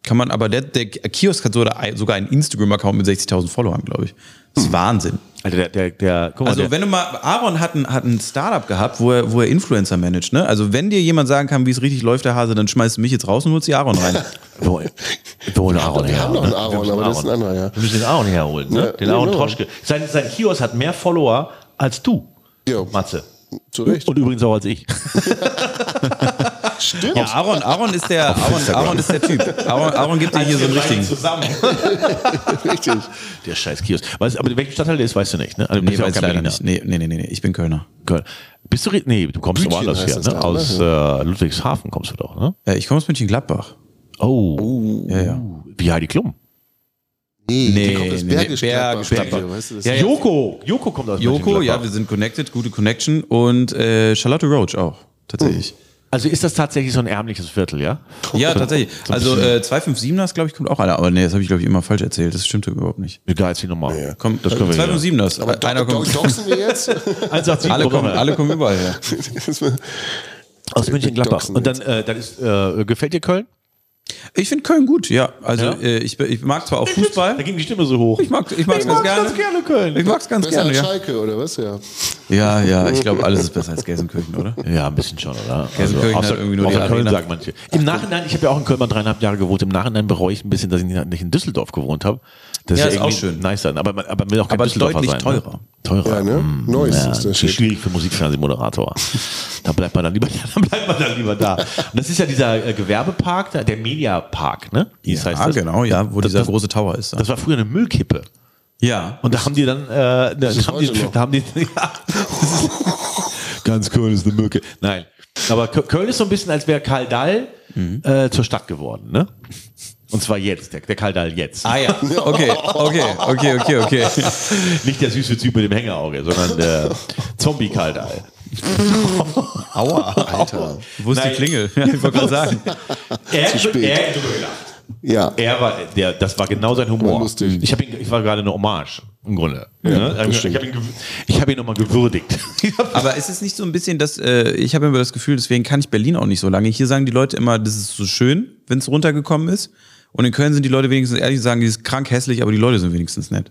C: Kann man, aber der, der Kiosk hat sogar sogar einen Instagram-Account mit 60.000 Followern, glaube ich.
B: Hm.
C: Das ist Wahnsinn.
B: Alter, der, der, der, guck mal,
C: Also
B: der,
C: wenn du mal, Aaron hat ein, hat ein Startup gehabt, wo er, wo er Influencer managt, ne? Also wenn dir jemand sagen kann, wie es richtig läuft, der Hase, dann schmeißt du mich jetzt raus und holst die Aaron [LAUGHS] rein.
B: wir holen wir holen einen Aaron her.
A: haben noch
B: ne?
A: einen Aaron,
B: Wir müssen
A: aber das ist ein anderer, ja.
B: Wir müssen den Aaron herholen, ne?
A: Ja,
B: den Aaron
A: genau.
B: Troschke. Sein, sein Kiosk hat mehr Follower als du,
A: Ja.
B: Matze.
A: Zu Recht.
B: Und übrigens auch als ich.
A: Stimmt.
C: Ja, Aaron, Aaron ist der, Aaron, Aaron ist der Typ. Aaron, Aaron gibt dir hier so einen richtigen. [LAUGHS]
B: Zusammen.
A: [LAUGHS] Richtig.
B: Der scheiß Kiosk. Weißt, aber in welchem Stadtteil der ist, weißt du nicht, ne? Also, du
C: Nee,
B: bist ja auch
C: weiß ich
B: kein
C: leider
B: Berliner.
C: nicht. Nee, nee, nee, nee, nee, ich bin Kölner.
B: Köln. Bist du, re- nee, du kommst
A: Bütchen
B: woanders
A: heißt
B: her,
A: das
B: ne?
A: da,
B: Aus äh, Ludwigshafen kommst du doch, ne?
C: Äh, ich komme aus München-Gladbach.
B: Oh.
C: Ja, ja.
B: Wie Heidi Klum.
A: Nee,
C: Nee,
A: die kommt aus
C: nee,
A: Bergisch
C: nee,
A: Gladbach.
C: Bergisch Gladbach.
A: Bergisch, weißt du, das-
C: Ja, ja.
B: Joko. Joko kommt aus
C: Joko,
B: Mönchengladbach.
C: ja, wir sind connected, gute Connection. Und äh, Charlotte Roach auch, tatsächlich.
B: Also ist das tatsächlich so ein ärmliches Viertel, ja?
C: [LAUGHS] Ja, tatsächlich. Also äh, 257ers, glaube ich, kommt auch einer. Aber nee, das habe ich, glaube ich, immer falsch erzählt. Das stimmt überhaupt nicht.
B: Egal, jetzt wie normal. Ja.
C: Komm,
B: das können wir.
C: 257ers.
A: Aber do,
C: einer
A: do,
C: kommt.
A: doxen wir jetzt?
C: alle, kommen, alle kommen überall her.
B: aus Mönchengladbach.
A: Doxen
B: Und dann, äh, dann ist, äh, gefällt dir Köln?
C: [LAUGHS] Ich finde Köln gut, ja. Also
B: Ja?
C: Äh, ich, ich mag zwar auch
B: Da
C: Fußball.
B: ging die Stimme so hoch.
C: Ich mag ich mag's ganz gerne.
B: Köln.
C: Ich mag's ganz
A: Besser
C: gerne,
A: als
C: ja.
A: Schalke, oder was? Ja.
C: Ja, ja, ich glaube, alles ist besser als Gelsenkirchen, oder?
B: Ja, ein bisschen schon, oder? Also,
C: Gelsenkirchen hat
B: außer
C: irgendwie nur die
B: außer Köln
C: Arena.
B: sagt manche. Im Nachhinein, ich habe ja auch in Köln mal dreieinhalb Jahre gewohnt. Im Nachhinein bereue ich ein bisschen, dass ich nicht nicht in Düsseldorf gewohnt habe. Das
C: Ja, ist
B: irgendwie
C: auch schön.
B: Nice sein. Aber, man- aber will auch kein
C: Aber
B: Düsseldorfer
C: deutlich
B: sein.
C: teurer.
B: Ne? Teurer.
A: Ja, ne?
B: Mm,
A: Neues
B: ja,
A: ist der
B: ist
A: Shit.
B: schwierig für Musikfernsehmoderator. da bleibt man dann lieber, [LAUGHS] da bleibt man dann lieber da. Und das ist ja dieser äh, Gewerbepark, da- der Mediapark, ne? Wie
C: Ja, genau, ja, wo dieser große Tower ist. Da.
B: Das war früher eine Müllkippe.
C: ja.
B: Und da haben die dann, äh, da,
A: ist
B: haben die,
A: heute noch.
B: da haben die, [LAUGHS] ja, das ist- ganz Köln ist eine Mücke. Nein, aber Kö- Köln ist so ein bisschen, als wäre Karl Dall äh, zur Stadt geworden, ne? Und zwar jetzt, der, der Karl Dall jetzt.
C: Ah ja, okay, okay, okay, okay, [LAUGHS] okay.
B: Nicht der süße Typ mit dem Hängerauge, sondern der Zombie Karl Dall.
C: Aua, Alter. Wo ist
B: Nein.
C: die Klingel? [LAUGHS] Ja, ich wollte gerade sagen.
B: Er,
A: Zu spät.
B: er hätte drüber gelacht.
A: Ja.
B: Er war, der, das war genau sein Humor.
A: War lustig.
B: Ich, hab ihn, ich war gerade eine Hommage im Grunde. ne? Ich habe ihn, gew- ich hab ihn nochmal gewürdigt.
C: Aber ist es nicht so ein bisschen, dass äh, ich habe immer das Gefühl, deswegen kann ich Berlin auch nicht so lange. Hier sagen die Leute immer, das ist so schön, wenn es runtergekommen ist. Und in Köln sind die Leute wenigstens ehrlich und sagen, die ist krank hässlich, aber die Leute sind wenigstens nett.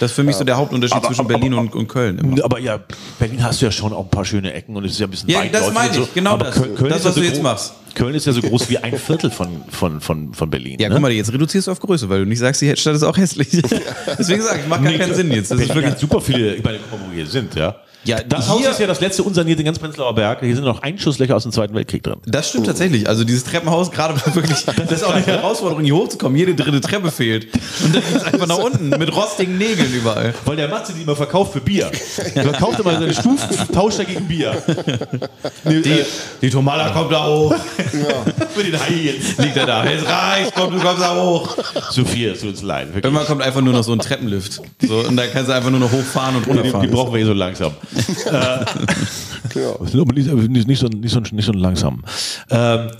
C: Das ist für mich so der Hauptunterschied
B: Aber-
C: zwischen
B: aber-
C: Berlin und, und Köln. Immer.
A: Genau.
B: Aber ja, Berlin hast du ja schon auch ein paar schöne Ecken und es ist ja ein bisschen
C: Ja,
B: weitläufig
C: das meine
B: und
C: ich, genau
B: Aber
C: das.
B: Köln, Köln
C: Das,
B: ist
C: was
B: ja so
C: du jetzt
B: groß.
C: machst.
B: Köln ist ja so groß wie ein Viertel von, von, von, von Berlin.
C: Ja,
B: ne?
C: guck mal, jetzt reduzierst du auf Größe, weil du nicht sagst, die Stadt ist auch hässlich. [LAUGHS] Deswegen sag ich, macht gar keinen Sinn jetzt. Das ist
B: Berlin
C: wirklich
B: hat super viele, ich meine, guck mal, wo wir sind, ja.
C: Ja,
B: das
C: hier-
B: Haus ist ja das letzte unsanierte in ganz Prenzlauer Berg. Hier sind noch Einschusslöcher aus dem Zweiten Weltkrieg drin.
C: Das stimmt tatsächlich. Also dieses Treppenhaus gerade war wirklich, [LAUGHS] das ist auch eine Herausforderung, hier hochzukommen. Jede dritte Treppe fehlt. Und dann geht's einfach nach unten mit rostigen Nägeln überall.
B: Weil der Matze die immer verkauft für
C: [LAUGHS]
B: Bier. Der verkauft immer seine Stufen, tauscht dagegen Bier. äh,
C: Die, die Tomala kommt da hoch.
B: [LAUGHS] Für den Hai jetzt.
C: Liegt er da. Jetzt reicht, komm, du kommst da hoch.
B: Sophia, es tut uns leid. wirklich.
C: Irgendwann kommt einfach nur noch so ein Treppenlift. So, und da kannst du einfach nur noch hochfahren und
B: Die,
C: runterfahren.
B: die brauchen wir eh so
C: [LAUGHS]
B: langsam.
A: Genau.
B: Das sind aber nicht, nicht, nicht, so, nicht, so, nicht so langsam. Ähm,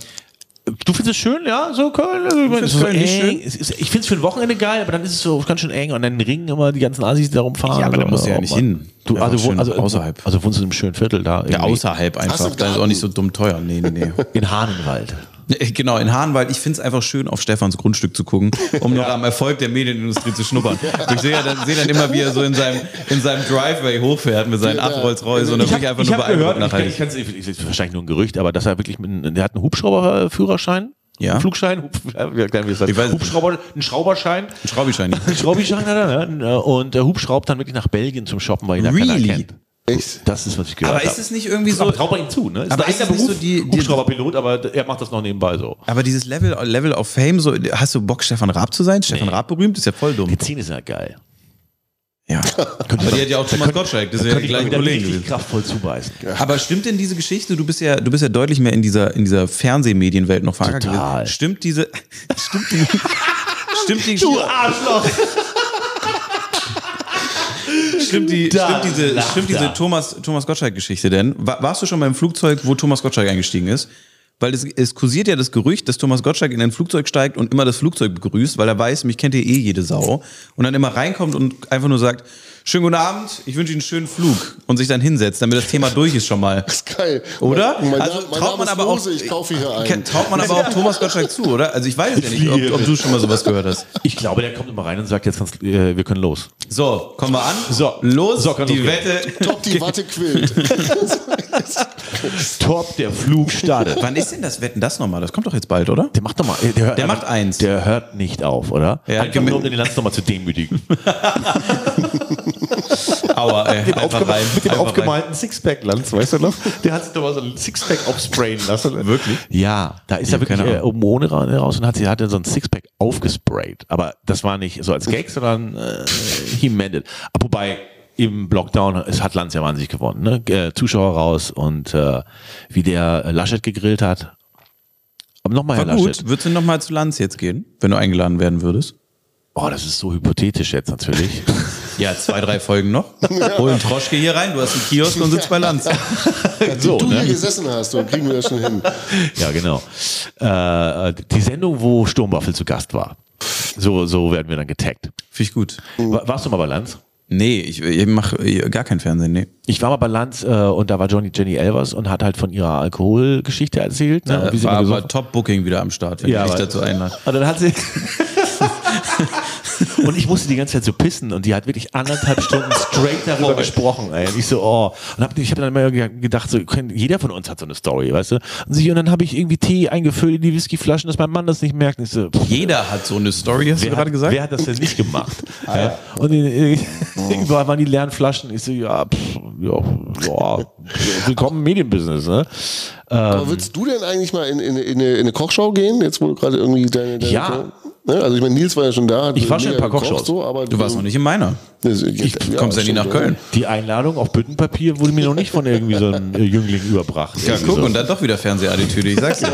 B: du findest es schön, ja, so Köln? Also, ich meine, es ist so
C: Köln nicht
B: eng. Es ist, ich finde es für ein Wochenende geil, aber dann ist es so ganz schön eng und dann ringen immer die ganzen Asis, die da rumfahren.
C: Ja, aber da
B: So,
C: musst du ja
B: oh,
C: nicht
B: Mann.
C: hin.
B: Du,
C: Einfach
B: also, wo,
C: schön
B: also,
C: außerhalb.
B: Also wohnst du in einem schönen Viertel da.
C: ja,
B: irgendwie.
C: außerhalb
A: Hast du
C: einfach.
A: einen
C: Da ist auch
A: Garten?
C: nicht so dumm teuer. Nee,
B: [LAUGHS]
C: nee, nee.
B: In Hahnenwald.
C: Nee, Genau, in Hahnwald. Ich finde es einfach schön, auf Stefans Grundstück zu gucken, um noch am Erfolg der Medienindustrie zu schnuppern. Ich sehe ja dann, sehe dann immer, wie er so in seinem, in seinem Driveway hochfährt mit seinen
A: Ja,
C: acht
A: ja.
C: Rolls Royce und dann
B: Ich
C: bin ich
B: habe
C: einfach
B: ich
C: nur
B: hab gehört,
C: beeindruckt
B: ich, kann-
C: nachher.
B: ich kann's, ich, ich, ist wahrscheinlich nur ein Gerücht, aber dass er wirklich, mit, einem- der hat einen Hubschrauberführerschein,
C: Ja.
B: einen Flugschein, Hub, [LAUGHS] wie klein wie ist das?
C: Ich weiß es
B: Hubschrauber, einen Schrauberschein,
C: Schraubischein.
B: einen Schraubischein hat er, ne? Und der Hub schraubt dann wirklich nach Belgien zum Shoppen, weil ihn da
C: Really?
B: keiner kennt.
A: Echt?
B: Das ist, was ich gehört
C: Aber
B: habe.
C: ist es nicht irgendwie so,
B: aber traut man ihm zu, ne? Ist
C: Aber
B: ein
C: ist
B: eigener
C: es nicht
B: Beruf,
C: so die- die-
B: Hubschrauberpilot, aber er macht das noch nebenbei so.
C: aber dieses Level, Level of Fame, so, hast du Bock, Stefan Raab zu sein? Stefan Raab berühmt? Ist ja voll dumm.
B: Die Szene ist ja geil.
C: Ja. Aber die hat ja auch Thomas Gottschalk, das ist ja die gleichen Kollegen gewesen.
B: richtig kraftvoll zubeißen.
C: Aber stimmt denn diese Geschichte? Du bist ja, du bist ja deutlich mehr in dieser, in dieser Fernsehmedienwelt noch verankert
B: Total.
C: gewesen. Stimmt diese, [LAUGHS] stimmt die, stimmt die,
B: Du Arschloch!
C: stimmt die,
B: Da
C: stimmt diese,
B: lacht
C: stimmt diese
B: er.
C: Thomas, Thomas Gottschalk-Geschichte denn? Wa- Warst du schon beim Flugzeug, wo Thomas Gottschalk eingestiegen ist? Weil es, es kursiert ja das Gerücht, dass Thomas Gottschalk in ein Flugzeug steigt und immer das Flugzeug begrüßt, weil er weiß, mich kennt ihr eh jede Sau. Und dann immer reinkommt und einfach nur sagt, schönen guten Abend, ich wünsche Ihnen einen schönen Flug. Und sich dann hinsetzt, damit das Thema durch ist schon mal.
A: Das ist geil.
C: Oder?
A: Mein, mein,
C: Also,
A: Name- mein
C: traut
A: Name
C: man
A: ist
C: aber auch-
A: Rose, ich kaufe hier
C: Ken-
A: ein.
C: Traut man aber auch Thomas Gottschalk zu, oder? Also ich weiß ja nicht, ob, ob du schon mal sowas gehört hast.
B: Ich glaube, der kommt immer rein und sagt, jetzt kannst, äh, wir können los.
C: So, kommen wir an.
B: So.
C: los,
B: So, kann
C: die
B: losgehen.
C: Wette.
A: Top die Watte quillt.
B: Top, der Flug startet.
C: Wann ist denn das Wetten das nochmal? Das kommt doch jetzt bald, oder?
B: Der macht doch mal. Der, hört, also
C: Der macht eins.
B: Der hört nicht auf, oder?
C: Ja.
B: Einfach nur, um den Lanz nochmal zu demütigen.
C: [LAUGHS] Aua, ey, einfach rein.
B: Mit dem
C: einfach
B: aufgemalten Sixpack-Lanz, weißt du noch? Der hat sich doch mal so ein Sixpack aufsprayen lassen. Wirklich? Ja, da ist er wirklich
C: keine
B: äh, oben ohne ra- raus und hat, sie- hat dann so ein Sixpack aufgesprayt. Aber das war nicht so als Gag, sondern äh, he meant it. Aber Wobei im Lockdown es hat Lanz ja wahnsinnig gewonnen. Ne? G- Äh, Zuschauer raus und äh, wie der äh, Laschet gegrillt hat. Aber nochmal, Herr
C: Rein. War
B: Laschet.
C: gut, würdest du nochmal zu Lanz jetzt gehen, wenn du eingeladen werden würdest?
B: Oh, das ist so hypothetisch jetzt natürlich. [LAUGHS]
C: Ja, zwei, drei Folgen [LAUGHS] noch. Hol einen Troschke hier rein, du hast einen Kiosk und sitzt bei Lanz. Oh,
A: so,
C: ne?
A: du hier gesessen hast, dann kriegen wir das schon hin.
B: ne? Ja, genau. Äh, äh, die Sendung, wo Sturmwaffel zu Gast war. So, so werden wir dann getaggt.
C: Finde ich gut.
B: Wa- Warst du mal bei Lanz?
C: Nee, ich, ich mache gar kein Fernsehen, nee.
B: Ich war mal bei Lanz äh, und da war Johnny Jenny Elvers und hat halt von ihrer Alkoholgeschichte erzählt. Ne? und wie sie
C: Äh, War
B: immer
C: aber
B: gesoffen-
C: Top-Booking wieder am Start, wenn
B: Ja,
C: ich dich
B: aber-
C: dazu einlade.
B: und dann hat sie. [LAUGHS] und ich musste die ganze Zeit so pissen und die hat wirklich anderthalb Stunden straight darüber gesprochen. Ey. Und ich so, oh. Und hab, ich habe dann immer ge- gedacht, so, können- jeder von uns hat so eine Story, weißt du? Und, sie, und dann habe ich irgendwie Tee eingefüllt in die Whiskyflaschen, dass mein Mann das nicht merkt. Und ich so, pff,
C: Jeder hat so eine Story, hast du
B: Wer
C: gerade
B: hat,
C: gesagt?
B: wer hat das denn nicht [LAUGHS] gemacht? ja. Und äh, [LAUGHS] überall waren die leeren Flaschen. Ich so, ja, pff, ja, ja willkommen im Medienbusiness. Ne?
A: Aber willst du denn eigentlich mal in, in, in, eine, in eine Kochshow gehen, jetzt wo du gerade irgendwie deine, deine
B: Ja.
A: Ne? Also ich meine, Nils war ja schon da. hat
B: Ich war schon
A: mega
B: in ein paar
A: gekocht,
B: Kochshows.
A: So, aber
C: Du warst noch nicht in meiner.
A: Ich,
C: Du kommst ja nie nach Köln.
B: Die Einladung auf Büttenpapier wurde mir noch nicht von irgendwie so einem äh, Jüngling überbracht.
C: Ja,
B: Irgendwie
C: guck,
B: so.
C: und dann doch wieder Fernsehattitüde, ich [LAUGHS] sag's dir.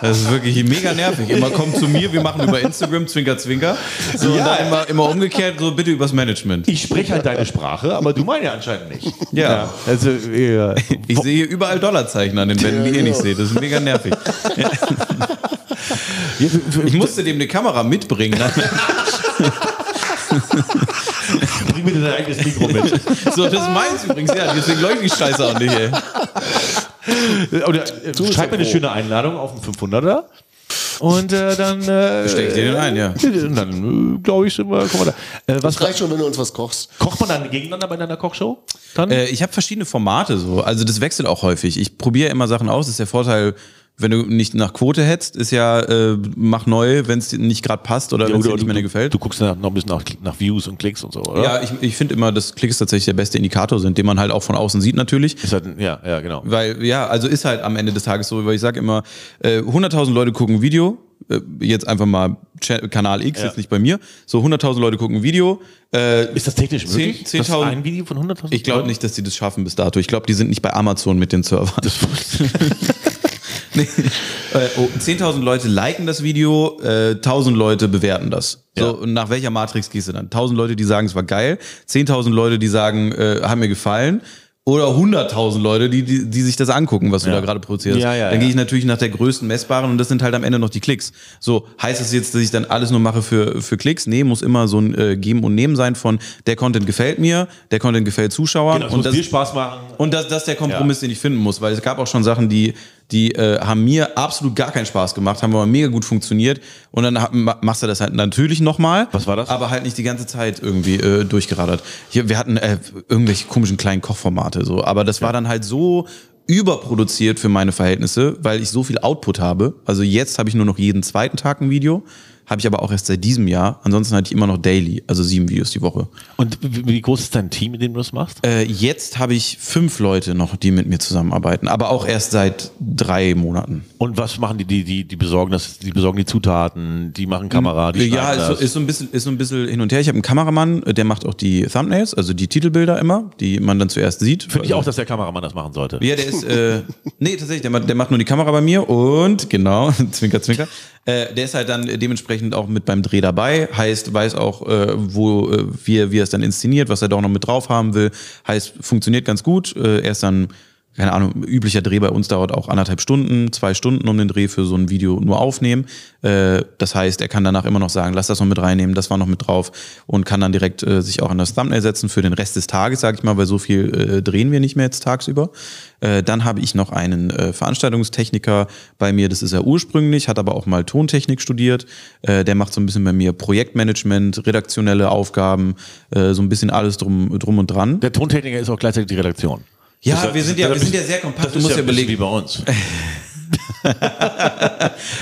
C: Das ist wirklich mega nervig. Immer komm zu mir, wir machen über Instagram, Zwinker, Zwinker. So, und dann immer, immer umgekehrt, so bitte übers Management.
B: ich spreche halt deine Sprache, aber du meine anscheinend nicht.
C: Ja.
B: Also, äh,
C: Ich sehe hier überall Dollarzeichen an den Wänden, die ihr nicht seht. Das ist mega nervig. Ich musste dem eine Kamera mitbringen. [LAUGHS]
B: bring mir dein eigenes Mikro mit.
C: So, das ist meins übrigens, ja. Deswegen leuchtet die Scheiße auch nicht, ey.
B: Oder äh, schreib mir eine schöne Einladung auf den 500er. Und äh, dann. Äh,
C: Steck dir den ein, ja.
B: Und dann, glaube ich, sind wir, guck mal da. Äh, was
A: Es reicht schon, wenn du uns was kochst.
B: kocht man dann gegeneinander bei einer Kochshow? Dann?
C: Äh, ich habe verschiedene Formate so. Also das wechselt auch häufig. Ich probiere immer Sachen aus. Das ist der Vorteil wenn du nicht nach Quote hetzt, ist ja, äh, mach neu, wenn es dir nicht gerade passt oder wenn es dir nicht mehr gefällt.
B: Du guckst nach, noch ein bisschen nach, nach Views und Klicks und so, oder?
C: ja, ich, ich finde immer, dass Klicks tatsächlich der beste Indikator sind, den man halt auch von außen sieht natürlich.
B: Ist halt, ein- ja, ja, genau.
C: Weil, ja, also ist halt am Ende des Tages so, weil ich sage immer, äh, 100.000 Leute gucken ein Video, äh, jetzt einfach mal Cha- Kanal X,
B: Ja.
C: jetzt nicht bei mir, so 100.000 Leute gucken ein Video. Äh,
B: Ist das technisch
C: Zehn-
B: möglich? Das ist
C: 10.000
B: ein Video von 100.000?
C: ich glaube nicht, dass die das schaffen bis dato. Ich glaube, die sind nicht bei Amazon mit den Servern. [LAUGHS] nee. äh, oh, 10.000 Leute liken das Video, äh, 1.000 Leute bewerten das.
B: Ja.
C: So, und nach welcher Matrix gehst du dann? 1.000 Leute, die sagen, es war geil, 10.000 Leute, die sagen, äh, hat mir gefallen. Oder 100.000 Leute, die, die, die sich das angucken, was du da gerade produziert hast.
B: Ja, ja,
C: dann gehe
B: ja.
C: ich natürlich nach der größten messbaren und das sind halt am Ende noch die Klicks. So, heißt das jetzt, dass ich dann alles nur mache für, für Klicks? Nee, muss immer so ein äh, Geben und Nehmen sein von der Content gefällt mir, der Content gefällt Zuschauern.
B: Genau, es
C: und
B: muss
C: das,
B: viel Spaß machen.
C: und das, das ist der Kompromiss, den ich finden muss, weil es gab auch schon Sachen, die, die äh, haben mir absolut gar keinen Spaß gemacht, haben aber mega gut funktioniert und dann hab, ma- machst du das halt natürlich nochmal.
B: Was war das?
C: Aber halt nicht die ganze Zeit irgendwie äh, durchgeradert. Hier, wir hatten äh, irgendwelche komischen kleinen Kochformate so, aber das war dann halt so überproduziert für meine Verhältnisse, weil ich so viel Output habe. Also jetzt habe ich nur noch jeden zweiten Tag ein Video, habe ich aber auch erst seit diesem Jahr. Ansonsten hatte ich immer noch daily, also sieben Videos die Woche.
B: Und wie wie groß ist dein Team, mit dem du das machst?
C: Äh, jetzt habe ich fünf Leute noch, die mit mir zusammenarbeiten, aber auch erst seit drei Monaten.
B: Und was machen die? Die, die, die, besorgen, das, die besorgen die Zutaten, die machen Kamera, die
C: ja,
B: schneiden
C: ist so,
B: das.
C: ist, so ein bisschen, ist so ein bisschen hin und her. Ich habe einen Kameramann, äh, der macht auch die Thumbnails, also die Titelbilder immer, die man dann zuerst sieht.
B: Finde ich auch, dass der Kameramann das machen sollte.
C: Ja, der ist, äh, nee, tatsächlich, der, ma- der macht nur die Kamera bei mir und, genau, [LAUGHS] zwinker, zwinker, äh, der ist halt dann dementsprechend auch mit beim Dreh dabei, heißt, weiß auch, äh, wo, äh, wie, er- wie er es dann inszeniert, was er da auch noch mit drauf haben will, heißt, funktioniert ganz gut, äh, er ist dann, keine Ahnung, üblicher Dreh bei uns dauert auch anderthalb Stunden, zwei Stunden um den Dreh für so ein Video nur aufnehmen, äh, das heißt, er kann danach immer noch sagen, lass das noch mit reinnehmen, das war noch mit drauf und kann dann direkt äh, sich auch an das Thumbnail setzen für den Rest des Tages, sag ich mal, weil so viel äh, drehen wir nicht mehr jetzt tagsüber. Äh, dann habe ich noch einen äh, Veranstaltungstechniker bei mir, das ist er ursprünglich, hat aber auch mal Tontechnik studiert. Äh, der macht so ein bisschen bei mir Projektmanagement, redaktionelle Aufgaben, äh, so ein bisschen alles drum, drum und dran.
B: Der Tontechniker ist auch gleichzeitig die Redaktion.
C: Ja,
B: Das ist-
C: wir sind ja-
B: das ist ein bisschen-
C: wir sind ja sehr kompakt.
B: Das
C: Du
B: ist
C: musst
B: ja
C: ja Äh.
B: ein bisschen
C: überlegen.
B: wie bei uns.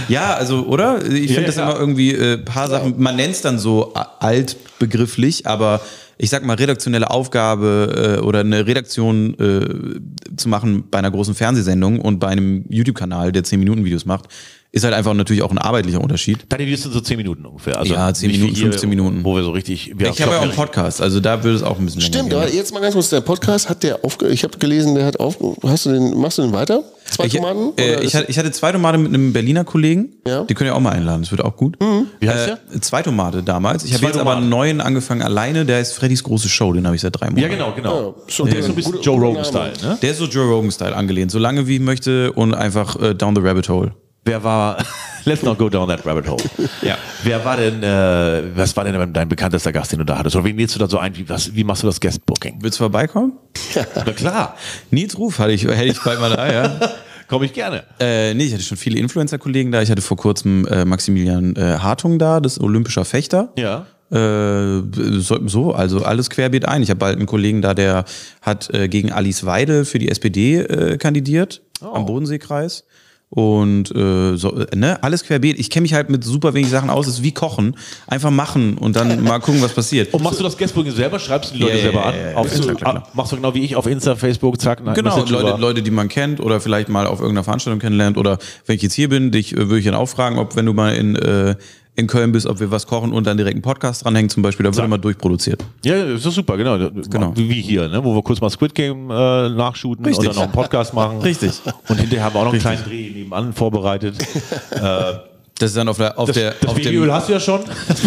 C: Ja, also, oder? Ich finde
B: ja,
C: das
B: klar.
C: immer irgendwie, äh, paar Sachen, man nennt es dann so a- altbegrifflich, aber ich sag mal, redaktionelle Aufgabe äh, oder eine Redaktion äh, zu machen bei einer großen Fernsehsendung und bei einem YouTube-Kanal, der 10-Minuten-Videos macht, ist halt einfach natürlich auch ein arbeitlicher Unterschied.
B: Deine Videos sind so 10 Minuten ungefähr. Also
C: Ja, 10
B: nicht wie
C: Minuten, 15 Minuten.
B: Wo wir so richtig. wir
C: Ich habe ja auch einen
B: Podcast.
C: Podcast, also da würde es auch ein bisschen länger
A: Stimmt,
C: gehen.
A: aber jetzt mal ganz kurz, der Podcast hat der aufge... Ich habe gelesen, der hat auf... Hast du den, machst du den weiter? Zwei
C: Ich,
A: Tomaten? Oder
C: äh, ich,
A: ist-
C: hatte, ich hatte zwei Tomate mit einem Berliner Kollegen.
A: Ja.
C: Die können ja auch mal einladen, das wird auch gut.
B: Mhm. Wie heißt der?
C: Äh, zwei Tomate damals. Ich habe
B: Zwei
C: jetzt aber
B: Tomate.
C: einen neuen angefangen alleine. Der ist Freddys große Show, den habe ich seit drei Monaten.
B: Ja, genau, genau.
A: Ja, schon
B: der ist so
A: guter-
B: ein bisschen
A: guter
B: Joe
A: Name.
B: Rogan-Style, ne?
C: Der ist so Joe Rogan-Style angelehnt, so lange wie ich möchte und einfach äh, down the rabbit hole.
B: Wer war. [LAUGHS] Let's not go down that rabbit [LAUGHS] hole.
C: Ja.
B: Wer war denn, äh, was war denn dein bekanntester Gast, den du da hattest? Oder wen lädst du da so ein? Wie, was, wie machst du das Guest-Booking?
C: Willst du vorbeikommen?
B: Na klar,
C: Nils Ruf hatte ich, hätte ich bald mal da, ja.
B: komme ich gerne.
C: Äh, nee, ich hatte schon viele Influencer-Kollegen da. Ich hatte vor kurzem äh, Maximilian äh, Hartung da, das ist olympischer Fechter.
B: Ja.
C: Äh, so, so, also alles querbeet ein. Ich habe bald einen Kollegen da, der hat äh, gegen Alice Weidel für die SPD äh, kandidiert
B: Oh.
C: am Bodenseekreis. Und äh, so, äh, ne, alles querbeet. Ich kenne mich halt mit super wenig Sachen aus. Es ist wie Kochen. Einfach machen und
B: [LAUGHS]
C: dann mal gucken, was passiert.
B: Und machst du das Guestbooking selber? Schreibst du die Leute
C: Ja, ja,
B: selber an?
C: ja, ja, ja.
B: auf
C: Ist
B: Insta,
C: so, klar, klar.
B: ah, machst du genau wie ich auf Insta, Facebook, zack, nein,
C: Genau,
B: Message
C: Leute,
B: rüber.
C: Leute, die man kennt oder vielleicht mal auf irgendeiner Veranstaltung kennenlernt oder wenn ich jetzt hier bin, dich äh, würde ich dann auch fragen, ob wenn du mal in, äh, in Köln bist, ob wir was kochen und dann direkt einen Podcast dranhängen zum Beispiel, da wird immer durchproduziert.
B: Ja, ja, ist doch super, genau.
C: Genau.
B: Wie wie hier, ne? wo wir kurz mal Squid Game äh, nachshooten
C: Richtig.
B: und dann noch einen Podcast machen.
C: Richtig.
B: Und hinterher haben wir auch noch einen
C: Richtig.
B: kleinen Dreh nebenan vorbereitet.
C: Das ist dann auf der auf der
B: das
C: auf
B: Babyöl hast du ja schon.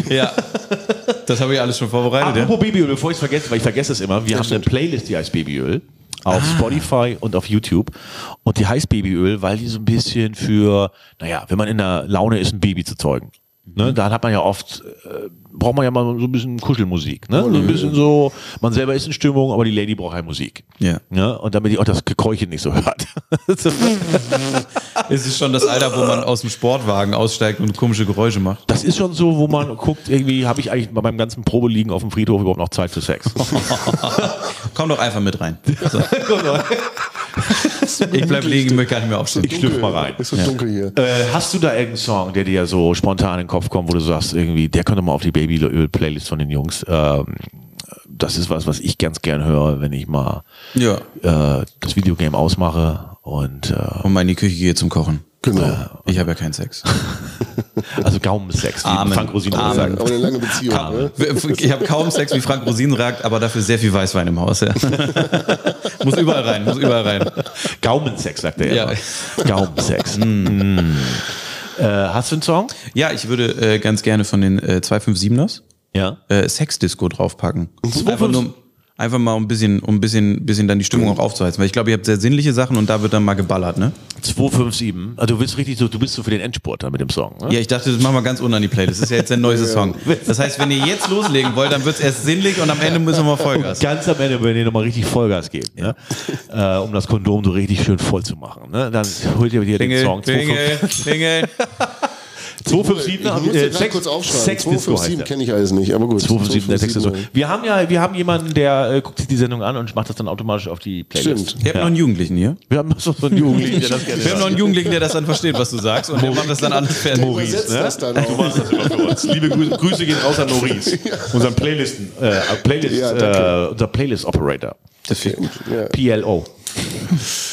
C: Ja. Das habe ich alles schon vorbereitet, ja.
B: Apropos Babyöl, bevor ich es vergesse, weil ich vergesse es immer, wir haben eine Playlist, die heißt Babyöl. Auf Spotify und auf YouTube. Und die heißt Babyöl, weil die so ein bisschen für, naja, wenn man in der Laune ist, ein Baby zu zeugen. Ne, dann hat man ja oft, äh, braucht man ja mal so ein bisschen Kuschelmusik. Ne? So ein bisschen so, man selber ist in Stimmung, aber die Lady braucht halt Musik.
C: Ja.
B: Ne? Und damit die auch das Gekeuche nicht so hört. [LAUGHS] So,
C: Es ist schon das Alter, wo man aus dem Sportwagen aussteigt und komische Geräusche macht.
B: das ist schon so, wo man guckt, irgendwie habe ich eigentlich bei meinem ganzen Probeliegen auf dem Friedhof überhaupt noch Zeit für Sex.
C: [LAUGHS] Komm doch einfach mit rein. So. Ich bleib liegen, möchte gar nicht mehr
A: So
C: aufstehen.
B: Ich schlüpf
A: dunkel.
B: mal rein.
A: Ist so dunkel hier.
B: Äh, hast du da irgendeinen Song, der dir so spontan in den Kopf kommt, wo du sagst, irgendwie, der könnte mal auf die Baby-Playlist von den Jungs? Ähm, das ist was, was ich ganz gern höre, wenn ich mal
C: Ja.
B: äh, das Videogame ausmache. Und äh,
C: Und mal in Oh die Küche gehe zum Kochen.
A: Genau.
C: Ich habe ja keinen Sex.
B: also Gaumensex, wie
C: Amen.
B: Frank Rosin auch
C: Amen.
B: sagt.
A: Aber eine lange Beziehung. Ne?
C: Ich habe kaum Sex, wie Frank Rosin ragt, aber dafür sehr viel Weißwein im Haus. Ja. muss überall rein, muss überall rein.
B: Gaumensex, sagt er ja.
C: Ja. [LAUGHS]
B: Gaumensex. Mm. Äh, hast du einen Song?
C: Ja, ich würde äh, ganz gerne von den äh, 257ers
B: Ja.
C: äh, Sexdisco draufpacken. Mhm. Einfach,
B: 257?
C: nur, einfach mal um ein bisschen, um ein bisschen, bisschen dann die Stimmung auch aufzuheizen. Weil ich glaube, ihr habt sehr sinnliche Sachen und da wird dann mal geballert, ne?
B: Äh, 257. Also du bist richtig so, du bist so für den Endspurt da mit dem Song. Ne?
C: Ja, ich dachte, das machen wir ganz unten an die Playlist. Das ist [LAUGHS] ja jetzt der neueste Song. Das heißt, wenn ihr jetzt loslegen wollt, dann wird es erst sinnlich und am Ende müssen wir Vollgas.
B: Ganz am Ende, wenn ihr nochmal richtig Vollgas gebt,
C: [LAUGHS]
B: ne? äh, um das Kondom so richtig schön voll zu machen, ne? dann holt ihr dir den Song. 25-
C: klingel.
B: 257.
A: Ich muss
B: äh,
A: dir gerade
B: Sex-
A: kurz aufschreiben.
B: Sex Disco
A: 257
B: heißt er.
A: kenne ich alles nicht, aber gut.
B: 257, der Text ist so.
A: 257.
B: Wir haben ja, wir haben jemanden, der äh, guckt sich die Sendung an und macht das dann automatisch auf die Playlist.
A: Stimmt.
C: Ihr habt noch einen Jugendlichen hier.
B: Wir haben so
A: [LAUGHS]
B: einen Jugendlichen, der das gerne
C: Wir haben noch einen Jugendlichen, der das dann versteht, was du sagst. Und der macht das dann alles fertig.
A: Übersetzt das
B: [LAUGHS]
A: dann auch.
B: machst ne? das immer für uns. Liebe Grüße, Grüße gehen raus
A: [LAUGHS]
B: an Maurice, unseren Playlisten, äh, Playlist,
A: Ja, danke.
B: äh, unser Playlist Operator.
C: Das fehlt gut.
B: PLO.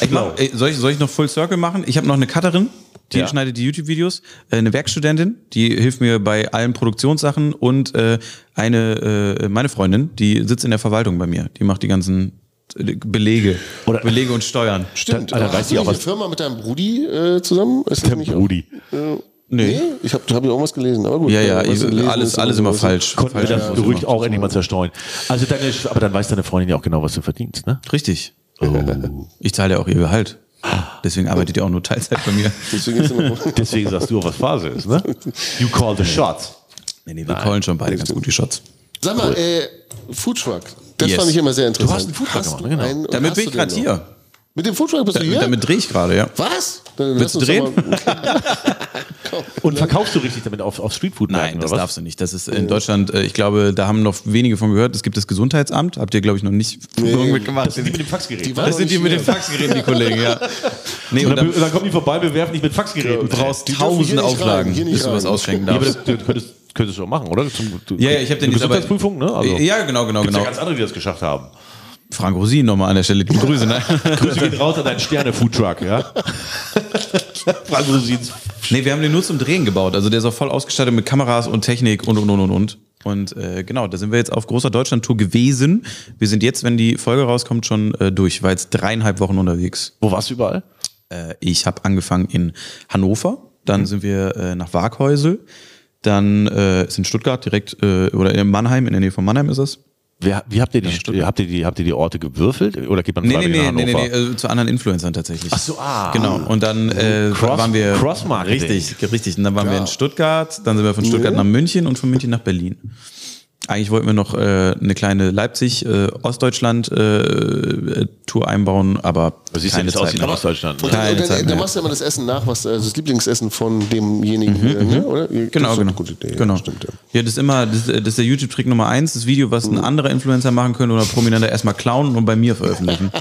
C: Ich
A: Genau.
C: mach, ey, soll, ich, soll ich noch Full Circle machen? Ich habe noch eine Cutterin, die
B: Ja.
C: schneidet die YouTube-Videos, äh, eine Werkstudentin, die hilft mir bei allen Produktionssachen und äh, eine äh, meine Freundin, die sitzt in der Verwaltung bei mir. Die macht die ganzen äh, Belege,
B: Oder-
C: Belege und Steuern.
A: Stimmt.
B: Alter,
A: Aber
B: weiß
A: hast du
B: ich
A: nicht
B: auch
A: eine
B: was.
A: Firma mit deinem Brudi äh, zusammen? Ist das nicht auch-
B: Rudi.
A: Nee, ich habe hab ja auch was gelesen, aber gut.
C: Ja, ja,
A: Was
C: ich,
A: du gelesen
C: alles
A: hast,
C: alles
A: ist
C: immer
A: was.
C: falsch.
B: Konnten wir
C: falsch
B: das
C: gemacht.
B: Gerücht auch endlich mal zerstreuen. Also deine, Sch- aber dann weiß deine Freundin ja auch genau, was du verdienst, ne?
C: Richtig.
A: Oh.
C: Ich zahle ja auch ihr Gehalt.
A: Ah.
C: Deswegen arbeitet ihr auch nur Teilzeit
A: [LAUGHS]
C: bei mir.
A: Deswegen ist
B: [LAUGHS]
A: immer
B: Deswegen sagst du auch, was Phase ist, ne? You call the shots.
C: Nee, nee, wir callen schon beide ganz gut die Shots.
A: Sag mal, äh, Foodtruck. Das
C: Yes.
A: fand ich immer sehr interessant.
B: einen Foodtruck
A: Hast
B: gemacht,
A: du
B: genau.
A: einen und
C: Damit
A: hast
C: bin ich
A: du den
C: gerade
A: noch?
C: hier.
A: Mit dem Foodtruck bist du hier?
C: Damit drehe ich gerade, ja.
A: Was? Dann lass
C: Willst du
A: uns
C: drehen?
A: doch mal-
C: [LAUGHS]
B: Und verkaufst du richtig damit auf, auf Streetfood?
C: Nein, das darfst du nicht. Das ist in Deutschland, äh, ich glaube, da haben noch wenige von gehört. Es gibt das Gesundheitsamt, habt ihr, glaube ich, noch nicht [LAUGHS] Berührung mitgemacht. Das
B: Die mit dem Faxgerät.
A: Die
B: ne?
A: waren
C: das
A: noch
C: sind
A: nicht
C: die mit
A: hier.
C: den Faxgeräten, die
B: [LAUGHS]
C: Kollegen, ja. Nee,
B: und dann,
C: und dann,
B: und dann kommen die vorbei, wir werfen dich mit Faxgeräten.
C: du brauchst
A: Die dürfen hier
C: tausende
A: nicht rein,
C: Auflagen,
A: hier nicht
C: bis du
A: rein.
C: was ausschenken
B: Ja, aber
C: darfst.
B: das du könntest, könntest du auch machen, oder? Zum, du,
C: Ja, ja, ich habe den
B: die
C: jetzt aber-
B: Gesundheitsprüfung, ne? Also,
C: Ja, genau, genau,
B: gibt's ja
C: genau.
B: ganz andere, die das geschafft haben.
C: Frank Rosin nochmal an der Stelle. Liebe Grüße, ne?
B: Grüße gehen raus an deinen Sterne-Foodtruck,
C: [LAUGHS]
B: ja? Also, Frank Rosins
C: Nee, wir haben den nur zum Drehen gebaut. Also der ist auch voll ausgestattet mit Kameras und Technik und und und und und. Und äh, genau, da sind wir jetzt auf großer Deutschlandtour gewesen. Wir sind jetzt, wenn die Folge rauskommt, schon äh, durch. Ich War jetzt dreieinhalb Wochen unterwegs.
B: Wo warst du überall?
C: Äh, ich habe angefangen in Hannover, dann sind wir äh, nach Waaghäusel, dann äh, ist in Stuttgart direkt äh, oder in Mannheim, in der Nähe von Mannheim ist es.
B: Wer, wie habt ihr die, habt ihr die, habt ihr die Orte gewürfelt? Oder geht man
C: Nee, nee,
B: freiwillig
C: nee,
B: nach
C: nee, nee,
B: Hannover?
C: nee, äh, zu anderen Influencern tatsächlich. Ach
B: so, ah.
C: Genau, und dann äh,
B: Cross-
C: waren wir...
B: Cross-Marketing. Mhm.
C: Richtig, richtig. Und dann waren wir in Stuttgart, dann sind wir von Stuttgart nach München und von München nach Berlin. Eigentlich wollten wir noch äh, eine kleine äh, Leipzig-Ostdeutschland-Tour äh, einbauen, aber
B: Du siehst ja, wie
C: keine
B: es
C: Zeit
B: aussieht in
C: mehr.
B: Ostdeutschland.
A: Und
B: Ne?
A: dann,
C: Keine
A: und
C: Zeit
A: dann, dann
C: mehr.
A: machst du immer das Essen nach, was also das Lieblingsessen von demjenigen, hier, ne? oder?
C: Mhm, Genau,
A: Das ist eine
C: genau.
A: Gute Idee.
C: genau.
A: Ja, stimmt, ja. Hm.
C: Ja, das ist immer, das, äh, das ist der YouTube-Trick Nummer eins, das Video, was ein anderer Influencer machen könnte oder Prominenter erstmal klauen und bei
A: [LAUGHS]
C: mir veröffentlichen.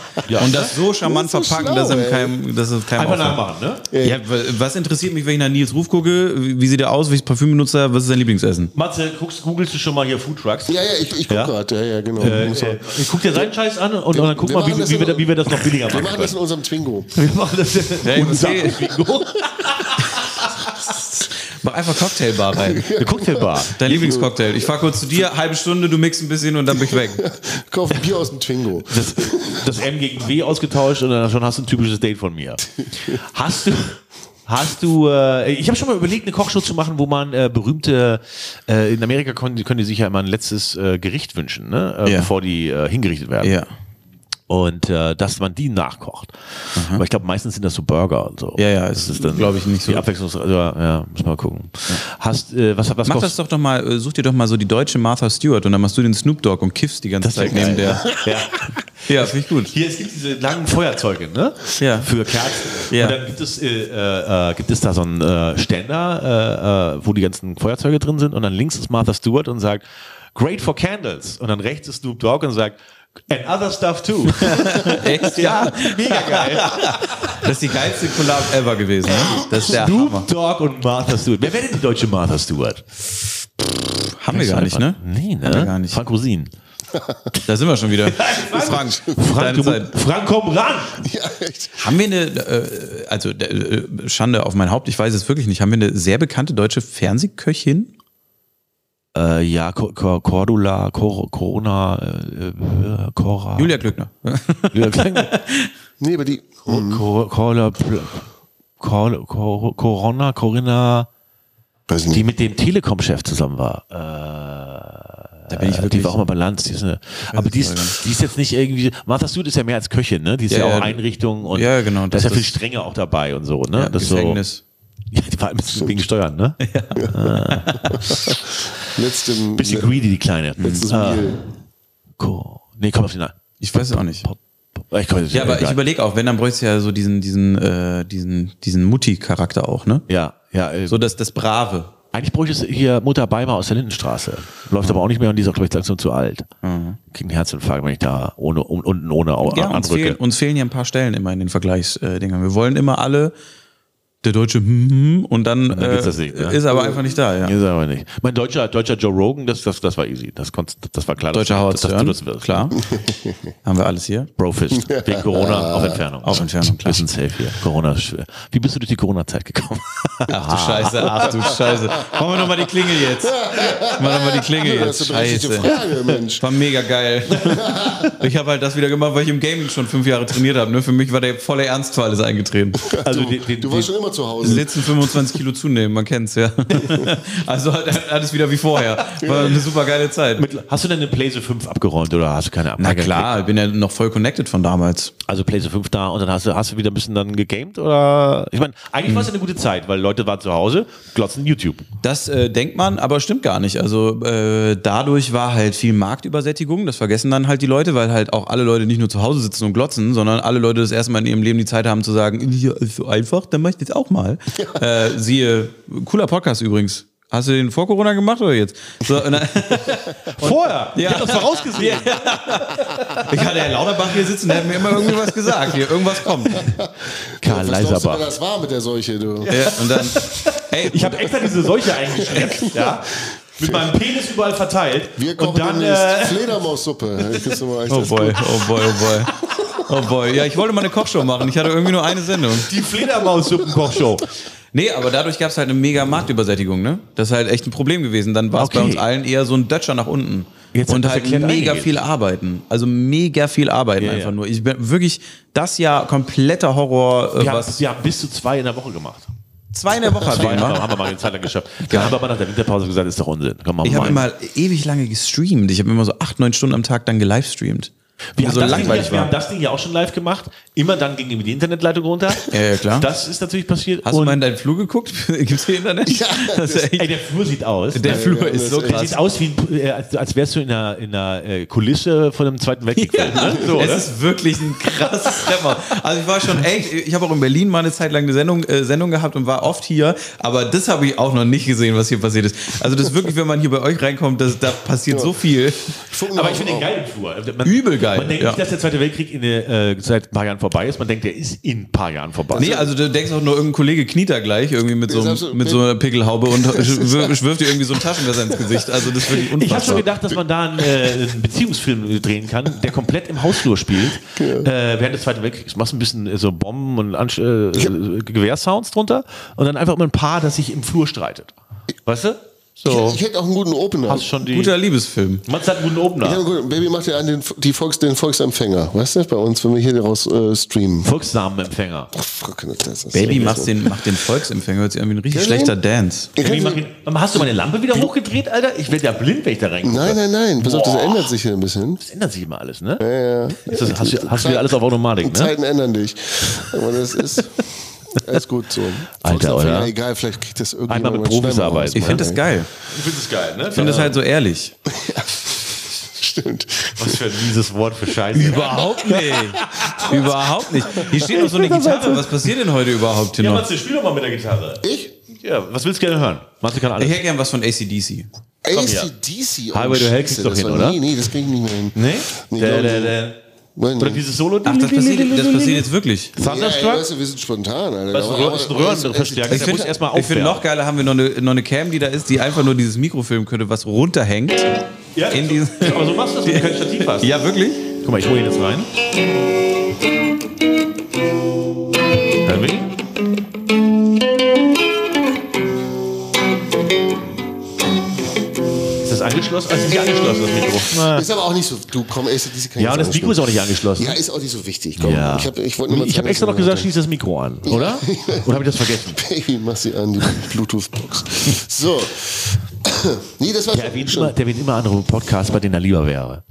C: und das so charmant
A: Das ist so
C: verpacken,
A: schlau,
C: dass einem
A: ey.
C: keinem, dass es keinem
B: Einfach
C: auffällt.
B: nachmachen, ne?
C: Ja, wa- was interessiert mich, wenn ich nach Nils Ruf gucke? Wie wie sieht er aus? Welches Parfüm benutzt er? Was ist sein Lieblingsessen?
B: Matze, guckst, googelst du schon mal hier Foodtrucks?
A: Ja, ja, ich, ich guck
B: Ja?
A: gerade, ja, ja, genau. Muss man-
B: Äh, ich guck dir seinen Scheiß an und, und dann guck
A: wir
B: mal, wie,
A: machen das
B: wie, wir,
A: in-
B: wie wir das noch billiger
A: wir machen
B: machen
A: das in
B: können.
A: unserem
C: [LAUGHS]
A: Twingo.
B: Wir machen das in unser
C: okay.
B: Bingo.
C: [LAUGHS] Mach einfach Cocktailbar rein.
B: Eine Cocktailbar.
C: Dein Lieblingscocktail. Ich fahr kurz zu dir, halbe Stunde, du mixst ein bisschen und dann bin ich weg.
A: Kauf ein Bier aus dem Twingo.
B: Das, das M gegen W ausgetauscht und dann schon hast du ein typisches Date von mir. Hast du... Hast du, äh, ich habe schon mal überlegt, eine Kochshow zu machen, wo man äh, berühmte, äh, in Amerika können, können die sich ja immer ein letztes äh, Gericht wünschen, ne? äh,
C: Ja.
B: bevor die äh, hingerichtet werden.
C: Ja.
B: und äh, dass man die nachkocht. Aber ich glaube, meistens sind das so Burger und so.
C: Ja, ja,
B: das
C: ist, glaub ich, nicht so.
B: Die Abwechslungs also, ja, muss mal gucken. Hast, äh, was, was
C: Mach das
B: kochst-
C: doch doch mal, äh, such dir doch mal so die deutsche Martha Stewart und dann machst du den Snoop Dogg und kiffst die ganze Zeit neben der.
B: Ja.
C: Ja, finde ich
B: [LAUGHS]
C: gut.
B: Hier, es gibt diese langen Feuerzeuge, ne?
C: Ja.
B: Für Kerzen.
C: Ja.
B: Und dann gibt es, äh, äh, äh, gibt es da so einen äh, Ständer, äh, äh, wo die ganzen Feuerzeuge drin sind und dann links ist Martha Stewart und sagt, great for candles. Und dann rechts ist Snoop Dogg und sagt, And other stuff [LAUGHS] too.
C: Echt? [LAUGHS] Ja.
B: Mega geil.
C: Das ist die geilste Collab ever gewesen. Ne? Das ist der Hammer.
B: Snoop Dogg und Martha Stewart. Wer wäre denn die deutsche Martha Stewart?
C: Haben wir gar nicht, ne?
B: Nee, ne?
C: Haben wir gar nicht.
B: Frank Rosin.
C: Da sind wir schon [LAUGHS] wieder. Frank,
B: Frank,
C: deine
B: du,
C: Zeit.
B: Frank, komm ran!
A: Ja, echt.
C: Haben wir eine, äh, also äh, Schande auf mein Haupt, ich weiß es wirklich nicht, haben wir eine sehr bekannte deutsche Fernsehköchin?
B: Äh, ja, Co Co Cordula, Cor Corona, äh, äh, Cora. [LAUGHS]
C: Julia Glückner.
B: Julia Klingel.
A: Nee, aber die.
C: Mhm.
B: Cor Corla, Pl- Cor Cor Corona, Corinna,
A: Weiß ich
B: die
A: nicht.
B: mit dem Telekom-Chef zusammen war. Äh,
C: Da bin ich
B: die
C: wirklich.
B: war auch mal bei Lanz. Die ist eine, aber die ist, die ist jetzt nicht irgendwie. Martha Stewart ist ja mehr als Köchin, ne? Die ist ja,
C: Ja,
B: auch
C: ja.
B: Einrichtung und
C: Ja, genau,
B: da ist
C: das
B: ja viel
C: ist-
B: strenger auch dabei und so, ne?
C: Ja,
B: das ist so,
C: [LAUGHS] Gefängnis.
B: [LAUGHS] ja, die war ein bisschen wegen Steuern, ne? Ah.
A: Letztem,
B: Bisschen
C: Ne.
B: greedy, die Kleine.
A: letztes
B: Ah,
A: Meal.
B: cool. Nee, komm auf den Namen.
C: Ich weiß es auch nicht.
B: Ich komm, jetzt-
C: Ja, aber ich
B: egal.
C: überlege auch, wenn, dann bräuchte es ja so diesen, diesen, äh, diesen, diesen Mutti-Charakter auch, ne?
B: Ja, ja. äh,
C: So das, das Brave.
B: Eigentlich bräuchte es hier Mutter Beimer aus der Lindenstraße. Läuft aber auch nicht mehr und die ist auch, glaube ich, langsam zu alt. Kriegt einen Herzinfarkt, wenn ich da ohne, un- unten ohne Au-
C: Mhm. Ja, uns fehlen,
B: andrücke.
C: uns fehlen ja ein paar Stellen immer in den Vergleichsdingern. Wir wollen immer alle der Deutsche hm, hm, und dann,
B: dann
C: äh,
B: gibt's das nicht, ne?
C: ist aber einfach nicht da. Ja.
B: Ist aber nicht. Mein deutscher, deutscher Joe Rogan, das, das, das war easy. Das, konntest- das war klar. dass-
C: Deutscher Howard
B: dass, dass du
C: Stern,
B: das wirst.
C: klar. Haben wir alles hier. [LAUGHS]
B: Brofist. Wegen Corona auf Entfernung.
C: Auf Entfernung, klar.
B: Bisschen safe hier. Corona ist schwer. Wie bist du durch die Corona-Zeit gekommen? Ah.
C: Ach du Scheiße,
B: [LAUGHS]
C: ach du Scheiße. Machen wir nochmal die Klinge jetzt. Machen wir nochmal die
A: Also,
C: Klinge
A: Das
C: jetzt.
A: ist eine berechtigte
C: Scheiße.
A: Frage, Mensch.
C: War mega geil. Ich habe halt das wieder gemacht, weil ich im Gaming schon fünf Jahre trainiert habe. Ne? Für mich war der volle Ernstfall ist eingetreten.
B: Also, den, den,
A: Du warst schon immer zu Hause.
C: Sitzen 25 Kilo zunehmen, man kennt's ja. Also halt alles wieder wie vorher. War eine super geile Zeit.
B: mit, hast du denn eine PlayStation 5 abgeräumt oder hast du keine Abnahme?
C: Na klar, ich bin ja noch voll connected von damals.
B: Also PlayStation 5 da und dann hast du, hast du wieder ein bisschen dann gegamed oder? Ich meine, eigentlich
C: Hm.
B: war es ja eine gute Zeit, weil Leute waren zu Hause, glotzen YouTube.
C: Das äh, denkt man, aber stimmt gar nicht. Also äh, dadurch war halt viel Marktübersättigung. Das vergessen dann halt die Leute, weil halt auch alle Leute nicht nur zu Hause sitzen und glotzen, sondern alle Leute das erste Mal in ihrem Leben die Zeit haben zu sagen, ja, ist so einfach, dann mach ich das auch mal. äh, siehe, cooler Podcast übrigens. Hast du den vor Corona gemacht oder jetzt? So, und [LAUGHS] dann,
B: Vorher! Ja. Ich
C: Ja.
B: hab das vorausgesehen.
C: ich hatte Herr Lauterbach hier sitzen, der hat mir immer irgendwie was gesagt. Hier, irgendwas kommt.
A: Was glaubst
B: Karl
A: du, wer
B: Leiserbach.
A: das war mit der Seuche, du?
C: Ja, und dann, ey,
B: Ich habe extra diese Seuche
C: [LAUGHS]
B: eingeschleppt, ja. Mit meinem Penis überall verteilt.
A: Wir
B: und
A: kochen
B: dann,
A: demnächst
B: äh,
A: Fledermaussuppe. Kriegst du mal echt
C: Oh
A: das-
C: boy, oh boy, oh boy. Oh boy. Ja, ich wollte mal eine Kochshow machen. Ich hatte irgendwie nur eine Sendung.
B: die Fledermaus-Suppenkochshow.
C: Nee, aber dadurch gab es halt eine mega Marktübersättigung, ne? Das ist halt echt ein Problem gewesen. Dann war es
B: Okay.
C: bei uns allen eher so ein Dötscher nach unten.
B: Jetzt hat
C: und
B: das
C: halt
B: erklärt
C: mega
B: einiges.
C: viel arbeiten. Also mega viel arbeiten
B: Ja,
C: einfach
B: ja.
C: nur. Ich bin wirklich das Jahr kompletter Horror. Äh,
B: Wir haben,
C: was?
B: wir haben bis zu zwei in der Woche gemacht.
C: Zwei in der Woche ne? hat
B: Zwei
C: ich
B: haben wir- haben
C: gemacht.
B: wir mal eine Zeit lang
C: [LAUGHS]
B: geschafft. Dann haben wir aber nach der Winterpause gesagt, ist doch Unsinn. Komm, machen
C: Ich
B: wir
C: habe
B: mal
C: immer ewig lange gestreamt. Ich habe immer so acht, neun Stunden am Tag dann gelivestreamt.
B: Wir haben,
C: so
B: das Ding,
C: langweilig
B: ja- wir
C: war.
B: haben das Ding ja auch schon live gemacht. Immer dann ging eben die Internetleitung runter.
C: Ja, ja, klar.
B: Das ist natürlich passiert.
C: Hast du mal in deinen Flur geguckt? [LAUGHS] Gibt's hier Internet?
A: Ja,
C: das ist
B: ey,
C: echt,
B: der Flur sieht aus.
C: der
B: Der,
C: Flur
A: ja,
C: ist
A: das
C: so
A: ist echt-
C: krass.
B: sieht aus wie, ein, äh, als, als wärst du in einer, in einer äh, Kulisse von einem Zweiten Weltkrieg.
C: Ja,
B: Ne? So,
C: es
B: oder?
C: ist wirklich ein krasses Treffer. Also ich war schon echt, ich habe auch in Berlin mal eine Zeit lang eine Sendung, äh, Sendung gehabt und war oft hier, aber das habe ich auch noch nicht gesehen, was hier passiert ist. Also das ist wirklich, wenn man hier bei euch reinkommt, das, da passiert so viel.
A: Schuppen
B: aber
A: auf-
B: ich finde den geil im Flur. Man,
C: Übel geil,
B: Man denkt
C: ja.
B: nicht, dass der Zweite Weltkrieg in, äh, seit ein paar Jahren vorbei ist. Man denkt, der ist in ein paar Jahren vorbei.
C: Nee, also du denkst auch nur, irgendein Kollege kniet da gleich irgendwie mit so,
A: Ist
C: einem-
A: absolut-
C: mit so einer Pickelhaube und wir- wirft dir irgendwie so ein Taschenmesser ins Gesicht. Also das ist wirklich
B: ich habe schon
C: unfassbar.
B: gedacht, dass man da einen, äh, einen Beziehungsfilm drehen kann, der komplett im Hausflur spielt. Äh, während des Zweiten Weltkriegs machst du ein bisschen äh, so Bomben und Ansch äh, äh, Gewehrsounds drunter und dann einfach immer ein Paar, das sich im Flur streitet. Weißt du? So.
A: Ich hätte auch einen guten Opener.
B: Oh. Hast schon die.
C: Guter Liebesfilm.
B: Mats hat einen guten
A: Ich hab einen
B: Opener.
A: guten- Baby macht ja an den, die Volks, den Volksempfänger. Weißt du, bei uns, wenn wir hier raus äh, streamen.
B: Volkssamenempfänger.
A: Fuck, das ist
C: Baby macht den, macht den Volksempfänger, hört sich an wie ein richtig
A: Kennt ihr
C: schlechter
A: den?
C: Dance.
A: Ihr kennt
B: Wie
A: den-
B: mach ich- Sag mal, Hast du meine Lampe wieder hochgedreht, Alter? Ich werde ja blind, wenn ich da reingucke.
A: Nein, nein, nein. Pass auf, das ändert sich hier ein bisschen.
B: Das ändert sich immer alles, ne? Ist das, hast, du- hast du wieder alles auf
A: Die
B: Automatik, ne?
A: Zeiten ändern dich. Aber das ist. Alles gut so.
B: Alter,
A: Volksempfänger,
B: oder?
A: Egal, vielleicht kriegt das irgendwie.
B: Einmal mit Profis arbeiten.
C: Ich finde das geil.
B: Ich finde das geil, ne?
C: Ich finde das halt so ehrlich.
A: [LAUGHS] Stimmt.
B: Was für ein mieses Wort für Scheiße.
C: Überhaupt nicht. [LAUGHS] überhaupt nicht. Hier steht noch halt so eine Gitarre. Was passiert denn heute überhaupt hier
B: Ja,
C: noch?
B: Matze, spiel doch mal mit der Gitarre.
A: Ich?
B: Ja, was willst du gerne hören? Matze kann
C: Ich
B: alles.
C: hätte gern was von ACDC.
A: ACDC.
B: Highway to Hell kriegst du doch hin, oder?
A: Nee, nee, das krieg ich nicht mehr hin.
B: Nee?
A: Nee,
B: der,
A: glaub
B: der,
A: ich
B: der.
A: Nein,
B: Oder
A: nein.
B: dieses Solo.
C: Ach, das passiert, das passiert jetzt
A: Ja,
C: wirklich.
A: ey,
B: Thunderstruck?
A: weißt du, wir sind spontan, Alter.
B: Weißt du,
A: Aber-
B: das ist ein
A: aber-
B: Röhrenverstärker.
A: Ich
B: Der
A: find-
B: muss erstmal
C: ich finde
B: aufwärmen.
C: noch geiler, haben wir noch eine, noch eine Cam, die da ist, die einfach nur dieses Mikro filmen könnte, was runterhängt.
B: Ja,
C: In
B: so-
C: diesen-
B: aber so machst du das, wenn du kein Stativ hast.
C: Ja, wirklich?
B: Guck mal, ich hole ihn jetzt rein. Hören wir ihn? Ist das angeschlossen? Also es ist nicht angeschlossen, das Mikro. Na.
A: Ist aber auch nicht so. Du komm, ey, diese kann ich
B: Ja, und
A: jetzt
B: das Mikro ist auch nicht angeschlossen.
A: Ja, ist auch nicht so wichtig. Komm.
B: Ja.
A: Ich habe ich wollte nur mal
B: Ich hab
A: zeigen,
B: extra
A: was
B: noch
A: wir
B: gesagt,
A: heute-
B: schließ das Mikro an, oder? Oder habe ich das vergessen?
A: [LAUGHS] Baby, mach sie an, die Bluetooth-Box. So. [COUGHS] nee, das war
B: Der
A: [LAUGHS]
B: erwähnt immer, der erwähnt immer andere Podcasts, bei denen er lieber wäre.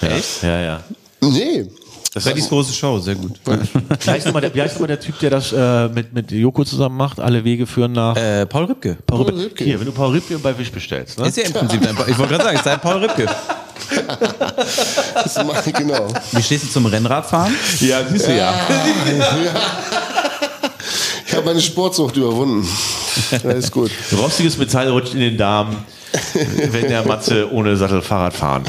B: Echt? Ja, ja.
A: Nee.
C: Das ist die große Show, sehr gut.
B: Wie heißt nochmal der, wie heißt noch mal der Typ, der das äh, mit, mit Joko zusammen macht? Alle Wege führen nach.
C: Äh, Paul Rübke.
B: Paul
A: Paul
B: Rippe.
A: Rippke.
B: Hier, wenn du Paul Rippke bei Wisch bestellst, ne?
C: Ist ja im Prinzip dein Paul. Ich wollte gerade sagen, ist dein Paul Rübke.
A: Das mach ich genau.
C: Wie stehst du zum Rennradfahren?
B: Ja, siehst du ja.
A: Ich habe meine Sportsucht
B: [LAUGHS]
A: überwunden. Alles gut.
B: Rostiges Metall rutscht in den
C: [LAUGHS]
B: Darm, wenn der Matze ohne Sattel Fahrrad fahren.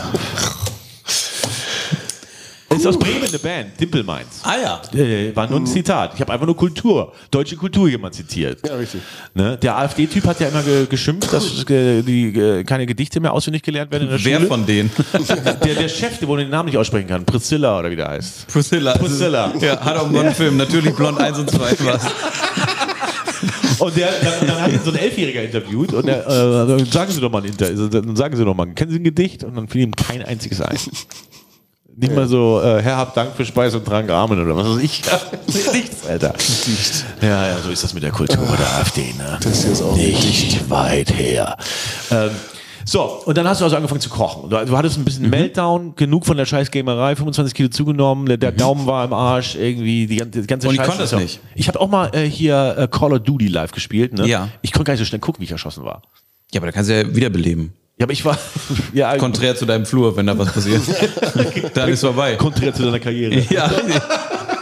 B: Ist aus Bremen eine Band, Dimple Minds.
C: Ah ja. Mhm.
B: Äh, war nur ein Zitat. Ich habe einfach nur Kultur, deutsche Kultur jemand zitiert.
A: Ja, richtig.
B: Ne? Der AfD-Typ hat ja immer ge geschimpft, dass äh, die, äh, keine Gedichte mehr auswendig gelernt werden in der
C: Wer
B: Schule.
C: von denen?
B: der, der Chef, der wohl den Namen nicht aussprechen kann, Priscilla oder wie der heißt.
C: Priscilla. Also,
B: Priscilla.
C: Ja, hat auch einen blonden Film. Natürlich blond 1 und [LAUGHS] 2 was.
B: Und der, dann, dann hat ihn so ein Elfjähriger interviewt und der, äh, dann sagen Sie doch mal ein Inter also, dann sagen Sie doch mal, kennen Sie ein Gedicht? Und dann fiel ihm kein einziges ein. Nicht mal so, äh, Herr, hab Dank für Speis und Trank, Amen oder was weiß ich. Nichts, Alter. Ja, ja, so ist das mit der Kultur
C: Ah,
B: der AfD, ne? Das ist auch nicht weit her. Ähm, so, und dann hast du also angefangen zu kochen. Du, du hattest ein
C: Mhm.
B: bisschen Meltdown, genug von der Scheißgamerei, 25 Kilo zugenommen, der, der Daumen war im Arsch, irgendwie die ganze, die ganze
C: Mhm. Und ich
B: Scheiße
C: konnte
B: ist
C: das
B: ja-
C: nicht.
B: ich habe auch mal äh, hier äh, Call of Duty live gespielt. Ne?
C: Ja.
B: Ich konnte gar nicht so schnell gucken, wie ich erschossen war.
C: Ja, aber da kannst du ja wiederbeleben.
B: Ja, aber ich
C: [LAUGHS]
B: war ja,
C: Konträr zu deinem Flur, wenn da was [LAUGHS] passiert. Dann ist vorbei.
B: konträr zu deiner
C: [LAUGHS]
B: Karriere.
C: Ja, richtig.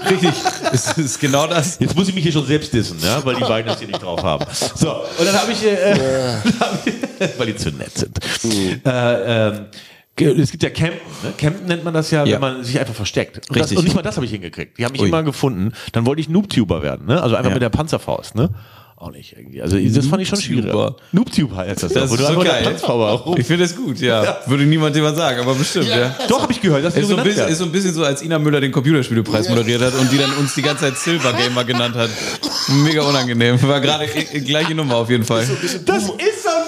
C: Richtig. Es ist genau das.
B: Jetzt muss ich mich hier schon selbst dissen, ja,
C: [LAUGHS]
B: weil die beiden das hier nicht drauf haben. So, und dann habe ich, äh, [LAUGHS] dann hab ich weil die zu nett sind.
C: Mhm.
B: Äh, ähm, ge- es gibt ja Campen, ne? Campen nennt man das ja,
C: Ja.
B: wenn man sich einfach versteckt. Und, Das,
C: Richtig.
B: und nicht mal das habe ich hingekriegt. Die haben mich
C: Ui.
B: immer gefunden. Dann wollte ich Noobtuber werden, ne? also einfach
C: Ja.
B: mit der Panzerfaust. Ne? Auch nicht irgendwie. Also das fand ich schon schwierig.
C: Noobtuber.
B: Noobtuber heißt das.
C: Das
B: wo
C: ist
B: du
C: so
B: einfach mit der
C: geil.
B: Panzerfaust rum-
C: Ich finde das gut, ja. Würde niemand jemand sagen, aber bestimmt, ja.
B: Doch, habe ich gehört. Das
C: Ist so, ein bisschen, ist so ein bisschen so, als Ina Müller den Computerspielepreis moderiert hat und die dann uns die ganze Zeit Silver Gamer genannt hat. Mega unangenehm. War gerade i- i- gleiche Nummer auf jeden Fall.
B: das ist so ein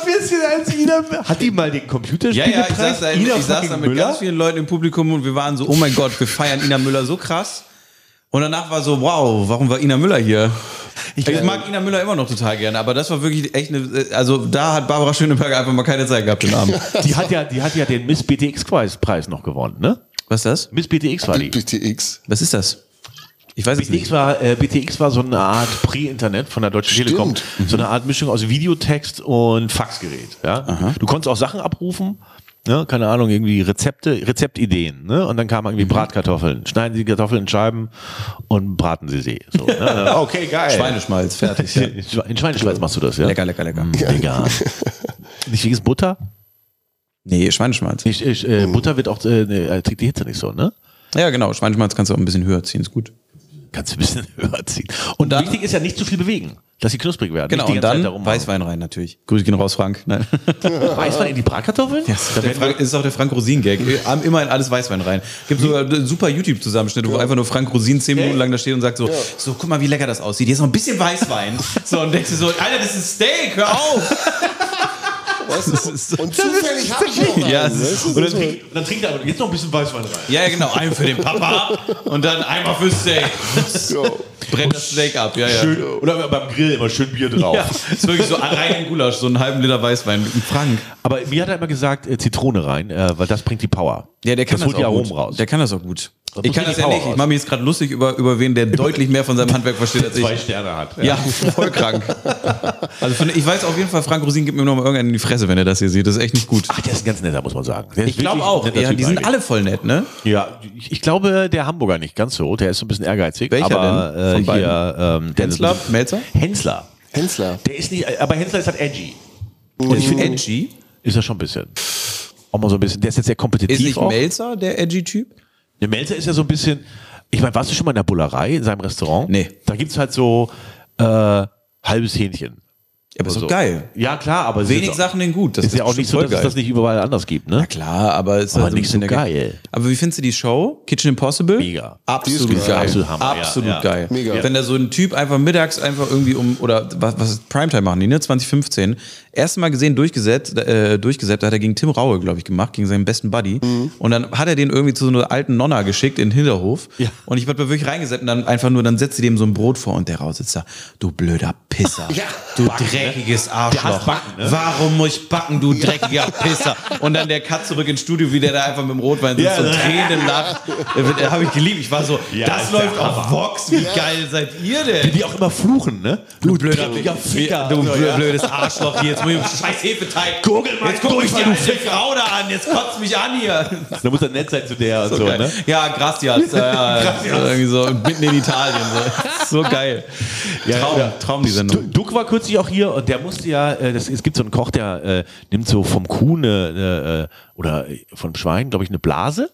B: bisschen als Ina.
C: [LAUGHS]
B: Hat die mal den
C: Ja,
B: Computerspielpreis?
C: ja, ich saß da,
B: Ina
C: ich saß
B: fucking
C: da mit
B: Müller?
C: ganz vielen Leuten im Publikum und wir waren so, oh mein Gott, wir feiern Ina Müller so krass. Und danach war so, wow, warum war Ina Müller hier? Ich, mag Ina Müller immer noch total gerne, aber das war wirklich echt eine, also da hat Barbara Schöneberger einfach mal keine Zeit gehabt
B: [LAUGHS]
C: den Abend.
B: Die hat ja, die hat ja den Miss BTX-Preis noch gewonnen, ne?
C: Was ist das?
B: Miss BTX war die.
A: BTX.
C: Was ist das? Ich weiß es
B: BTX
C: nicht.
B: war, äh, BTX war so eine Art Pre-Internet von der Deutschen Telekom. So eine Art Mischung aus Videotext und Faxgerät. Ja? Du konntest auch Sachen abrufen. Ne? Keine Ahnung, irgendwie Rezepte, Rezeptideen. Ne? Und dann kamen irgendwie Bratkartoffeln. Schneiden Sie die Kartoffeln in Scheiben und braten Sie sie. So, ne? Okay, geil.
C: Schweineschmalz, fertig.
B: [LAUGHS]
C: Ja.
B: In Schwe- in Schweineschmalz machst du das, ja?
C: Lecker, lecker, lecker.
B: Digga. Nicht wegen Butter?
C: Nee, Schweineschmalz.
B: Ich, ich, äh, Butter wird auch, äh, ne, äh, trägt die Hitze nicht so, ne?
C: Ja, genau. Schweineschmalz kannst du auch ein bisschen höher ziehen, ist gut.
B: Kannst du ein
C: [LAUGHS]
B: bisschen höher ziehen. Und
C: dann-
B: wichtig ist ja nicht zu viel bewegen, dass sie knusprig werden. halt
C: Genau,
B: nicht die
C: und
B: ganze
C: dann
B: Zeit darum
C: Weißwein rein natürlich. Grüße gehen raus, Frank.
B: [LAUGHS]
C: Nein.
B: machen. Weißwein in die Bratkartoffeln? Da
C: Der
B: werden
C: Frank, ist auch der Frank Rosin-Gag. Immer in alles Weißwein rein. Gibt so einen super YouTube-Zusammenschnitt, wo einfach nur Frank Rosin zehn Minuten lang da steht und sagt so, so, guck mal, wie lecker das aussieht. Hier ist noch ein bisschen Weißwein. So, und denkst du so, Alter, das ist ein Steak, hör auf.
B: [LAUGHS]
A: Was? Und zufällig habe ich noch einen.
C: Ja, es
A: weißt
C: ist,
A: du?
B: wir- und dann, trink, und dann trinkt er aber jetzt noch ein bisschen Weißwein rein.
C: ja, ja, genau. Einmal für den Papa und dann einmal fürs Steak.
A: So.
C: Brennt das Steak ab, ja, ja.
B: Schön, oder beim Grill immer schön Bier drauf.
C: Ja, ist wirklich so rein in Gulasch, so einen halben Liter Weißwein. Frank.
B: Aber mir hat er immer gesagt, äh, Zitrone rein, äh, weil das bringt die Power. das holt die Aromen
C: gut.
B: raus.
C: Der kann das auch gut.
B: muss
C: ich kann
B: hier
C: das
B: die
C: ja
B: Power
C: nicht. Ich
B: raus.
C: mache mich jetzt gerade lustig über, über wen, der deutlich mehr von seinem Handwerk versteht als ich.
B: zwei Sterne hat.
C: Ja, voll krank. [LAUGHS] Also von, ich weiß auf jeden Fall, Frank Rosin gibt mir noch mal irgendeinen in die Fresse, wenn er das hier sieht. Das ist echt nicht gut.
B: Ach, der ist ein ganz netter, muss man sagen. Der ist
C: Ich glaube
B: wirklich ein
C: auch.
B: netter
C: Ja,
B: Typ
C: die sind
B: eigentlich.
C: alle voll nett, ne?
B: Ja, ich, ich glaube, der Hamburger nicht ganz so. Der ist so ein bisschen ehrgeizig.
C: Welcher
B: aber,
C: denn? Von
B: Äh, hier, ähm, der
C: Hensler? Melzer?
B: Hensler.
A: Hensler.
B: Der ist nicht, aber Hensler ist halt edgy. Und ich finde,
C: Edgy.
B: Ist er schon ein bisschen. Auch mal so ein bisschen. Der ist jetzt sehr kompetitiv.
C: Ist nicht
B: auch.
C: Melzer der edgy Typ?
B: Der Melzer ist ja so ein bisschen. Ich meine, warst du schon mal in der Bullerei, in seinem Restaurant?
C: Nee.
B: Da gibt es halt so äh, halbes Hähnchen.
C: Ja, aber ist
B: Oder
C: doch
B: so.
C: geil.
B: Ja, klar, aber es
C: Wenig
B: ist,
C: Sachen denn gut. Das
B: ist ja auch
C: bestimmt
B: nicht so,
C: voll
B: dass es das nicht überall anders gibt, ne?
C: Klar, aber ist
B: Aber
C: halt ein
B: nicht so
C: bisschen der Ge-
B: geil.
C: Aber wie findest du die Show? Kitchen Impossible?
B: Mega.
C: Absolut
A: Die ist
C: geil.
A: geil.
B: Absolut Hammer, ja,
C: Absolut
B: ja.
C: geil.
A: Mega.
C: Wenn da so ein Typ einfach mittags einfach irgendwie um, oder was, was ist Primetime machen die, ne? 2015. Erst mal gesehen, durchgesetzt, äh, durchgesetzt, hat er gegen Tim Raue, glaube ich, gemacht, gegen seinen besten Buddy. Und dann hat er den irgendwie zu so einer alten Nonna geschickt in Hinterhof.
B: Ja.
C: Und ich hab da wirklich reingesetzt und dann einfach nur, dann setzt sie dem so ein Brot vor und der Raue sitzt da, du blöder
B: [LAUGHS]
C: Pisser. Du dreckiges Arschloch.
B: ne? Backen, ne?
C: Warum muss ich backen, du dreckiger Pisser? Und dann der Cut zurück ins Studio, wie der da einfach mit dem Rotwein sitzt
B: Ja,
C: und
B: ne?
C: Tränen lacht. Äh, Da habe ich geliebt. Ich war so,
B: Ja,
C: das
B: ist der
C: läuft auf
B: Hammer.
C: Vox. Wie geil seid ihr denn?
B: Die auch immer fluchen, ne?
C: Du blöder
B: dreckiger Ficker.
C: Du
B: Ja,
C: blö-
B: ja.
C: blödes Arschloch hier. Jetzt muss ich mit dem scheiß Hefeteig.
B: Gurgel mal
C: Jetzt guck
B: durch,
C: ich die
B: du
C: alte Frau da an. Jetzt kotzt mich an hier.
B: Da muss er nett sein zu der und so,
C: geil.
B: ne?
C: Ja, Also, gracias. Ja, ja, Irgendwie so mitten in Italien. [LAUGHS] So, so geil. Traum, Traum die Sendung.
B: Du- Duck war kürzlich auch hier und der musste ja, äh, das, es gibt so einen Koch, der äh, nimmt so vom Kuh eine, äh, oder vom Schwein, glaube ich, eine Blase.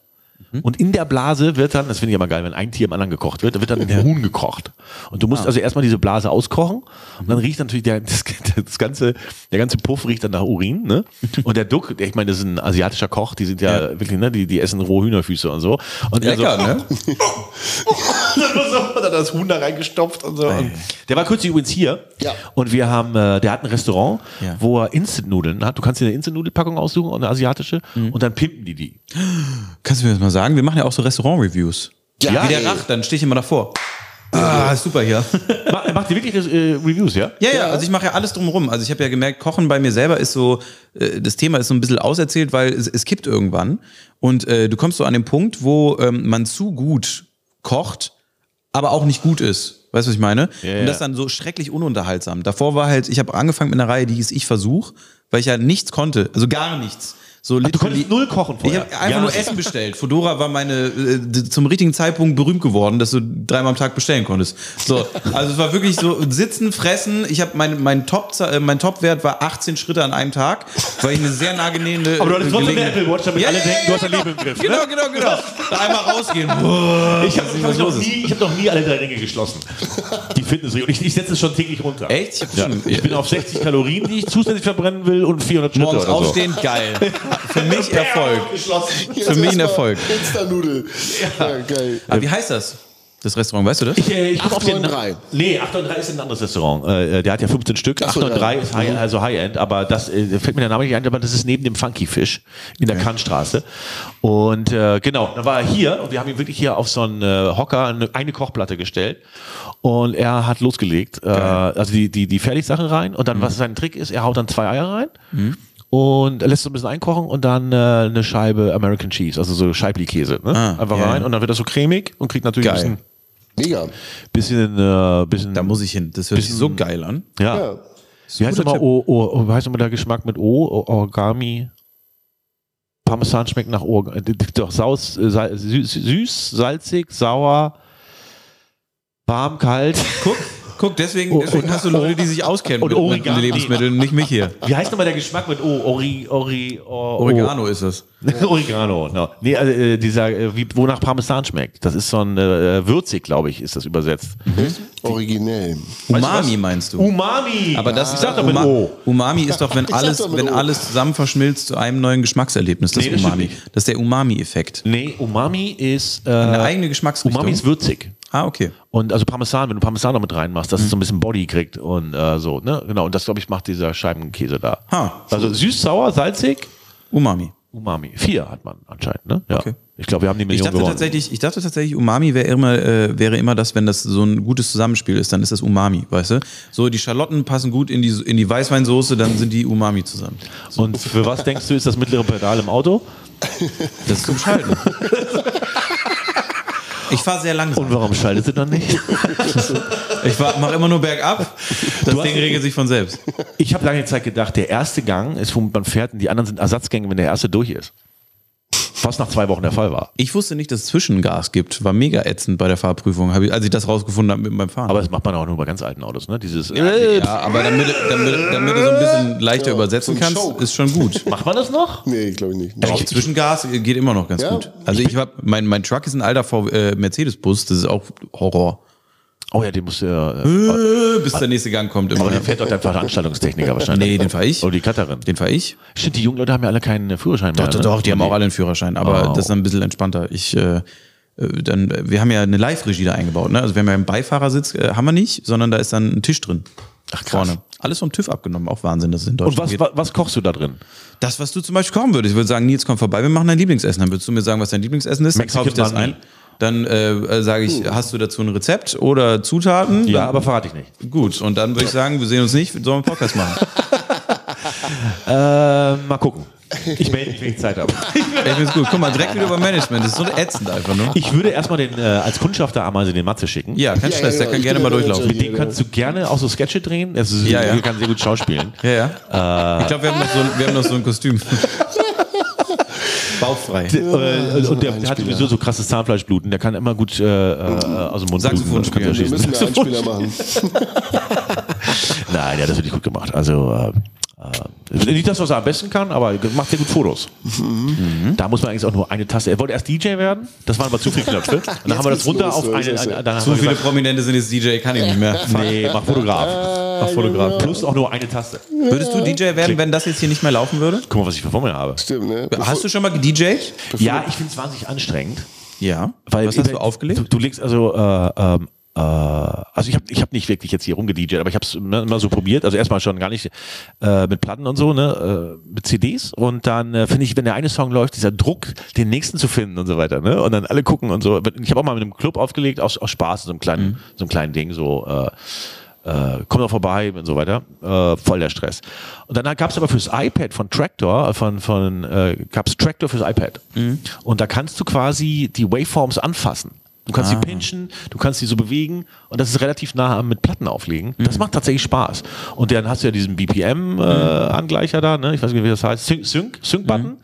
C: Mhm.
B: Und in der Blase wird dann, das finde ich immer geil, wenn ein Tier im anderen gekocht wird, dann wird dann ein Huhn gekocht. Und du musst
C: Ah.
B: also erstmal diese Blase auskochen und
C: Mhm.
B: dann riecht natürlich der, das, das ganze, der ganze Puff riecht dann nach Urin. Ne? Und der Duck, der, ich meine, das ist ein asiatischer Koch, die sind ja, wirklich, ne, die, die essen rohe Hühnerfüße und so. Und also, er
C: Lecker,
B: so,
C: ne?
B: dann nur so, und dann das Huhn da reingestopft und so. Und der war kürzlich übrigens hier.
A: Ja.
B: Und wir haben, äh, der hat ein Restaurant,
C: Ja.
B: wo er Instant-Nudeln hat. Du kannst dir eine Instant-Nudelpackung aussuchen und eine asiatische.
C: Mhm.
B: Und dann pimpen die die.
C: Kannst du mir das mal sagen? Wir machen ja auch so Restaurant-Reviews.
A: Ja,
C: Wie der
A: ey.
C: Rach, dann stehe ich immer davor. Ah, super hier.
B: Ma- Macht die wirklich äh, Reviews, ja?
C: Ja, ja, also ich mache ja alles drumherum. Also ich habe ja gemerkt, Kochen bei mir selber ist so, äh, das Thema ist so ein bisschen auserzählt, weil es, es kippt irgendwann. Und äh, du kommst so an den Punkt, wo ähm, man zu gut kocht, aber auch nicht gut ist. Weißt du, was ich meine?
B: Ja,
C: Und das
B: ja.
C: dann so schrecklich ununterhaltsam. Davor war halt, ich habe angefangen mit einer Reihe, die hieß Ich Versuch, weil ich ja nichts konnte, also gar nichts. So
B: Du konntest
C: literally-
B: null kochen
C: ich
B: vorher.
C: habe einfach
B: Ja,
C: nur
B: das ist-
C: Essen bestellt. Fodora war meine äh, d- zum richtigen Zeitpunkt berühmt geworden, dass du dreimal am Tag bestellen konntest. So, also es war wirklich so sitzen, fressen. Ich habe mein mein Top äh, mein Topwert war 18 Schritte an einem Tag, weil ich eine sehr nahegenehme
B: Aber du hattest trotzdem eine Apple Watch, damit
C: Ja,
B: alle
C: ja,
B: denken,
C: ja,
B: du hast dein
C: genau.
B: Leben im Griff. ne?
C: Genau, genau, genau. Da
B: [LAUGHS]
C: einmal rausgehen. Boah,
B: Ich habe
C: was
B: hab
C: ist
B: ich
C: los
B: noch,
C: ist.
B: nie- ich hab noch nie alle drei Dinge geschlossen. Die Fitnessregel. Und ich, ich setze es schon täglich runter.
C: Echt? Hm. Ich hab
B: Ja.
C: schon-
B: Ich bin auf 60 Kalorien, die ich zusätzlich verbrennen will und 400 Schritte
C: Morgens
B: oder so.
C: aufstehen, geil.
B: [LAUGHS]
C: Für mich Erfolg.
B: Geschlossen.
A: Jetzt
C: Für mich ein
A: erstmal
C: Erfolg.
A: Insta-Nudel. Ja. geil.
C: Aber wie heißt das? Das Restaurant, weißt du das?
B: Ich, äh, ich guck auf den
A: 893.
B: Nee, 893 ist ein anderes Restaurant. Äh, äh, der hat ja 15 Stück.
A: Ach so,
B: 893
A: ja.
B: ist
C: Mhm.
B: high, also High-End, aber das äh, fällt mir der Name nicht ein, aber das ist neben dem Funky Fish in der Kannstraße. Und äh, genau, da war er hier und wir haben ihn wirklich hier auf so einen äh, Hocker eine, eine Kochplatte gestellt und er hat losgelegt. Äh, also die, die, die Fertigsachen rein und dann,
C: Mhm.
B: was sein Trick ist, er haut dann zwei Eier rein. Und er lässt so ein bisschen einkochen und dann äh, eine Scheibe American Cheese, also so Scheibli-Käse. Ne?
C: Ah,
B: Einfach
C: ja,
B: rein
C: ja.
B: und dann wird das so cremig und kriegt natürlich
C: Geil.
B: ein bisschen
A: Mega.
B: bisschen, äh, bisschen.
C: Da muss ich hin. Das hört sich so geil an.
B: ja.
A: Ja.
B: Wie heißt
C: Guter
B: immer,
C: Tipp.
B: o, o, wie heißt immer der Geschmack mit O? o Origami. Parmesan schmeckt nach Origami. Doch, saus, äh, sal- süß, süß, salzig, sauer, warm,
C: [LAUGHS]
B: kalt.
C: Guck, guck, deswegen,
B: Oh,
C: deswegen
B: und-
C: hast du Leute, die sich auskennen
B: und
C: mit, mit
B: Origami.
C: Lebensmitteln, nicht mich hier.
B: Wie heißt nochmal der Geschmack mit O? Ori, Ori, o,
C: Oregano ist es.
B: O. [LAUGHS] Oregano. No. Nee, also, äh, dieser, äh, wie, wonach Parmesan schmeckt. Das ist so ein äh, würzig, glaube ich, ist das übersetzt.
C: Mhm. Hm?
A: Originell.
C: Umami meinst du?
B: Umami.
C: aber das
B: Um- ich
C: ist
B: sag
C: doch
B: doch oh. mit O.
C: Umami ist doch, wenn
A: sag
C: alles,
A: doch mit
C: wenn
A: O.
C: alles zusammen verschmilzt zu einem neuen Geschmackserlebnis. Das,
B: oh. Nee, das
C: das Umami.
B: stimmt
C: Das ist der Umami-Effekt.
B: Nee, Umami ist. Äh,
C: Eine eigene Geschmacksrichtung.
B: Umami ist würzig.
C: Ah, okay.
B: Und also Parmesan, wenn du Parmesan noch mit reinmachst,
C: Mhm.
B: dass es so ein bisschen Body kriegt und äh, so, ne? Genau, und das, glaube ich, macht dieser Scheibenkäse da.
C: Ha.
B: Also süß, sauer, salzig,
C: Umami.
B: Umami. Vier hat man anscheinend, ne? Ja.
C: Okay.
B: Ich glaube, wir haben die
C: Ich
B: Million
C: dachte,
B: gewonnen.
C: tatsächlich, ich dachte tatsächlich, Umami wäre immer, äh, wäre immer das, wenn das so ein gutes Zusammenspiel ist, dann ist das Umami, weißt du? So, die Schalotten passen gut in die, in die Weißweinsoße, dann sind die Umami zusammen.
B: Und für was denkst du, ist das mittlere Pedal im Auto?
C: Das ist zum Schalten. Ich fahre sehr langsam.
B: Und warum schaltest du dann
C: [LAUGHS]
B: nicht?
C: Ich mache immer nur bergab. Das Ding regelt sich von selbst.
B: Ich habe lange Zeit gedacht, der erste Gang ist, womit man fährt und die anderen sind Ersatzgänge, wenn der erste durch ist. Was nach zwei Wochen der Fall war.
C: Ich wusste nicht, dass es Zwischengas gibt. War mega ätzend bei der Fahrprüfung, hab ich, als ich das rausgefunden habe mit meinem Fahren.
B: Aber das macht man auch nur bei ganz alten Autos, ne? Dieses.
C: ja, aber damit, damit, damit du so ein bisschen leichter übersetzen
A: zum
C: kannst,
A: Choke.
C: ist schon gut.
B: Macht man das noch?
A: Nee, glaube ich nicht.
C: Auch Zwischengas geht immer noch ganz
A: Ja.
C: gut. Also ich hab, mein, mein Truck ist ein alter VW, äh, Mercedes-Bus, das ist auch Horror.
B: Oh ja, den muss ja.
C: Äh, Bis der nächste Gang kommt immer.
B: Aber den fährt doch dein Veranstaltungstechniker wahrscheinlich.
C: Nee, den fahr ich.
B: Oh, die Cutterin.
C: Den fahr ich.
B: Shit, die jungen Leute haben ja alle keinen äh, Führerschein mehr.
C: Doch, doch,
B: ne?
C: doch, die haben auch alle einen Führerschein, aber
B: Oh.
C: das ist ein bisschen entspannter. Ich, äh, äh, dann, äh, wir haben ja eine Live-Regie da eingebaut, ne? Also wir haben ja einen Beifahrersitz, äh, haben wir nicht, sondern da ist dann ein Tisch drin. Ach,
B: krass.
C: Alles vom TÜV abgenommen, auch Wahnsinn, dass es in
B: Und
C: Deutschland
B: was,
C: geht.
B: was, was kochst du da drin?
C: Das, was du zum Beispiel kochen würdest, ich würde sagen, Nils, komm vorbei, wir machen dein Lieblingsessen. Dann würdest du mir sagen, was dein Lieblingsessen ist, dann
B: Mexican
C: kaufe ich das
B: Banh Mi.
C: ein. Dann äh, äh, sage ich, hast du dazu ein Rezept oder Zutaten?
B: Ja,
C: Dann-
B: aber verrate ich nicht.
C: Gut, und dann würde ich sagen, wir sehen uns nicht, sollen wir einen
B: [LAUGHS]
C: Podcast machen.
B: Ähm, mal gucken. Ich melde mich, wenn ich Zeit habe.
C: Ich find's gut. Guck mal, direkt wieder über Management. Das ist so ätzend einfach nur.
B: [LAUGHS] Ich würde erstmal den, äh, als Kundschafter Ameise den Matze schicken.
C: Ja, kein
A: Ja,
C: Stress,
A: ja,
C: der
A: ja,
C: kann
A: ich
C: gerne
A: bin
C: mal
A: der
C: durchlaufen.
A: Manager hier.
B: Den kannst du gerne auch so Sketche drehen. Er ist-
C: Ja, ja.
B: Er kann sehr gut schauspielen.
C: Ja, ja. ich glaube, wir, haben noch so ein- wir haben noch so ein Kostüm. [LAUGHS] Bauchfrei.
B: D- äh, und der, der hat sowieso so krasses Zahnfleischbluten. Der kann immer gut äh, äh, aus dem Mund
C: Saxophon
B: bluten.
C: spielen.
B: Kannst du
A: Wir
B: ja
A: müssen einen
B: schießen.
A: Einspieler machen.
B: Nein, der hat das wirklich gut gemacht. Also äh, äh, nicht das, was er am besten kann, aber macht sehr gut Fotos. Mhm. Da muss man eigentlich auch nur eine Taste. Er wollte erst DJ werden, das waren aber zu viele Knöpfe. Und dann haben wir das
A: geht's
B: runter
A: los,
B: auf
A: so
B: eine.
A: ist es ja.
B: Dann haben
C: So
B: wir
C: viele
B: gesagt,
C: Prominente sind jetzt DJ, kann ich nicht [LAUGHS] mehr.
B: nee, mach Fotograf. Mach Fotograf. Plus auch nur eine Taste.
C: Würdest du DJ werden, wenn das jetzt hier nicht mehr laufen würde?
B: Guck mal, was ich vor mir habe.
A: Stimmt, ne?
C: Hast du schon mal gedjed?
B: Ja, ich finde es wahnsinnig anstrengend.
C: Ja.
B: Weil
C: Was hast
B: über-
C: du aufgelegt?
B: Du, du legst also, äh, ähm, äh, also ich habe ich hab nicht wirklich jetzt hier rumgedjed, aber ich habe es immer so probiert. Also erstmal schon gar nicht äh, mit Platten und so, ne, äh, mit CDs. Und dann äh, finde ich, wenn der eine Song läuft, dieser Druck, den nächsten zu finden und so weiter, ne, und dann alle gucken und so. Ich habe auch mal mit einem Club aufgelegt aus, aus Spaß, so einem kleinen, so einem kleinen Ding, so. Äh, äh, komm doch vorbei und so weiter. Äh, voll der Stress. Und dann gab es aber fürs iPad von Tractor, äh, von, von äh, gab es Tractor fürs iPad. Und da kannst du quasi die Waveforms anfassen. Du
C: Ah.
B: kannst die pinchen, du kannst die so bewegen und das ist relativ nah am mit Platten auflegen.
C: Mhm.
B: Das macht tatsächlich Spaß. Und dann hast du ja diesen BPM-Angleicher äh, da, ne? ich weiß nicht, wie das heißt, Sync- Sync- Sync-Button.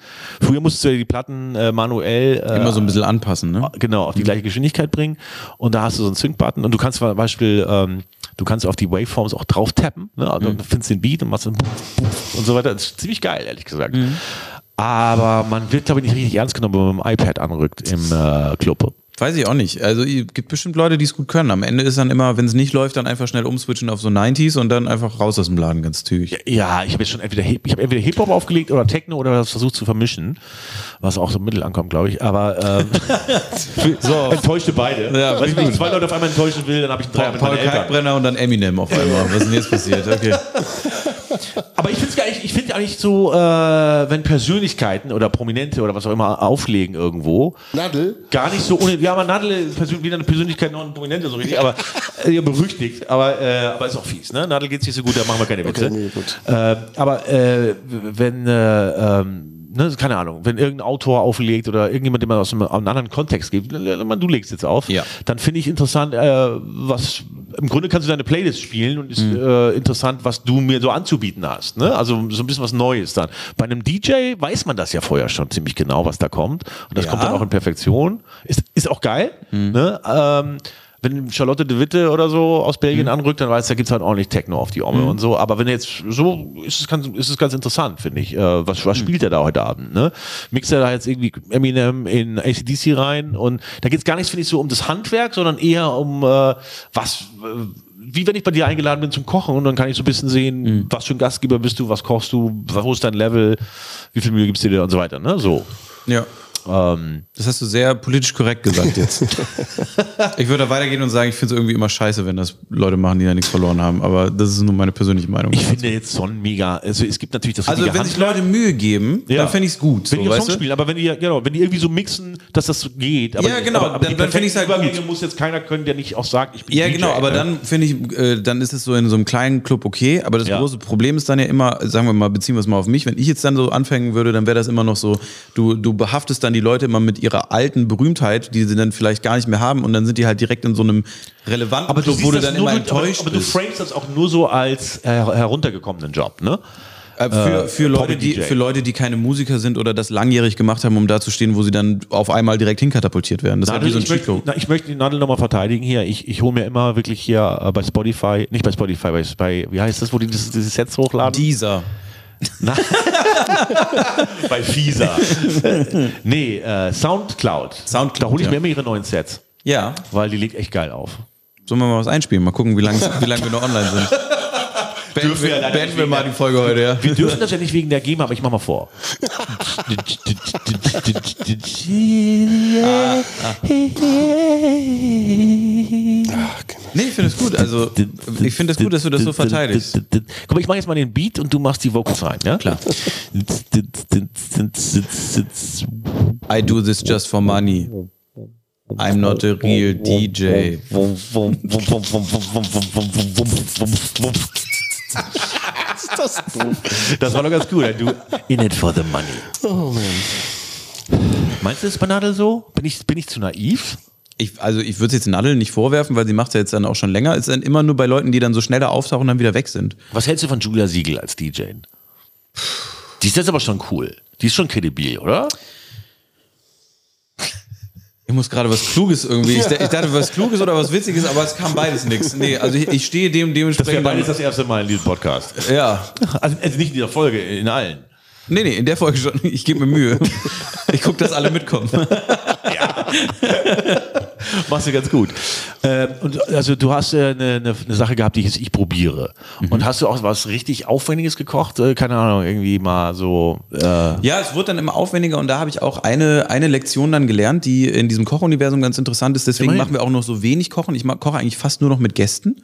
B: Früher musstest du ja die Platten äh, manuell äh,
C: Mhm. Immer so ein bisschen anpassen, ne?
B: genau, auf die gleiche Geschwindigkeit bringen. Und da hast du so einen Sync-Button und du kannst zum Beispiel, ähm, du kannst auf die Waveforms auch drauf tappen. Ne?
C: Mhm.
B: Und Dann findest du den Beat und machst dann buff, buff und so weiter. Das ist ziemlich geil, ehrlich gesagt.
C: Mhm.
B: Aber man wird, glaube ich, nicht richtig ernst genommen, wenn man mit dem iPad anrückt im äh, Club.
C: Weiß ich auch nicht. Also es gibt bestimmt Leute, die es gut können. Am Ende ist dann immer, wenn es nicht läuft, dann einfach schnell umswitchen auf so 90s und dann einfach raus aus dem Laden ganz zügig.
B: Ja, ich habe jetzt schon entweder, Hip- ich hab entweder Hip-Hop aufgelegt oder Techno oder das versucht zu vermischen, was auch so mittel ankommt, glaube ich. Aber
C: [LAUGHS]
B: ähm, enttäuschte beide.
C: Oh. Ja,
B: Weißt du, wenn ich
C: gut.
B: zwei Leute auf einmal enttäuschen will, dann habe ich einen Dreier mit
C: Paul
B: meinen Eltern.
C: Kalkbrenner und dann Eminem auf einmal. Was ist denn jetzt passiert? Okay.
B: Aber ich finde es gar nicht, ich finde eigentlich so, äh, wenn Persönlichkeiten oder Prominente oder was auch immer auflegen irgendwo,
A: Nadel?
B: gar nicht so ohne, ja, aber Nadel ist persön- weder eine Persönlichkeit noch ein Prominente so richtig, aber äh, ja, berüchtigt, aber, äh, aber ist auch fies, ne? Nadel geht's nicht so gut, da machen wir keine Witze.
A: nee, gut.
B: Äh, aber äh, wenn, äh, ähm, Ne, keine Ahnung, wenn irgendein Autor auflegt oder irgendjemand, den man aus einem, einem anderen Kontext gibt, l- l- du legst jetzt auf,
C: Ja.
B: dann finde ich interessant, äh, was im Grunde kannst du deine Playlist spielen und ist
C: Mhm.
B: äh, interessant, was du mir so anzubieten hast. Ne? Also so ein bisschen was Neues dann. Bei einem DJ weiß man das ja vorher schon ziemlich genau, was da kommt. Und das
C: Ja. Mhm.
B: kommt dann auch in Perfektion. Ist, ist auch geil. Ne? Ähm, wenn Charlotte de Witte oder so aus Belgien
C: Mhm.
B: anrückt, dann weiß da gibt's halt ordentlich Techno auf die Omme und so. Aber wenn jetzt so, ist es ganz, ist es ganz interessant, finde ich. Äh, was,
C: Mhm.
B: was spielt er da heute Abend? Ne? Mixt er da jetzt irgendwie Eminem in ACDC rein? Und da geht's gar nicht, finde ich, so um das Handwerk, sondern eher um äh, was. Äh, wie wenn ich bei dir eingeladen bin zum Kochen und dann kann ich so ein bisschen sehen,
C: Mhm.
B: was für ein Gastgeber bist du, was kochst du, wo ist dein Level, wie viel Mühe gibst du dir und so weiter. Ne? So.
C: Ja.
B: Ähm,
C: Das hast du sehr politisch korrekt gesagt jetzt. [LAUGHS] ich würde da weitergehen und sagen, ich finde es irgendwie immer scheiße, wenn das Leute machen, die da nichts verloren haben. Aber das ist nur meine persönliche Meinung.
B: ich finde jetzt schon mega, also es gibt natürlich das
C: also
B: richtige
C: wenn sich Leute Mühe geben,
B: Ja.
C: dann finde ich es gut.
B: Wenn
C: so,
B: die
C: weißt
B: Songs
C: du?
B: spielen, aber wenn die, ja, genau, wenn die irgendwie so mixen, dass das geht. Aber,
C: Ja, genau,
B: aber, aber
C: dann-
B: die
C: dann finde ich's halt
B: perfekten Übergänge
C: gut.
B: muss jetzt keiner können, der nicht auch sagt, ich bin
C: Ja,
B: DJ,
C: genau, aber
B: ne?
C: dann finde ich, äh, dann ist es so in so einem kleinen Club okay, aber das
B: Ja.
C: große Problem ist dann ja immer, sagen wir mal, beziehen wir es mal auf mich, wenn ich jetzt dann so anfangen würde, dann wäre das immer noch so, du, du behaftest dann die Leute immer mit ihrer alten Berühmtheit, die sie dann vielleicht gar nicht mehr haben und dann sind die halt direkt in so einem relevanten
B: aber du
C: Club,
B: siehst
C: wo du
B: das
C: dann
B: nur
C: immer
B: mit, aber,
C: enttäuscht
B: aber du
C: bist.
B: framest das auch nur so als äh, heruntergekommenen Job, ne?
C: Äh, Für, für, Leute, die,
B: Promi-DJ.
C: für Leute, die keine Musiker sind oder das langjährig gemacht haben, um da zu stehen, wo sie dann auf einmal direkt hinkatapultiert werden. Das ist halt wie
B: Nadel,
C: so ein
B: ich, möchte,
C: Chico.
B: na, ich möchte die Nadel nochmal verteidigen hier. Ich, ich hole mir immer wirklich hier äh, bei Spotify, nicht bei Spotify, bei, bei wie heißt das, wo die dieses, diese Sets hochladen?
C: Dieser.
B: bei Fisa. [LAUGHS] nee, äh, Soundcloud.
C: Soundcloud,
B: Da hole ich
C: ja.
B: mir immer ihre neuen Sets,
C: Ja.
B: weil die legt echt geil auf.
C: Sollen wir mal was einspielen? Mal gucken, wie [LAUGHS] lange wie lang wir noch online sind. Beenden
B: Dürfen wir
C: wir,
B: leider
C: beenden
B: nicht
C: wir mal die Folge heute, ja.
B: Wir dürfen das ja nicht wegen der GEMA, aber ich mach mal vor.
C: Nee, ich finde es gut. Also, ich finde es gut, dass du das so verteidigst.
B: Guck mal, ich mache jetzt mal den Beat und du machst die Vocals rein, ja? [LAUGHS] Klar.
C: I do this just for money. I'm not a real DJ.
B: Das war doch ganz gut. Du in it for the money.
A: Oh man.
B: Meinst du das bei Nadel so? Bin ich, bin ich zu naiv?
C: Ich, also ich würde es jetzt Nadel nicht vorwerfen, weil sie macht ja jetzt dann auch schon länger. Ist dann immer nur bei Leuten, die dann so schneller auftauchen und dann wieder weg sind.
B: Was hältst du von Julia Siegel als DJ? Die ist jetzt aber schon cool. Die ist schon kredibil, oder?
C: Ich muss gerade was Kluges irgendwie. Ich, ich dachte, was Kluges oder was Witziges, aber es kam beides nichts. Nee, also ich, ich stehe dem dementsprechend. dann-
B: erste Mal in diesem Podcast.
C: ja.
B: Also, also nicht in dieser Folge, in allen.
C: Nee, nee, in der Folge schon. Ich gebe mir [LAUGHS] Mühe. Ich gucke, dass alle mitkommen.
B: Machst du ganz gut. Ähm, und also du hast äh, eine eine- eine Sache gehabt, die ich jetzt ich probiere.
C: Mhm.
B: Und hast du auch was richtig Aufwendiges gekocht? Äh, keine Ahnung, irgendwie mal so. Äh,
C: Ja, es wurde dann immer aufwendiger und da habe ich auch eine, eine Lektion dann gelernt, die in diesem Kochuniversum ganz interessant ist. Deswegen
B: Immerhin.
C: machen wir auch noch so wenig Kochen. Ich ma- koche eigentlich fast nur noch mit Gästen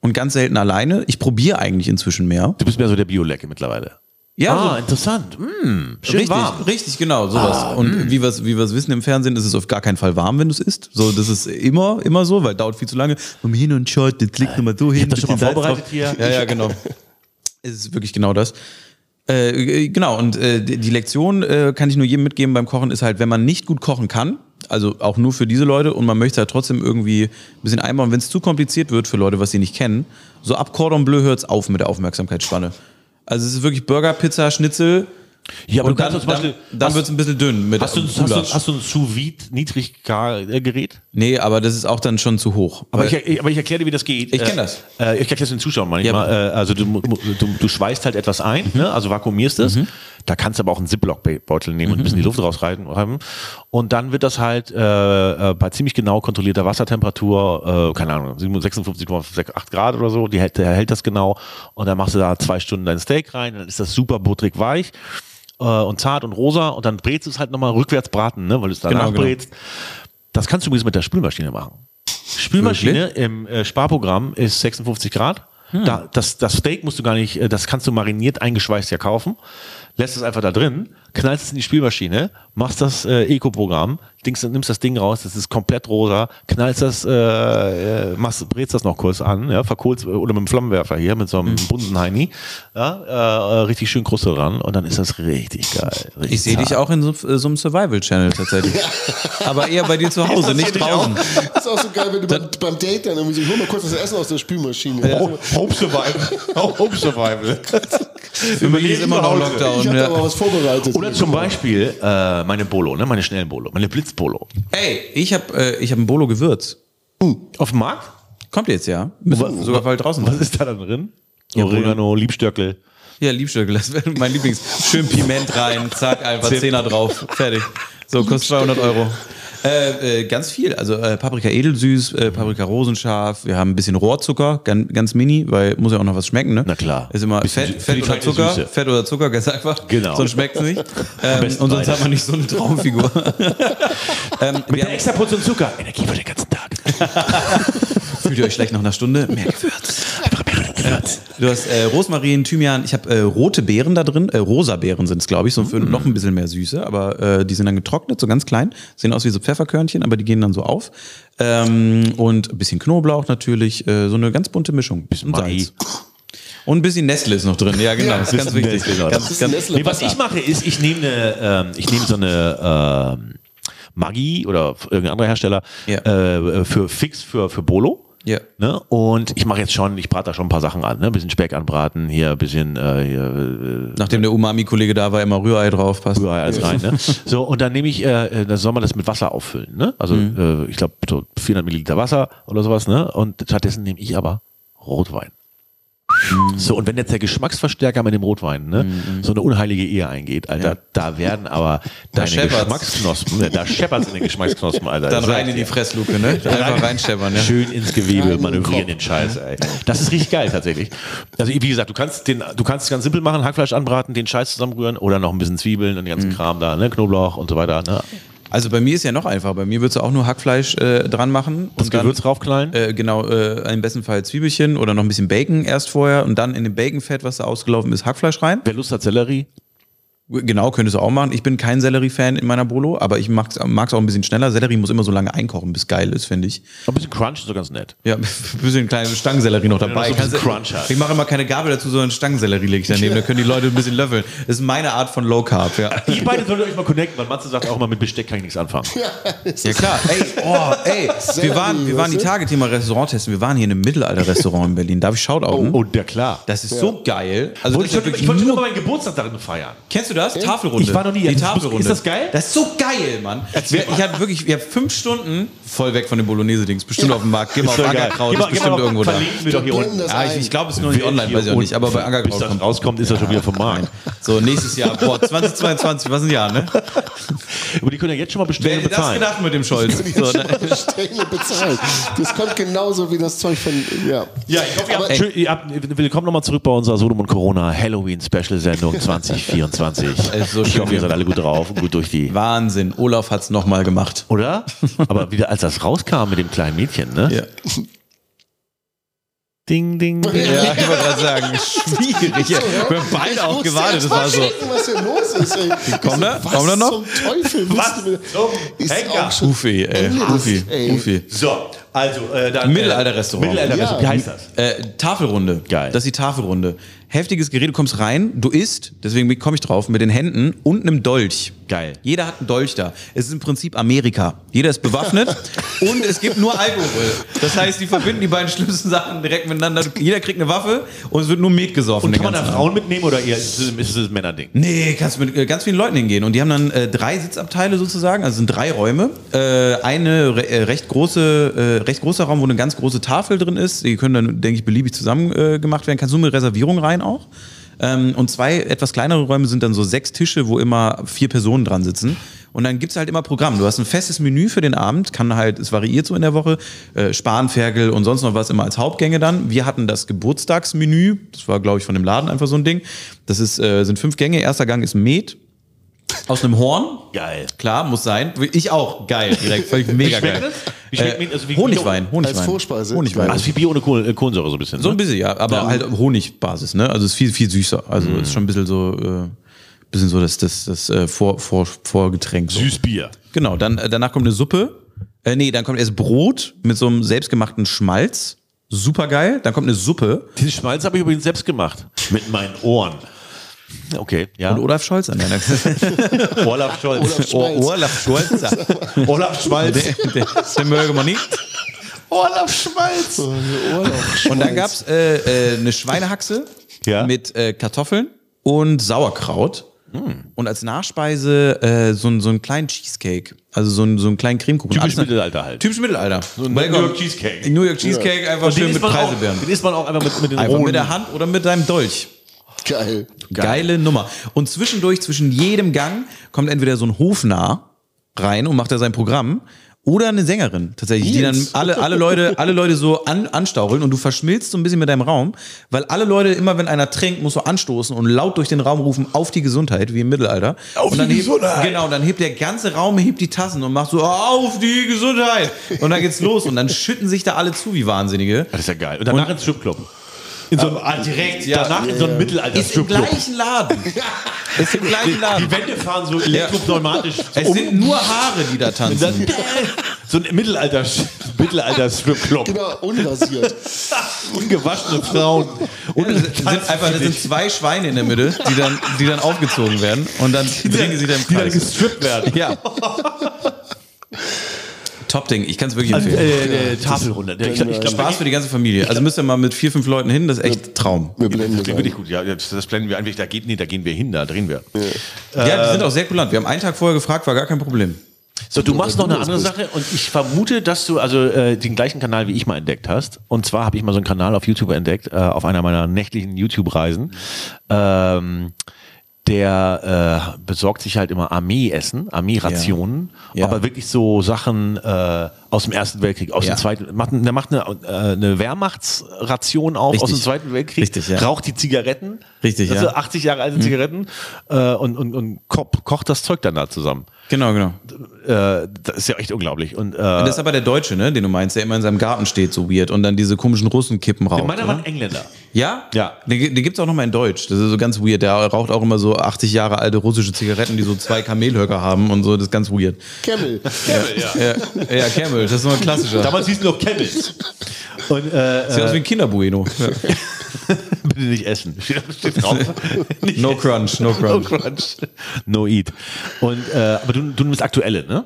C: und ganz selten alleine. Ich probiere eigentlich inzwischen mehr.
B: du bist mehr so der Biolecke mittlerweile.
C: Ja, Mhm.
B: ah,
C: so-
B: interessant. Mm, schön
C: richtig,
B: warm. Ah, mm.
C: richtig, genau, sowas. und wie wir es wie wir's wissen im Fernsehen, ist es auf gar keinen Fall warm, wenn du es isst. So, das ist immer, immer so, weil dauert viel zu lange. Um hin und schaut, jetzt liegt nochmal so hin.
B: Äh, hab das schon
C: bisschen
B: mal
C: Salz
B: vorbereitet
C: drauf.
B: hier.
C: Ja,
B: [LAUGHS]
C: ja, genau. es ist wirklich genau das. Äh, äh, genau, und äh, die die Lektion äh, kann ich nur jedem mitgeben beim Kochen, ist halt, wenn man nicht gut kochen kann, also auch nur für diese Leute und man möchte halt trotzdem irgendwie ein bisschen einbauen, wenn es zu kompliziert wird für Leute, was sie nicht kennen, so ab Cordon Bleu hört's auf mit der Aufmerksamkeitsspanne. Also es ist wirklich Burger, Pizza, Schnitzel
B: Ja,
C: und dann, dann, dann wird es ein bisschen dünn mit
B: hast, du,
C: dem
B: hast,
C: Gulasch.
B: du, hast du ein Sous-Vide Niedriggerät?
C: Nee, aber das ist auch dann schon zu hoch.
B: Aber
C: Weil-
B: ich, ich, aber ich erkläre dir, wie das geht.
C: Ich kenn
B: Äh,
C: das.
B: Äh, ich erkläre das den Zuschauern manchmal. äh, also du, mu- mu- du, du schweißt halt etwas ein,
C: Mhm.
B: ne? also vakuumierst es. Da kannst du aber auch einen Ziploc-Beutel nehmen
C: Mhm.
B: und ein bisschen die Luft rausreiben. Und dann wird das halt äh, äh, bei ziemlich genau kontrollierter Wassertemperatur, äh, keine Ahnung, 56,8 Grad oder so, die hält, der hält das genau. Und dann machst du da zwei Stunden dein Steak rein, dann ist das super butterig weich. äh, Und zart und rosa und dann brätst du es halt nochmal rückwärts braten, ne? weil du es danach
C: Genau, genau.
B: brätst. Das kannst du übrigens mit der Spülmaschine machen. Spülmaschine im äh, Sparprogramm ist 56 Grad. Da, das, das Steak musst du gar nicht, äh, das kannst du mariniert eingeschweißt ja kaufen. Lässt es einfach da drin, knallst es in die Spülmaschine, machst das äh, Eco-Programm, dingst- nimmst das Ding raus, das ist komplett rosa, knallst das, äh, äh, machst, brätst das noch kurz an, ja, verkohlst äh, oder mit dem Flammenwerfer hier, mit so einem Bunsenheini, ja, äh, äh, richtig schön Kruste dran und dann ist das richtig geil. Richtig
C: Ich sehe dich auch in so, so einem Survival-Channel tatsächlich. [LAUGHS] Aber eher bei dir zu Hause, nicht draußen.
A: Das ist auch so geil, wenn du beim, beim Date dann irgendwie so, ich hol mal kurz das Essen aus der Spülmaschine.
B: Home, Home Survival. Home Survival.
C: Für mich ist immer noch
A: Ich
C: Lockdown.
A: habe da mal
C: Ja.
A: was vorbereitet.
B: Oder zum Beispiel äh, meine Bolo, ne? meine schnellen Bolo, meine Blitzbolo.
C: Ey, ich habe äh, ich hab ein Bolo-Gewürz.
B: Auf dem Markt?
C: Kommt jetzt, ja. Müssen wir sogar bald draußen.
B: Was ist da dann drin?
C: Ja,
B: Oregano, Liebstöckel.
C: Ja, Liebstöckel, das wäre mein Lieblings. Schön Piment rein, zack, einfach Zehner drauf, fertig. So, kostet 200 Euro. Äh, äh, ganz viel, also äh, Paprika edelsüß, äh, Paprika rosenscharf, wir haben ein bisschen Rohrzucker, ganz, ganz mini, weil muss ja auch noch was schmecken, ne?
B: Na klar.
C: Ist immer
B: Bisschen
C: Fett,
B: sü-
C: Fett
B: für die
C: oder
B: feine
C: Zucker,
B: Süße.
C: Fett oder Zucker, ganz einfach.
B: Genau.
C: Sonst schmeckt's nicht. Ähm,
B: besten
C: und sonst
B: beides.
C: hat man nicht so
B: [LAUGHS]
C: eine Traumfigur. ähm, wir haben,
B: extra Putz und Zucker. Energie für den ganzen Tag.
C: fühlt ihr euch schlecht nach einer Stunde? Mehr Gewürz. Du hast äh, Rosmarin, Thymian, ich habe äh, rote Beeren da drin, äh, rosa Beeren sind es, glaube ich, so für noch ein bisschen mehr Süße, aber äh, die sind dann getrocknet, so ganz klein, sehen aus wie so Pfefferkörnchen, aber die gehen dann so auf. Ähm, und ein bisschen Knoblauch natürlich, äh, so eine ganz bunte Mischung. Bisschen
B: Maggi.
C: Und ein bisschen Nestle ist noch drin, ja genau, ist ganz
B: bisschen
C: wichtig.
B: Nestle, Leute.
C: Ganz, ganz,
A: Nestle
B: Nee, was ich mache ist, ich nehme eine, ähm, ich nehme so eine ähm, Maggi oder irgendein anderer Hersteller
C: Ja.
B: äh, für fix für, für Bolo.
C: Ja.
B: Ne? Und ich mache jetzt schon, ich brate da schon ein paar Sachen an. Ne? Ein bisschen Speck anbraten, hier ein bisschen äh, hier,
C: Nachdem der Umami-Kollege da war, immer Rührei drauf, passt.
B: äh, Rührei alles rein.
C: [LAUGHS]
B: Ne? So, und dann nehme ich, äh, äh, dann soll man das mit Wasser auffüllen. Ne? Also
C: Mhm.
B: äh, ich glaube so 400 Milliliter Wasser oder sowas. Ne? Und stattdessen nehme ich aber Rotwein.
C: Mhm.
B: So, und wenn jetzt der Geschmacksverstärker mit dem Rotwein ne, so eine unheilige Ehe eingeht, Alter, da werden aber deine
C: scheppert's.
B: Geschmacksknospen, äh, da scheppert's in den Geschmacksknospen, Alter.
C: Dann
B: Das
C: rein
B: sag
C: in die
B: ich dir.
C: Fressluke, ne? Einfach reinscheppern, ja.
B: Schön ins Gewebe
A: Rein
B: manövrieren
A: in
B: den Scheiß, ey. Das ist richtig geil tatsächlich. Also wie gesagt, du kannst den, du kannst es ganz simpel machen, Hackfleisch anbraten, den Scheiß zusammenrühren oder noch ein bisschen Zwiebeln und den
C: Mhm.
B: ganzen Kram da, ne? Knoblauch und so weiter. Ne?
C: Also bei mir ist ja noch einfach. Bei mir würdest du auch nur Hackfleisch äh, dran machen.
B: Das
C: und dann-
B: Gewürz raufknallen.
C: Äh, genau, äh, im besten Fall Zwiebelchen oder noch ein bisschen Bacon erst vorher und dann in dem Baconfett, was da ausgelaufen ist, Hackfleisch rein.
B: Wer Lust hat, Sellerie.
C: Genau, könntest du auch machen. Ich bin kein Sellerie-Fan in meiner Bolo, aber ich mag's mag's auch ein bisschen schneller. Sellerie muss immer so lange einkochen, bis geil ist, finde ich.
B: Ein bisschen Crunch ist so ganz nett.
C: Ja, [LAUGHS] ein bisschen kleine Stangensellerie noch dabei.
B: Ja, so ein bisschen
C: Kannst du-
B: Crunch halt.
C: ich mache immer keine Gabel dazu, sondern Stangensellerie lege ich [LAUGHS] daneben. Da können die Leute ein bisschen löffeln. Das ist meine Art von Low Carb, ja.
B: Die beiden solltet euch mal connecten, weil Matze sagt auch immer, mit Besteck kann ich nichts anfangen.
C: Ja klar, ey,
B: [LAUGHS]
C: oh, ey, wir waren, wir waren die
A: weißt du?
C: Tage Thema Restaurant testen. Wir waren hier in einem Mittelalter-Restaurant in Berlin. Darf ich Shoutouten?
B: Und Oh, ja klar.
C: Das ist so geil. Also
B: und ich
C: das
B: wollte
C: ist wirklich
B: ich wollte schon
C: nur-
B: immer meinen Geburtstag darin feiern.
C: Kennst du das? Tafelrunde.
B: Ich war noch nie.
C: Die
B: Ist das-
C: Tafelrunde.
B: ist das geil?
C: Das ist so geil, Mann.
B: Erzähl
C: ich habe wirklich, ich habe fünf Stunden voll weg von dem Bolognese-Dings. Bestimmt auf dem Markt. Geh mal auf Ankerkraut. Ist bestimmt irgendwo da.
B: Verlinken wir doch hier
A: Blenden
B: unten.
A: das
C: Ah, ich
A: ein.
C: ich glaube, es ist noch nicht online, weiß ich auch nicht. Aber bei
B: Bis
C: Ankerkraut
B: das
C: kommt.
B: rauskommt, ist er schon wieder vom Markt.
C: So, nächstes Jahr.
B: [LAUGHS]
C: Boah, 2022, was ein Jahr, ne?
B: Aber die können ja jetzt schon mal
C: Wer
B: bestellen und
C: hätte das genau
B: bezahlen.
C: gedacht mit dem Scholz?
B: [LAUGHS]
C: So, ne?
A: Bestellen und bezahlen. Das kommt genauso wie das Zeug von. Ja,
B: Ja, ich hoffe, ihr habt,
A: Aber-
B: schön, ihr habt, willkommen nochmal zurück bei unserer Sodom und Corona Halloween Special [LAUGHS] Sendung 2024.
C: Ist so
B: ich
C: schön.
B: hoffe, ihr seid alle gut drauf und gut durch [LAUGHS] die.
C: Wahnsinn. Olaf hat's noch nochmal gemacht.
B: Oder? Aber wieder als das rauskam mit dem kleinen Mädchen, ne?
C: Ja.
B: Ding, ding, ding.
C: Ja, ich wollte gerade sagen, schwierig. Ja, wir haben beide auch gewartet. Das war so.
A: Was hier los ist, ey.
C: Komm da,
A: was
C: komm da noch.
A: zum Teufel? willst du mit- Ist auch schon
C: Ufi, ey.
A: Ende ist,
C: Ufi,
A: ey.
C: Ufi.
B: So, also, äh, dann.
C: Mittelalter-Restaurant.
B: Mittelalter-Restaurant. Wie heißt das?
C: Äh, Tafelrunde.
B: Geil.
C: Das ist die Tafelrunde. Heftiges Gerät, du kommst rein, du isst, deswegen komme ich drauf, mit den Händen und einem Dolch.
B: Geil.
C: Jeder hat einen Dolch da. Es ist im Prinzip Amerika. Jeder ist [LAUGHS] bewaffnet und es gibt nur Alkohol. Das heißt, die verbinden die beiden schlimmsten Sachen direkt miteinander. Jeder kriegt eine Waffe und es wird nur Met gesoffen.
B: Und
C: den
B: kann man da
C: ganzen Abend.
B: Frauen mitnehmen oder eher ist es ist es ein Männerding?
C: Nee, kannst mit äh, ganz vielen Leuten hingehen. Und die haben dann äh, drei Sitzabteile sozusagen, also sind drei Räume. Äh, eine re äh, recht große, äh, recht großer Raum, wo eine ganz große Tafel drin ist. Die können dann, denke ich, beliebig zusammen äh, gemacht werden. Kannst du mit Reservierung rein auch? Ähm, und zwei etwas kleinere Räume sind dann so sechs Tische, wo immer vier Personen dran sitzen. Und dann gibt's halt immer Programm. Du hast ein festes Menü für den Abend, kann halt, es variiert so in der Woche, äh, Spanferkel und sonst noch was immer als Hauptgänge dann. Wir hatten das Geburtstagsmenü, das war, glaube ich, von dem Laden einfach so ein Ding. Das ist, äh, sind fünf Gänge, erster Gang ist Met aus einem Horn.
B: Geil.
C: Klar, muss sein. Ich auch. Geil, direkt. Völlig mega
B: schmeckt
C: geil.
B: das? Wie schmeckt Met?
C: äh,
B: Also wie-
C: Honigwein, Honigwein.
A: Als Vorspeise?
C: Honigwein.
B: Also wie Bier ohne Kohlen- äh, Kohlensäure so ein bisschen.
C: So ein
B: ne?
C: bisschen, ja. Aber halt Honigbasis, ne? Also ist viel, viel süßer. Also
B: Mhm.
C: ist schon ein bisschen so, äh, bisschen so das, das, das äh, Vor, Vor, Vorgetränk. So.
B: Süßbier.
C: Genau, dann, äh, danach kommt eine Suppe. Äh, nee, dann kommt erst Brot mit so einem selbstgemachten Schmalz. Supergeil. Dann kommt eine Suppe.
B: Diesen Schmalz habe ich übrigens selbst gemacht. Mit meinen Ohren. Okay, ja.
C: Und Olaf Scholz an
B: [LAUGHS]
C: der
B: Olaf Scholz.
A: Schmalz.
C: Olaf Scholz.
B: Olaf Schmalz.
C: der, der, der möge man nicht.
B: Olaf Schmalz.
A: so eine Urlaub.
C: Und dann gab's äh, äh, eine Schweinehaxe
B: Ja.
C: mit äh, Kartoffeln und Sauerkraut.
B: Hm.
C: Und als Nachspeise äh, so, einen- so einen kleinen Cheesecake. Also so einen, so einen kleinen Cremekuchen.
B: Typisch
C: Alles nach-
B: Mittelalter halt.
C: Typisch Mittelalter.
B: ein
C: Weil,
B: New
C: komm,
B: York Cheesecake.
C: New York Cheesecake einfach
B: Und
C: schön mit
B: man auch,
C: Preiselbeeren.
B: den isst man auch einfach mit, mit den
C: Einfach
B: rohen.
C: mit der Hand oder mit deinem Dolch.
A: Geil.
C: Geile Nummer. Und zwischendurch, zwischen jedem Gang, kommt entweder so ein Hofnarr rein und macht da sein Programm oder eine Sängerin tatsächlich, die dann
A: Nils.
C: alle, alle Leute, alle Leute so an, anstaucheln und du verschmilzt so ein bisschen mit deinem Raum, weil alle Leute, immer wenn einer trinkt, musst du anstoßen und laut durch den Raum rufen, auf die Gesundheit, wie im Mittelalter. Auf und dann die Gesundheit! Hebt, genau, dann hebt der ganze Raum, hebt die Tassen und macht so, auf die Gesundheit! Und dann geht's los und dann schütten sich da alle zu, wie Wahnsinnige.
B: Das ist ja geil. Und danach ins Stripclub. In so einem, ah, direkt,
C: ja.
B: Danach in so einem
C: Ist im
B: Mittelalter-Stripclub.
C: gleichen [LAUGHS] Laden. Ist im gleichen Laden.
B: Die Wände fahren so elektropneumatisch so
C: [LAUGHS] Es
B: um.
C: sind nur Haare, die
B: [LAUGHS]
C: da tanzen.
B: Dann- so ein Mittelalter, [LAUGHS] Mittelalter Stripclub.
A: Genau,
C: [LAUGHS]
A: unrasiert.
B: Ungewaschene Frauen. Und [LAUGHS]
C: Das sind einfach, das sind zwei Schweine in der Mitte, die dann, die dann aufgezogen werden und dann drängen sie dann im
B: [LAUGHS] die dann
C: Kreis.
B: gestrippt werden.
C: Ja. Top-Ding. Ich kann es wirklich
B: Also,
C: empfehlen.
B: äh, äh, Tafelrunde. Ich, glaub- ich glaube,
C: Spaß für die ganze Familie. Also müsst ihr mal mit vier, fünf Leuten hin, das ist echt Traum.
A: Wir
B: das
A: blenden
B: klingt
A: das
B: wirklich
A: ein.
B: gut. Ja, das, das blenden wir einfach. Da geht nee, da gehen wir hin, da drehen wir.
C: Ja,
B: Äh,
C: die sind auch sehr kulant. Wir haben einen Tag vorher gefragt, war gar kein Problem.
B: So, du machst noch eine
A: das
B: andere
A: bist.
B: Sache und ich vermute, dass du also äh, den gleichen Kanal wie ich mal entdeckt hast. Und zwar habe ich mal so einen Kanal auf YouTube entdeckt, äh, auf einer meiner nächtlichen YouTube-Reisen. Ähm, der äh, besorgt sich halt immer Armeeessen, Armeerationen,
C: Ja. Ja.
B: aber wirklich so Sachen äh, aus dem Ersten Weltkrieg, aus
C: Ja.
B: dem Zweiten. Macht, ein- der macht eine, äh, eine Wehrmachtsration auf aus
C: Richtig.
B: dem Zweiten Weltkrieg,
C: Richtig, ja.
B: raucht die Zigaretten,
C: Richtig,
B: also
C: ja. Mhm.
B: 80 Jahre alte Zigaretten äh, und, und, und ko kocht das Zeug dann da zusammen
C: Genau, genau.
B: äh, das ist ja echt unglaublich. Und, äh,
C: Das ist aber der Deutsche, ne, den du meinst, der immer in seinem Garten steht, so weird, und dann diese komischen Russenkippen raucht.
B: meiner
C: oder?
B: war ein Engländer.
C: Ja?
B: Ja.
C: Den, gi- den gibt's auch nochmal in Deutsch. Das ist so ganz weird. Der raucht auch immer so 80 Jahre alte russische Zigaretten, die so zwei Kamelhöcker haben und so. Das ist ganz weird.
A: Camel.
C: Ja, ja Camel, das ist so ein klassischer.
B: Damals hießen noch Kevins. Und äh,
C: Sieht aus wie ein Kinderbueno.
B: [LAUGHS] bitte nicht [LAUGHS] essen. Steht, steht drauf. Nicht
C: No crunch, [LAUGHS] no
B: No
C: crunch.
B: crunch. No eat. Und, äh, aber du, du nimmst aktuelle, ne?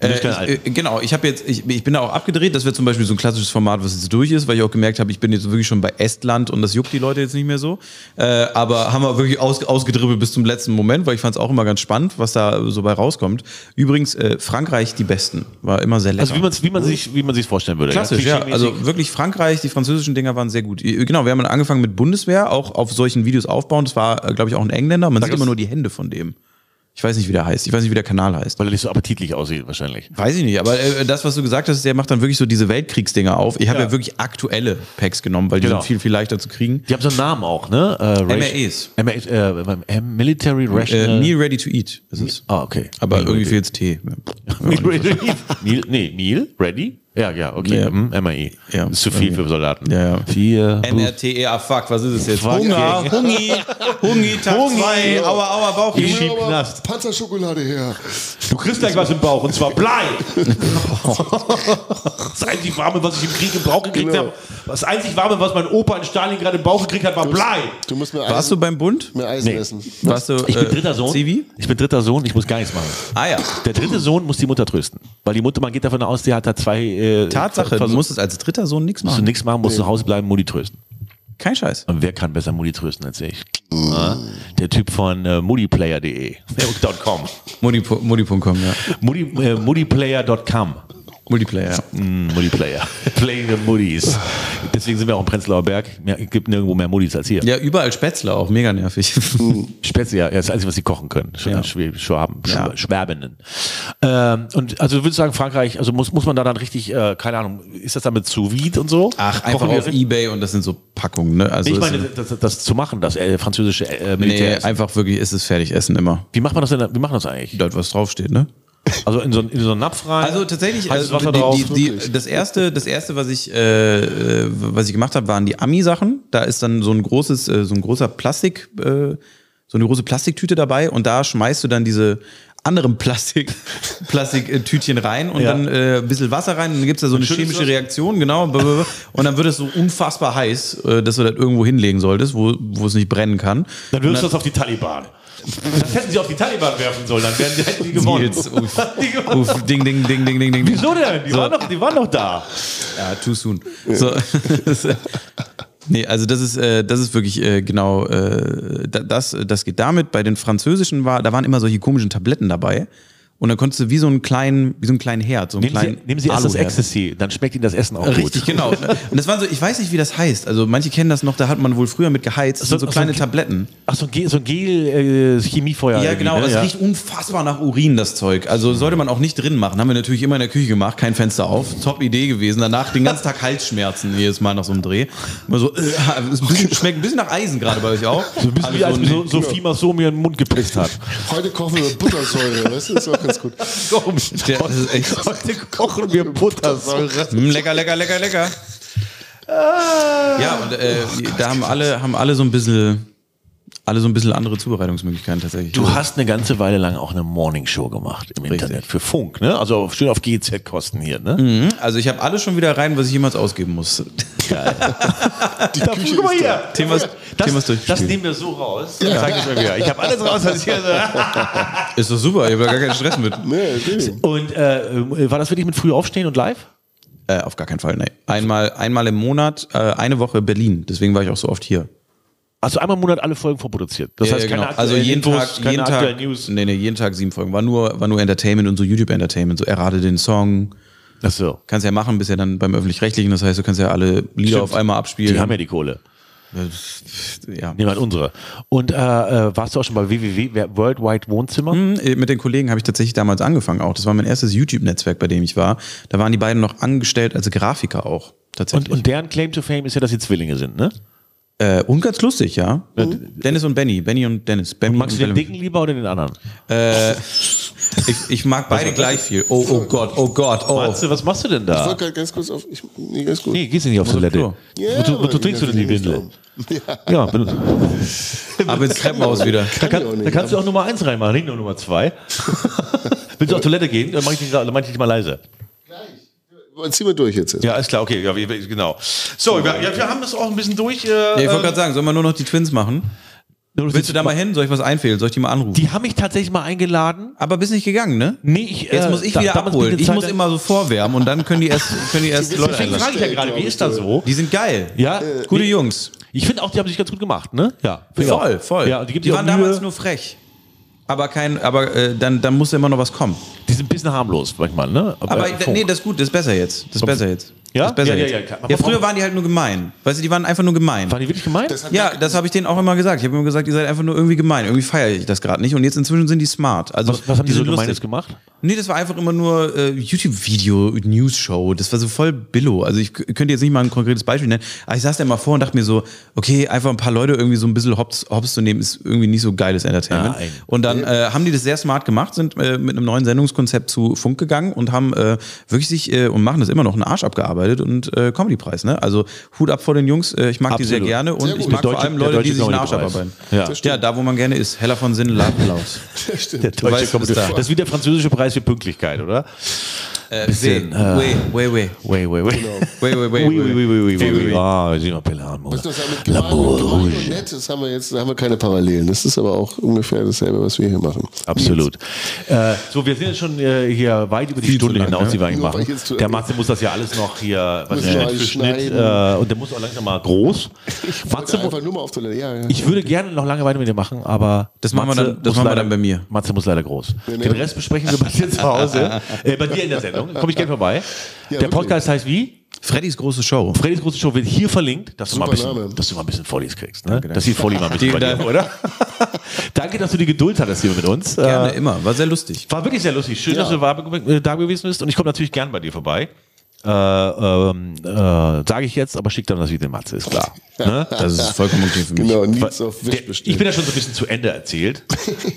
B: Du nimmst keine
C: Äh,
B: alten.
C: ich, äh, genau, ich habe jetzt, ich, ich bin da auch abgedreht. Das wäre zum Beispiel so ein klassisches Format, was jetzt durch ist, weil ich auch gemerkt habe, ich bin jetzt wirklich schon bei Estland und das juckt die Leute jetzt nicht mehr so. Äh, aber haben wir wirklich aus, ausgedribbelt bis zum letzten Moment, weil ich fand es auch immer ganz spannend, was da so bei rauskommt. Übrigens, äh, Frankreich die Besten. War immer sehr lecker.
B: also wie man es wie man sich, wie man sich vorstellen würde.
C: Klassisch, ja.
B: klischee-mäßig.
C: Also wirklich Frankreich, die französischen Dinger waren sehr gut. Äh, Genau, wir haben dann angefangen mit Bundeswehr, auch auf solchen Videos aufbauen. Das war, glaube ich, auch ein Engländer. Man sieht
B: gibt's-
C: immer nur die Hände von dem. Ich weiß nicht, wie der heißt. Ich weiß nicht, wie der Kanal heißt.
B: weil er nicht so appetitlich aussieht wahrscheinlich.
C: Weiß ich nicht, aber äh, das, was du gesagt hast, der macht dann wirklich so diese Weltkriegsdinger auf. Ich habe ja. wirklich aktuelle Packs genommen, weil die
B: Genau.
C: sind viel, viel leichter zu kriegen.
B: Die haben so einen Namen auch, ne? Äh,
C: MREs.
B: MREs, äh, Military
C: Äh,
B: Rational.
C: Meal ready to eat ist es.
B: ah, okay.
C: Aber
B: Meal
C: irgendwie
B: Ready.
C: fehlt's Tee.
B: Meal ready. Meal, nee, Meal ready? Ja, ja, okay.
C: Ja.
B: Hm, MAE.
C: Ja.
B: Ist zu viel für Soldaten.
C: Ja, ja.
B: Vier.
C: NRTEA, E, ah, fuck, was ist es jetzt?
B: Fuck.
C: Hunger, Hungi, Hungi, Tag
B: Hungi.
C: zwei, aua, aua, Bauch.
B: Ich schieb
A: Aber
B: Knast.
A: Panzerschokolade her.
B: Du kriegst gleich was im Bauch und zwar
C: [LAUGHS]
B: Blei. das einzig Warme, was ich im Krieg im Bauch gekriegt
A: Genau.
B: habe, das einzig Warme, was mein Opa in Stalingrad im Bauch gekriegt hat, war Blei.
A: Du musst mir Eisen,
C: Warst du beim Bund?
A: mehr Eisen essen.
C: Warst du, äh,
B: Ich bin dritter Sohn.
C: Zivi?
B: Ich bin dritter Sohn, ich muss gar nichts machen.
C: Ah ja.
B: Der dritte Sohn muss die Mutter trösten. Weil die Mutter, man geht davon aus, die hat da zwei. Äh,
C: Tatsache, du
B: Vers-
C: musstest als dritter Sohn nichts
B: musst du
C: machen.
B: nichts machen, musst zu Hause bleiben, Mutti trösten.
C: Kein Scheiß.
B: Und wer kann besser Mutti trösten als ich? Ja, der Typ von äh, [LAUGHS] muddyplayer.de. Äh, .com.
C: Mudi.com, ja.
B: Muddy, äh, muddyplayer.com.
C: Multiplayer. ja.
B: Mm, Muddyplayer. [LAUGHS] Playing the Muddies. Deswegen sind wir auch im Prenzlauer Berg. Mehr, gibt nirgendwo mehr Muddis als hier.
C: Ja, überall Spätzle auch, mega nervig.
B: Spätzle, ja, das Einzige, was sie kochen können. Sch
C: Ja.
B: Schwä- Schwaben, Sch
C: Ja.
B: Schwäbinnen. Ähm, und also du würdest sagen, Frankreich, also muss, muss man da dann richtig, äh, keine Ahnung, ist das dann mit sous vide und so?
C: Ach, einfach
B: Kochen wir
C: auf
B: das-
C: Ebay und das sind so Packungen, ne? Also
B: Ich
C: es
B: meine,
C: sind-
B: das, das zu machen, das äh, französische äh,
C: Nee,
B: Militär.
C: einfach wirklich ist es fertig essen immer.
B: wie macht man das denn? Wie machen das eigentlich?
C: Dort was draufsteht, ne?
B: Also in so, in so einen Napf rein?
C: Also tatsächlich,
B: heißes
C: also
B: Wasser
C: die,
B: drauf.
C: die, die, das erste, das erste, was ich, äh, äh, was ich gemacht habe, waren die Ami-Sachen. Da ist dann so ein großes, äh, so ein großer Plastik, äh, so eine große Plastiktüte dabei und da schmeißt du dann diese anderen Plastik, [LAUGHS] Plastiktütchen rein und
B: Ja.
C: dann äh, ein bisschen Wasser rein und dann gibt's da so eine
B: schüttest du
C: chemische
B: das?
C: Reaktion, genau. b- b- b- Und dann wird es so unfassbar heiß, äh, dass du das irgendwo hinlegen solltest, wo, wo es nicht brennen kann.
B: Dann wirfst du das auf die Taliban. Das hätten sie auf die Taliban werfen sollen, dann wären die, hätten die gewonnen.
C: [LAUGHS] Nils, uff.
B: Die gewonnen.
C: Uff, ding, ding, ding, ding, ding, ding.
B: Wieso denn? Die, waren doch, die waren doch da.
C: Ja, too soon. So. [LAUGHS] äh, Nee, also das ist, äh, das ist wirklich äh, genau, äh, da- das, das geht damit. Bei den Französischen war, da waren immer solche komischen Tabletten dabei. Und dann konntest du wie so einen kleinen, wie so einen kleinen Herd, so einen
B: Nehmen
C: kleinen
B: sie, nehmen sie erst das
C: Aluherd.
B: Ecstasy, dann schmeckt ihnen das Essen auch
C: Richtig,
B: gut.
C: genau. Und das waren so, ich weiß nicht, wie das heißt. Also manche kennen das noch, da hat man wohl früher mit geheizt. Das sind so
B: so
C: kleine
B: ein-
C: Tabletten.
B: Ach, so ein, Ge so ein Gel, äh, Chemiefeuer.
C: Ja,
B: irgendwie,
C: genau.
B: Ne?
C: Es
B: Ja.
C: riecht unfassbar nach Urin, das Zeug. Also sollte man auch nicht drin machen. Haben wir natürlich immer in der Küche gemacht, kein Fenster auf. Top Idee gewesen. Danach den ganzen Tag Halsschmerzen [LAUGHS] jedes Mal nach so einem Dreh. Immer so, äh, [LAUGHS] ist ein bisschen, schmeckt ein bisschen nach Eisen gerade bei euch auch.
B: So ein bisschen wie als
C: Also
B: mir
C: so,
B: so, Sophie Massot mir in den Mund gepisst
C: [LAUGHS]
B: hat.
A: Heute kochen wir mit Buttersäure, weißt du? Ist auch ganz gut.
C: der, das ist echt, [LAUGHS]
B: Heute kochen wir Buttersäure.
C: Mm, lecker, lecker, lecker, lecker. Ja, und
B: Oh,
C: äh, da haben alle, haben alle so ein bisschen, alle so ein bisschen andere Zubereitungsmöglichkeiten tatsächlich.
B: Du hast eine ganze Weile lang auch eine Morningshow gemacht im Internet für Funk, ne? Also schön auf GZ-Kosten hier, ne?
C: Mhm.
B: [LAUGHS]
C: also ich habe alles schon wieder rein, was ich jemals ausgeben muss.
A: Die Küche
B: Guck mal
A: ist
B: hier.
A: da.
C: Thema ist,
B: Das,
C: Thema ist
B: das
C: durchgespielt.
B: nehmen wir so raus. Ja. Sag ich mal wieder. Ich habe alles raus, was ich hier
C: Ist doch super, ich habe gar keinen
B: [LAUGHS]
C: Stress mit.
A: Nee, nee.
B: Und äh, war das wirklich mit früh aufstehen und live?
C: Äh, auf gar keinen Fall, nee. Einmal, einmal im Monat, äh, eine Woche Berlin. Deswegen war ich auch so oft hier.
B: Also einmal im Monat alle Folgen vorproduziert. Das
C: Ja,
B: heißt,
C: ja, genau.
B: keine
C: also
B: aktuellen
C: jeden
B: Infos,
C: Tag,
B: keine
C: jeden
B: aktuellen
C: Tag,
B: News.
C: nee, nee, jeden Tag sieben Folgen. War nur, war nur Entertainment und so YouTube-Entertainment. So errate den Song.
B: Achso.
C: Kannst ja machen, bist ja dann beim Öffentlich-Rechtlichen. Das heißt, du kannst ja alle Lieder
B: Stimmt.
C: auf einmal abspielen.
B: Die haben ja die Kohle.
C: ja.
B: Niemand unsere. Und äh, äh, warst du auch schon bei www, wer- Worldwide Wohnzimmer?
C: Hm, äh, Mit den Kollegen habe ich tatsächlich damals angefangen auch. Das war mein erstes YouTube-Netzwerk, bei dem ich war. Da waren die beiden noch angestellt als Grafiker auch.
B: Und,
C: Tatsächlich.
B: und deren Claim to Fame ist ja, dass sie Zwillinge sind, ne?
C: äh, und ganz lustig, ja. Dennis und Benny. Benny und Dennis. Benny
B: Magst du den
C: Benny.
B: Dicken lieber oder den anderen?
C: Ich, ich mag beide gleich viel. Oh, oh Gott, oh Gott, oh.
B: Matze, was machst du denn da?
A: Ich wollte gerade ganz kurz auf. Ich, nee, ganz gut.
B: Nee, gehst du nicht auf Toilette.
C: Klo.
A: Ja,
B: wozu,
A: aber
B: wozu trinkst du denn die
A: das
B: Windel?
A: ist nicht glauben.
B: Ja, bin,
C: Aber ins Treppenhaus wieder.
B: da,
A: ich auch
B: [LAUGHS] kann,
A: nicht,
B: da kannst du auch Nummer 1 reinmachen, nicht nur Nummer [LAUGHS] 2. Willst du auf Toilette gehen? Dann mach ich dich, dann mach ich dich mal leise.
A: Ja. Ziehen wir durch jetzt.
B: Ja, ist klar, okay, ja, wir- wir- genau. So, wir, ja, wir haben das auch ein bisschen durch. äh,
C: Ja, ich wollte gerade sagen, sollen wir nur noch die Twins machen? Willst du da mal hin? Soll ich was einfehlen? Soll ich die mal anrufen?
B: Die haben mich tatsächlich mal eingeladen.
C: aber bist nicht gegangen, ne?
B: Nee, ich, äh,
C: Jetzt muss ich wieder abholen. Ich muss immer so vorwärmen und dann können
B: [LAUGHS]
C: die erst, können die erst Leute
B: Deswegen
C: einladen.
B: frage ich ja gerade, wie ist das so?
C: Die sind geil. Äh,
B: Ja,
C: Gute Jungs.
B: Ich finde auch, die haben sich ganz gut gemacht, ne? Ja, find ich
C: Voll,
B: auch.
C: voll.
B: Ja, die,
C: die waren damals nur frech. Aber kein, aber äh, dann, dann muss immer noch was kommen.
B: die sind ein bisschen harmlos manchmal, ne?
C: Aber
B: äh,
C: da-
B: Funk.
C: nee, das ist gut, das ist besser jetzt. Das ist besser jetzt.
B: Ja?
C: Das ist besser
B: Ja, ja, ja,
C: jetzt.
B: klar.
C: ja,
B: Aber
C: früher
B: warum-
C: waren die halt nur gemein. Weißt du, die waren einfach nur gemein.
B: waren die wirklich gemeint?
C: Ja, das habe ich denen auch immer gesagt. Ich habe immer gesagt, ihr seid einfach nur irgendwie gemein. Irgendwie feiere ich das gerade nicht. Und jetzt inzwischen sind die smart. Also
B: was, was haben die, so
C: sind
B: gemeines
C: lustig.
B: gemacht?
C: Nee, das war einfach immer nur äh, YouTube-Video, News-Show. Das war so voll Billo. Also ich k- könnte jetzt nicht mal ein konkretes Beispiel nennen. Aber ich saß da immer vor und dachte mir so, okay, einfach ein paar Leute irgendwie so ein bisschen hops, hops zu nehmen, ist irgendwie nicht so geiles Entertainment.
B: Nein.
C: Und dann äh, haben die das sehr smart gemacht, sind äh, mit einem neuen Sendungskonzept zu Funk gegangen und haben äh, wirklich sich äh, und machen das immer noch einen Arsch abgearbeitet und äh, Comedy-Preis. Ne? Also Hut ab vor den Jungs. Äh, ich mag die sehr
B: Absolut.
C: gerne und
A: Sehr
C: ich
A: gut.
C: mag
B: Der
C: vor
B: deutsche-
C: allem
B: der
C: Leute, die
B: deutsche
C: sich einen Arsch
B: Comedy-Preis.
C: abarbeiten.
B: Ja.
C: ja, da wo man gerne ist. Heller von Sinnen, Laden laut.
A: Das [LAUGHS] stimmt.
C: Du weißt,
B: Kommt-
C: ist da.
B: Das ist wie der französische Preis für Pünktlichkeit, oder? Bisschen, äh,
C: Wait, wait, wait.
B: Wait, wait, wait.
C: Genau. Wait, wait, wait,
B: Oui, oui, oui, oui, oui, oui, oui.
C: wait.
B: Ah, Gino Pellan.
A: Was das damit gemein und gemein und nett, das haben wir jetzt, da haben wir keine Parallelen. Das ist aber auch ungefähr dasselbe, was wir hier machen.
B: Absolut. Äh, so, wir sind jetzt schon äh, hier weit über die
C: Viel zu
B: Stunde
C: lang, ne?
B: hinaus, die wir eigentlich
A: Nur weil
B: machen.
A: jetzt zu-
B: Der Matze muss das ja alles noch hier, was
A: Müssen
B: ist
A: wir
B: denn
A: alles
B: für Schnitt,
A: schneiden.
B: äh, und der muss auch langsam mal
A: [LAUGHS]
B: groß. Matze,
A: Einfach nur mal auf Toilette. Ja, ja.
B: ich würde gerne noch Langeweile mit dir machen, aber
C: Das machen wir
B: Matze
C: dann- das
B: muss
C: machen wir
B: leider-
C: dann bei mir.
B: Matze muss leider groß.
A: nee.
B: Den Rest besprechen wir bei dir
A: [LAUGHS]
B: zu Hause, äh, bei dir in der Sendung. Komme ich gerne vorbei. der
A: wirklich.
B: Podcast heißt wie?
C: Freddys große Show.
B: Freddy's große Show wird hier verlinkt, dass, du mal, ein
A: Super
B: bisschen,
A: Name.
B: dass du mal ein bisschen Follies kriegst. Ne? dass die Folli mal ein bisschen
C: Die-
B: bei dir,
C: da-
B: oder? [LAUGHS] danke, dass du die Geduld hattest hier mit uns.
C: Gerne
B: Äh,
C: immer. War sehr lustig.
B: war wirklich sehr lustig. Schön, dass du da äh, da gewesen bist. Und ich komme natürlich gern bei dir vorbei. Äh, ähm, äh, Sage ich jetzt, aber schick dann natürlich den Matze,
A: [LAUGHS]
B: ist klar. Ne?
C: Das ist vollkommen okay für mich.
A: Genau, Nils auf Wisch
B: Der, ich bin
A: bestellt.
B: ja schon so ein bisschen zu Ende
A: [LAUGHS]
B: erzählt.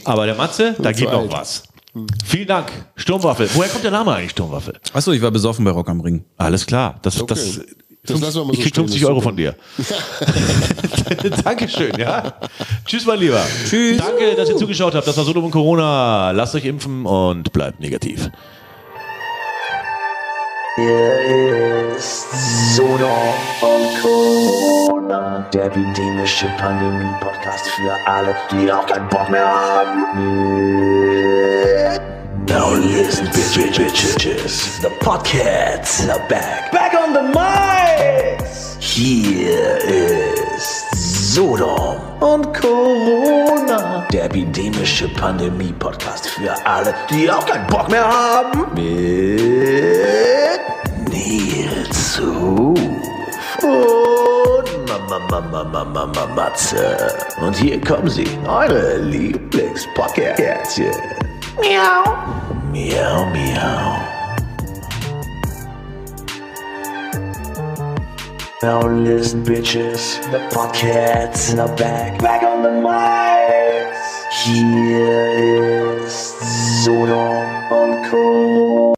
B: Aber der Matze, da geht noch
A: alt.
B: was. Vielen Dank. Sturmwaffel. Woher kommt der Name eigentlich, Sturmwaffel?
C: Achso, ich war besoffen bei Rock am Ring.
B: Alles klar. Das, das,
A: Das lassen wir mal
B: ich
A: so stehen,
B: krieg 50
A: das ist
B: Euro
A: super.
B: von dir.
A: [LAUGHS]
B: Dankeschön, ja. Tschüss, mein Lieber. Tschüss. Danke, dass ihr zugeschaut habt. Das war Solo und Corona. Lasst euch impfen und bleibt negativ.
E: Soda und Corona, der epidemische Pandemie-Podcast für alle, die auch keinen Bock mehr haben. Now listen, bitch, bitch, bitch, bitches. The Podcasts are back. Back on the mics. Hier ist Sodom und Corona, der epidemische Pandemie-Podcast für alle, die auch keinen Bock mehr haben. Mit Nils Ruf und Mama, Mama, Mama, Mama, Matze. Und hier kommen sie, eure Lieblingspocketkärtchen. Miau. Miau, miau. Now listen, bitches, the podcasts in the back. Back on the mics. Hier ist Sodom und Corona.